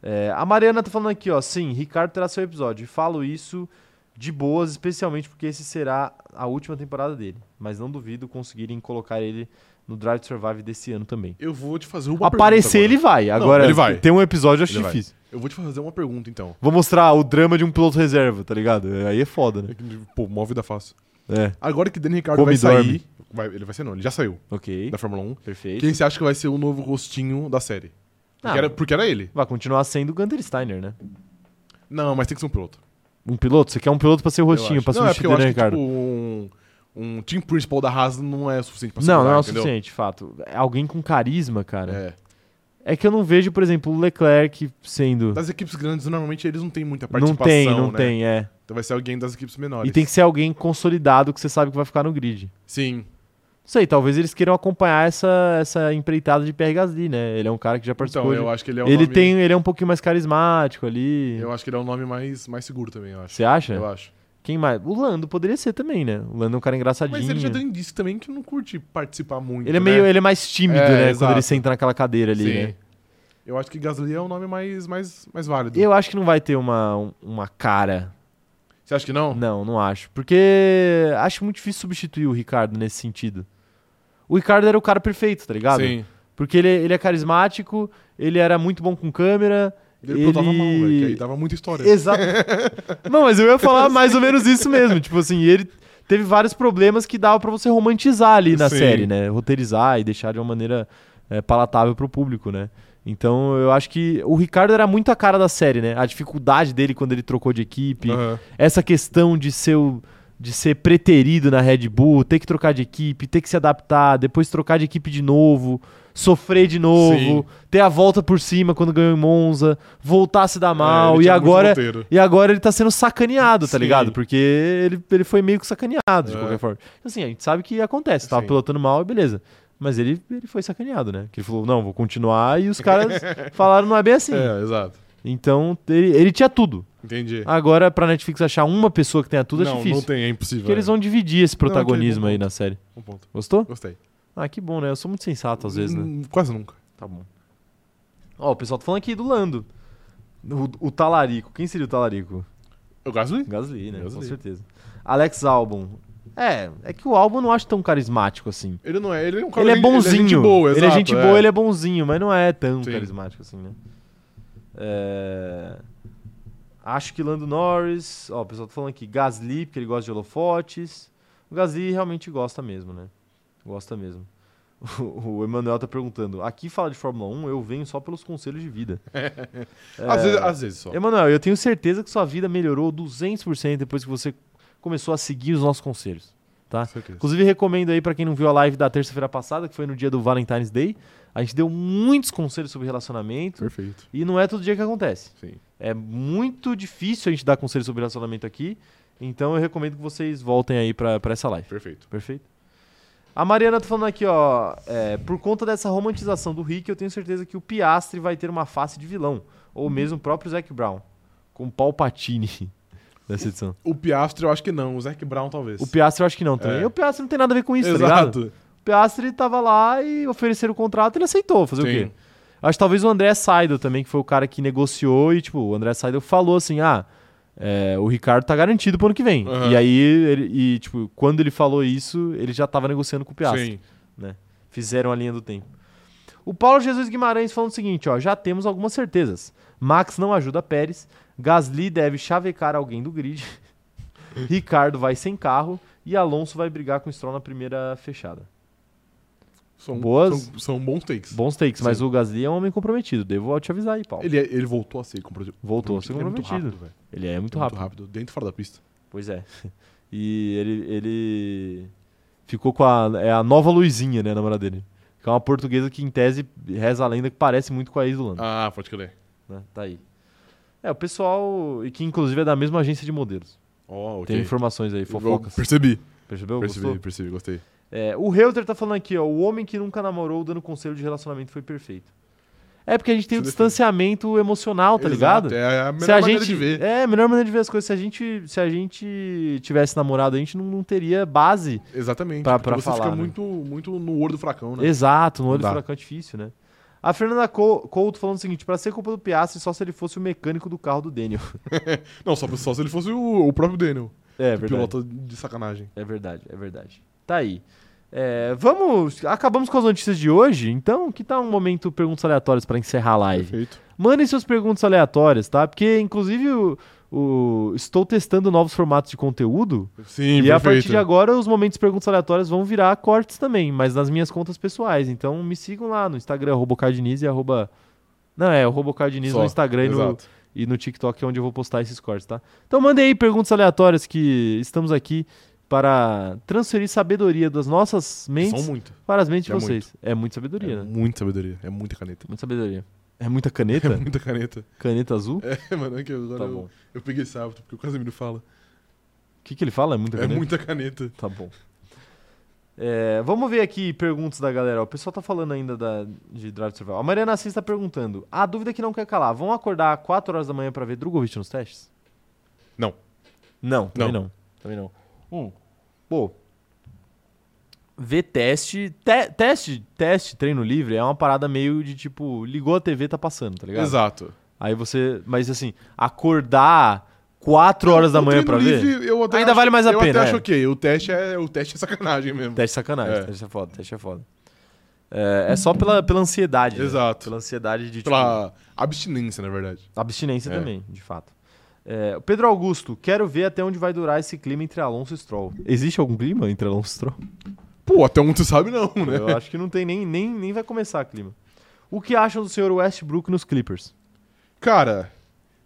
S1: É, a Mariana tá falando aqui, ó. Sim, Ricardo terá seu episódio. E Falo isso de boas, especialmente porque esse será a última temporada dele. Mas não duvido conseguirem colocar ele no Drive to Survive desse ano também.
S2: Eu vou te fazer uma
S1: Aparecer ele
S2: pergunta
S1: vai.
S2: Não,
S1: Agora,
S2: ele vai.
S1: ter um episódio eu acho
S2: Ele vai.
S1: difícil.
S2: agora. Eu vou te fazer uma pergunta, então.
S1: Vou mostrar o drama de um piloto reserva, tá ligado? Aí é foda, né?
S2: Pô, mó vida fácil.
S1: É.
S2: Agora que Daniel Ricardo
S1: Come
S2: vai
S1: e
S2: sair... vai- ele vai ser não, ele já saiu
S1: Ok.
S2: da Fórmula 1.
S1: Perfeito.
S2: Quem você acha que vai ser o novo rostinho da série?
S1: Ah,
S2: Porque, era, porque era ele.
S1: Vai continuar sendo o Gunter Steiner, né?
S2: Não, mas tem que ser um piloto.
S1: Um piloto? Você quer um piloto pra ser o
S2: eu
S1: rostinho,
S2: acho.
S1: pra
S2: não, é porque
S1: substituir o
S2: eu acho
S1: Daniel
S2: que,
S1: Ricardo?
S2: tipo, um, um team principal da Haas não é suficiente pra
S1: não,
S2: segurar,
S1: não é o
S2: entendeu?
S1: suficiente, de fato. É Alguém com carisma, cara.
S2: É.
S1: É. que eu não vejo, por exemplo, o Leclerc sendo.
S2: Das equipes grandes, normalmente eles não têm muita
S1: Não
S2: participação,
S1: tem, não
S2: né?
S1: tem, é.
S2: Então vai ser alguém das equipes menores.
S1: E tem que ser alguém consolidado que você sabe que vai ficar no grid.
S2: Sim.
S1: Não sei, talvez eles queiram acompanhar essa, essa empreitada de Pierre Gasly, né? Ele é um cara que já
S2: Então,
S1: participou.
S2: eu
S1: de-
S2: acho que ele é um
S1: ele,
S2: nome...
S1: tem, ele é um pouquinho mais carismático ali.
S2: Eu acho que ele é um nome mais, mais seguro também, eu acho.
S1: Você acha?
S2: Eu acho.
S1: Quem mais? O Lando poderia ser também, né? O Lando é um cara engraçadinho.
S2: Mas ele já deu indício também que não curte participar muito,
S1: Ele é meio,
S2: né?
S1: ele é mais tímido,
S2: É,
S1: né? Quando
S2: exato.
S1: ele senta naquela cadeira ali,
S2: Sim.
S1: né?
S2: Eu acho que Gasly é um nome mais, mais, mais válido.
S1: Eu acho que não vai ter uma, um- uma cara.
S2: Você acha que não?
S1: Não, não acho. Porque acho muito difícil substituir o Ricardo nesse sentido. O Ricardo era o cara perfeito, tá ligado?
S2: Sim.
S1: Porque ele, ele é carismático, ele era muito bom com câmera.
S2: Ele, pilotava mal, velho, que aí
S1: ele...
S2: dava muita história.
S1: Exato. não, mas eu ia falar mais ou menos isso mesmo. Tipo assim, ele teve vários problemas que dava pra você romantizar ali na
S2: Sim.
S1: série, né? Roteirizar e deixar de uma maneira é, palatável pro público, né? Então eu acho que o Ricardo era muito a cara da série, né? A dificuldade dele quando ele trocou de equipe,
S2: Aham. É,
S1: essa questão de ser, o- de ser preterido na Red Bull, ter que trocar de equipe, ter que se adaptar, depois trocar de equipe de novo, sofrer de novo,
S2: Sim.
S1: ter a volta por cima quando ganhou em Monza, voltar a se dar
S2: É,
S1: mal, e
S2: ele tinha muito
S1: agora
S2: roteiro.
S1: e agora ele tá sendo sacaneado, tá
S2: Sim.
S1: ligado? Porque ele, ele foi meio que sacaneado, de
S2: É.
S1: qualquer forma. Assim, a gente sabe que acontece, tava
S2: Sim.
S1: pilotando mal e beleza. Mas ele, ele foi sacaneado, né? Que ele falou, não, vou continuar, e os caras falaram, não é bem assim.
S2: É, exato.
S1: Então, ele, ele tinha tudo.
S2: Entendi.
S1: Agora, pra Netflix achar uma pessoa que tenha Ah, tudo
S2: não,
S1: é difícil.
S2: Não tem, é impossível.
S1: porque eles vão dividir esse
S2: aquele
S1: protagonismo
S2: bom
S1: aí na série.
S2: é. Um ponto.
S1: Gostou?
S2: Gostei.
S1: Ah, que bom, né? Eu sou muito sensato às vezes, né?
S2: Hum, Quase nunca.
S1: Tá bom. Ó, o pessoal tá falando aqui do Lando. O, o Talarico. Quem seria o Talarico?
S2: Eu gasto
S1: Gasly, né? Com
S2: Gasly.
S1: certeza. Alex Albon. É, é que o Albon eu não acho tão carismático assim.
S2: Ele não é, ele é um cara
S1: Ele é
S2: gente-
S1: bonzinho.
S2: Ele é gente boa, exato,
S1: ele é gente boa, ele é bonzinho, mas não é tão
S2: Sim.
S1: carismático assim, né? É, Acho que Lando Norris. Ó, o pessoal tá falando aqui Gasly, porque ele gosta de holofotes. O Gasly realmente gosta mesmo, né? Gosta mesmo. O o Emanuel tá perguntando: aqui fala de Fórmula 1, eu venho só pelos conselhos de vida. É.
S2: Às, vezes, às vezes só.
S1: Emanuel, eu tenho certeza que sua vida melhorou 200% depois que você começou a seguir os nossos conselhos. Tá?
S2: Certeza.
S1: Inclusive, recomendo aí pra quem não viu a live da terça-feira passada, que foi no dia do Valentine's Day. A gente deu muitos conselhos sobre relacionamento
S2: Perfeito.
S1: e não é todo dia que acontece.
S2: Sim.
S1: É muito difícil a gente dar conselho sobre relacionamento aqui, então eu recomendo que vocês voltem aí pra pra essa live.
S2: Perfeito.
S1: Perfeito? A Mariana tá falando aqui, ó. é, por conta dessa romantização do Rick, eu tenho certeza que o Piastri vai ter uma face de vilão.
S2: Uhum.
S1: Ou mesmo o próprio Zac Brown. Com Palpatine nessa edição.
S2: O Piastri eu acho que não, o Zac Brown talvez.
S1: O Piastri eu acho que não também.
S2: É.
S1: O Piastri não tem nada a ver com isso, tá ligado?
S2: Exato.
S1: O Piastri tava lá e ofereceram o contrato, ele aceitou fazer o
S2: Sim.
S1: quê? Acho que talvez o André Seidel também, que foi o cara que negociou e, tipo, o André Seidel falou assim, ah, é, o Ricardo tá garantido pro ano que vem.
S2: Aham.
S1: E aí, ele, e, tipo, quando ele falou isso, ele já tava negociando com o Piastri.
S2: Sim.
S1: Fizeram a linha do tempo. O Paulo Jesus Guimarães falando o seguinte, ó, já temos algumas certezas. Max não ajuda Pérez, Gasly deve chavecar alguém do grid, Ricardo vai sem carro e Alonso vai brigar com o Stroll na primeira fechada.
S2: São,
S1: Boas.
S2: são, são bons takes.
S1: Bons takes,
S2: Sim.
S1: mas o Gasly é um homem comprometido, devo te avisar aí, Paulo.
S2: Ele, é- ele voltou a ser comprometido.
S1: Voltou a ser
S2: Ele é muito
S1: comprometido.
S2: rápido, velho.
S1: Ele é muito
S2: Muito
S1: rápido.
S2: rápido. Dentro e fora da pista.
S1: Pois é. E ele, ele ficou com a, é a nova Luizinha, né, a namorada dele. Que é uma portuguesa que, em tese, reza a lenda que parece muito com a ex do Lando.
S2: Ah, pode crer.
S1: né? Tá aí. É, o pessoal, e que inclusive é da mesma agência de modelos.
S2: Ó, Oh, ok.
S1: Tem informações aí,
S2: Eu
S1: fofocas.
S2: Percebi.
S1: Percebeu?
S2: percebi,
S1: Gostou?
S2: percebi, gostei.
S1: É, o Reuter tá falando aqui, ó. O homem que nunca namorou dando conselho de relacionamento foi perfeito. É porque a gente tem o
S2: Você define.
S1: distanciamento emocional, tá
S2: Exato,
S1: ligado?
S2: É a melhor
S1: Se a
S2: maneira
S1: gente,
S2: de ver.
S1: É, a melhor maneira de ver as coisas. Se a gente, se a gente tivesse namorado, a gente não, não teria base.
S2: Exatamente.
S1: Pra-
S2: porque
S1: pra
S2: você
S1: falar,
S2: fica
S1: né?
S2: muito, muito no olho do fracão, né?
S1: Exato, no olho do
S2: dá.
S1: furacão é difícil, né? A Fernanda Cou- Couto falando o seguinte: pra ser culpa do Piastri, só se ele fosse o mecânico do carro do Daniel.
S2: Não, só, só se ele fosse o, o próprio Daniel.
S1: É,
S2: que pilota de sacanagem.
S1: É verdade, é verdade. Tá aí. É, vamos. Acabamos com as notícias de hoje, então que tal um momento perguntas aleatórias pra encerrar a live?
S2: Perfeito.
S1: Mandem suas perguntas aleatórias, tá? Porque, inclusive, o, o- estou testando novos formatos de conteúdo.
S2: Sim,
S1: e
S2: perfeito.
S1: a partir de agora, os momentos perguntas aleatórias vão virar cortes também, mas nas minhas contas pessoais. Então me sigam lá no Instagram, robocardiniz e arroba. Não, é, o Robocardiniz
S2: Só,
S1: no Instagram e no,
S2: Exato.
S1: e no TikTok é onde eu vou postar esses cortes, tá? Então mandem aí perguntas aleatórias que estamos aqui para transferir sabedoria das nossas
S2: São
S1: mentes
S2: muito.
S1: para as mentes de
S2: É
S1: vocês. É muita sabedoria,
S2: É
S1: né?
S2: muita sabedoria. É muita caneta.
S1: Muita sabedoria. É muita caneta?
S2: Muita caneta.
S1: caneta azul?
S2: É, mano, é que agora
S1: tá
S2: eu,
S1: bom.
S2: eu peguei sábado, porque o Casemiro fala.
S1: O que, que ele fala? É muita
S2: É
S1: caneta?
S2: muita caneta.
S1: Tá bom. É, vamos ver aqui perguntas da galera. O pessoal tá falando ainda da, de Drive to Survival. A Mariana Assis tá perguntando. A dúvida é que não quer calar. Vão acordar 4 horas da manhã pra ver Drogovic nos testes?
S2: Não.
S1: Não, também não. Também não. Hum. Pô, ver teste... te- teste, teste, treino livre é uma parada meio de tipo... Ligou a TV, tá passando, tá ligado?
S2: Exato.
S1: Aí você... Mas assim, acordar 4 horas da
S2: O
S1: manhã
S2: treino
S1: pra ver...
S2: livre, um eu até
S1: Ainda
S2: acho-
S1: vale mais a
S2: Eu
S1: pena,
S2: até acho
S1: é.
S2: ok. O teste é, o teste é sacanagem mesmo.
S1: Teste sacanagem,
S2: É.
S1: teste é foda, teste é foda. É, é só pela, pela ansiedade. né?
S2: Exato.
S1: Pela ansiedade de tipo,
S2: Pela abstinência, na verdade.
S1: abstinência
S2: É.
S1: também, de fato. É, o Pedro Augusto, quero ver até onde vai durar esse clima entre Alonso e Stroll. Existe algum clima entre Alonso e Stroll?
S2: Pô, até onde tu sabe não, né?
S1: Eu acho que não tem, nem, nem, nem vai começar clima. O que acham do senhor Westbrook nos Clippers?
S2: Cara,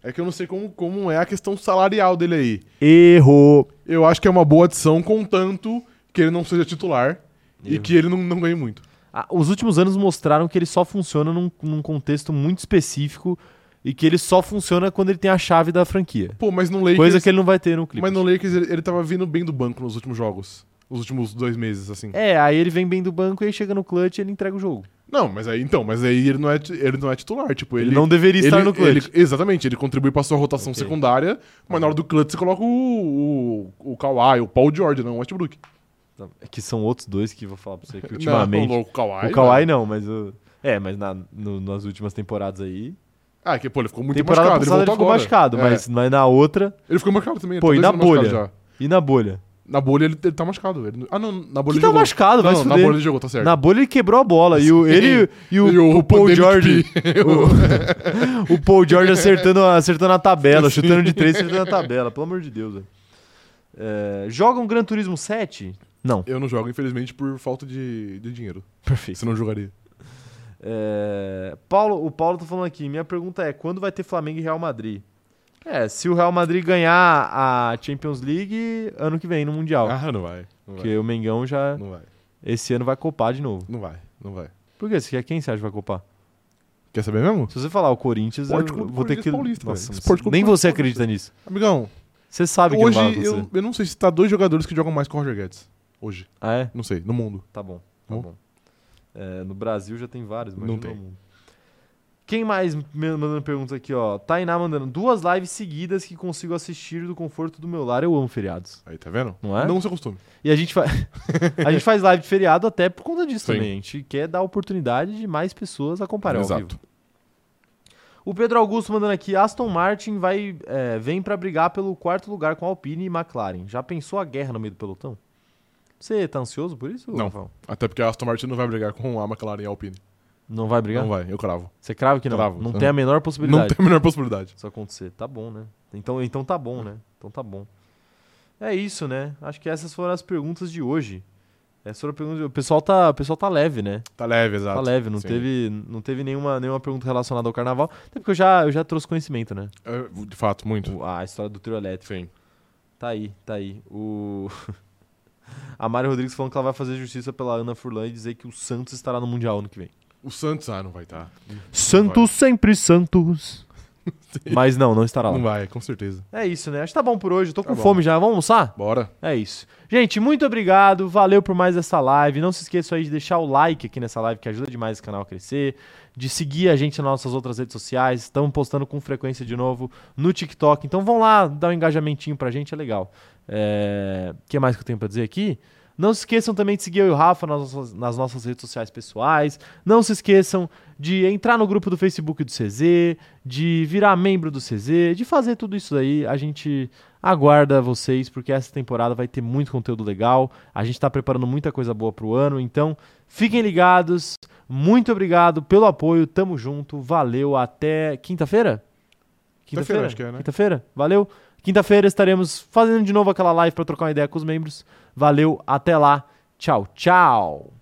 S2: é que eu não sei como, como é a questão salarial dele aí.
S1: Errou.
S2: Eu acho que é uma boa adição, contanto que ele não seja titular e
S1: Erro.
S2: que ele não, não ganhe muito.
S1: Ah, os últimos anos mostraram que ele só funciona num, num contexto muito específico e que ele só funciona quando ele tem a chave da franquia.
S2: Pô, mas no Lakers...
S1: Coisa que ele não vai ter no Clippers.
S2: Mas no Lakers ele, ele tava vindo bem do banco nos últimos jogos. Os últimos dois meses, assim.
S1: É, aí ele vem bem do banco e aí chega no clutch e ele entrega o jogo.
S2: Não, mas aí então, mas aí ele não é, ti- ele não é titular, tipo, ele...
S1: Ele, não deveria estar no clutch.
S2: ele- exatamente, ele contribui pra sua rotação
S1: Ok.
S2: secundária, mas na hora do clutch você coloca o, o, o Kawhi, o Paul George, não o Westbrook.
S1: Não, É que são outros dois que eu vou falar pra você que
S2: Não,
S1: ultimamente.
S2: o Kawhi. né?
S1: o Kawhi não, mas o. É, mas na- no- nas últimas temporadas aí.
S2: Ah, que, pô, ele ficou muito
S1: temporada
S2: machucado.
S1: passada ele
S2: voltou
S1: ficou
S2: agora.
S1: machucado,
S2: É.
S1: mas, mas na outra.
S2: Ele ficou machucado também. ele
S1: Pô,
S2: tá
S1: e
S2: dois
S1: na
S2: anos machucado
S1: bolha? E na bolha?
S2: Na bolha ele, ele tá machucado. Ele, não- ah, não, na bolha
S1: Que
S2: ele
S1: tá
S2: jogou.
S1: machucado, vai
S2: não,
S1: se
S2: na
S1: fuder.
S2: bolha ele jogou, tá certo.
S1: Na bolha ele quebrou a bola. E o, ele e o,
S2: E o
S1: o Paul
S2: Pandemic
S1: George.
S2: P.
S1: O, o Paul George acertando, a- acertando a tabela, chutando de três, acertando a tabela. Pelo amor de Deus, velho. É, joga um Gran Turismo 7? Não.
S2: Eu não jogo, infelizmente, por falta de, de dinheiro.
S1: Perfeito.
S2: Você não jogaria.
S1: É, Paulo, o Paulo tá falando aqui. Minha pergunta é: quando vai ter Flamengo e Real Madrid? É, se o Real Madrid ganhar a Champions League ano que vem no Mundial.
S2: Ah, não vai. Não vai.
S1: porque o Mengão já.
S2: Não vai.
S1: Esse ano vai copar de novo.
S2: Não vai. Não vai.
S1: Por quê? Você quer quem você acha que vai copar?
S2: Quer saber mesmo?
S1: Se você falar o Corinthians, eu
S2: Esporte Clube
S1: vou ter
S2: Corinthians
S1: que.
S2: Paulista,
S1: Nossa,
S2: velho. Esporte Clube
S1: nem
S2: Corinthians
S1: você acredita nisso.
S2: Amigão,
S1: Você sabe que
S2: hoje
S1: não vai acontecer.
S2: eu, eu não sei se tá dois jogadores que jogam mais que o Roger Guedes. Hoje.
S1: Ah, é?
S2: Não sei. No mundo.
S1: Tá bom. Tá
S2: Bom.
S1: bom. É, no Brasil já tem vários, mas
S2: Hum? Não
S1: no
S2: tem.
S1: mundo. Quem mais me- mandando perguntas aqui, ó? Tainá mandando duas lives seguidas que consigo assistir do conforto do meu lar. Eu amo feriados.
S2: Aí, tá vendo?
S1: Não é?
S2: Não se acostume.
S1: E a gente, fa... a gente faz live de feriado até por conta disso
S2: Sim.
S1: também. A gente quer dar oportunidade de mais pessoas acompanhar ao vivo.
S2: Exato.
S1: O Pedro Augusto mandando aqui, Aston Martin vai, é, vem pra brigar pelo quarto lugar com Alpine e McLaren. Já pensou a guerra no meio do pelotão? Você tá ansioso por isso?
S2: Não.
S1: Rafael? Não,
S2: Até porque a Aston Martin não vai brigar com a McLaren e a Alpine.
S1: vai brigar?
S2: Não vai, eu cravo.
S1: Você crava que não?
S2: Cravo.
S1: Não
S2: Uhum.
S1: tem a menor
S2: Não
S1: possibilidade
S2: tem a menor possibilidade.
S1: disso acontecer. Tá bom, né? Então, então tá bom, né? Então tá bom. É isso, né? Acho que essas foram as perguntas de hoje. Essas foram as perguntas de... O pessoal tá, o pessoal tá leve, né?
S2: Tá leve, exato.
S1: Tá leve, não
S2: Sim.
S1: teve, não teve nenhuma, nenhuma pergunta relacionada ao carnaval. Até porque eu já, eu já trouxe conhecimento, né?
S2: É, de fato, muito.
S1: O- a história do trio elétrico.
S2: Sim.
S1: Tá aí, tá aí. O... a Mário Rodrigues falando que ela vai fazer justiça pela Ana Furlan e dizer que o Santos estará no Mundial ano que vem.
S2: O Santos, ah, não vai estar.
S1: Santos sempre Santos. Mas não, não estará lá.
S2: Não vai, com certeza.
S1: É isso, né? Acho que tá bom por hoje. Eu tô com
S2: Tá bom.
S1: fome já. Vamos almoçar?
S2: Bora.
S1: É isso. Gente, muito obrigado. Valeu por mais essa live. Não se esqueça aí de deixar o like aqui nessa live, que ajuda demais esse canal a crescer. De seguir a gente nas nossas outras redes sociais. Estamos postando com frequência de novo no TikTok. Então vão lá dar um engajamentinho pra gente, é legal. É, O que mais que eu tenho pra dizer aqui? Não se esqueçam também de seguir eu e o Rafa nas nossas, nas nossas redes sociais pessoais. Não se esqueçam de entrar no grupo do Facebook do CZ, de virar membro do CZ, de fazer tudo isso aí. A gente aguarda vocês, porque essa temporada vai ter muito conteúdo legal. A gente está preparando muita coisa boa pro ano, então fiquem ligados. Muito obrigado pelo apoio, tamo junto, valeu, até quinta-feira?
S2: Quinta-feira, acho que é, né?
S1: Quinta-feira, valeu. Quinta-feira estaremos fazendo de novo aquela live para trocar uma ideia com os membros. Valeu, até lá. Tchau, tchau.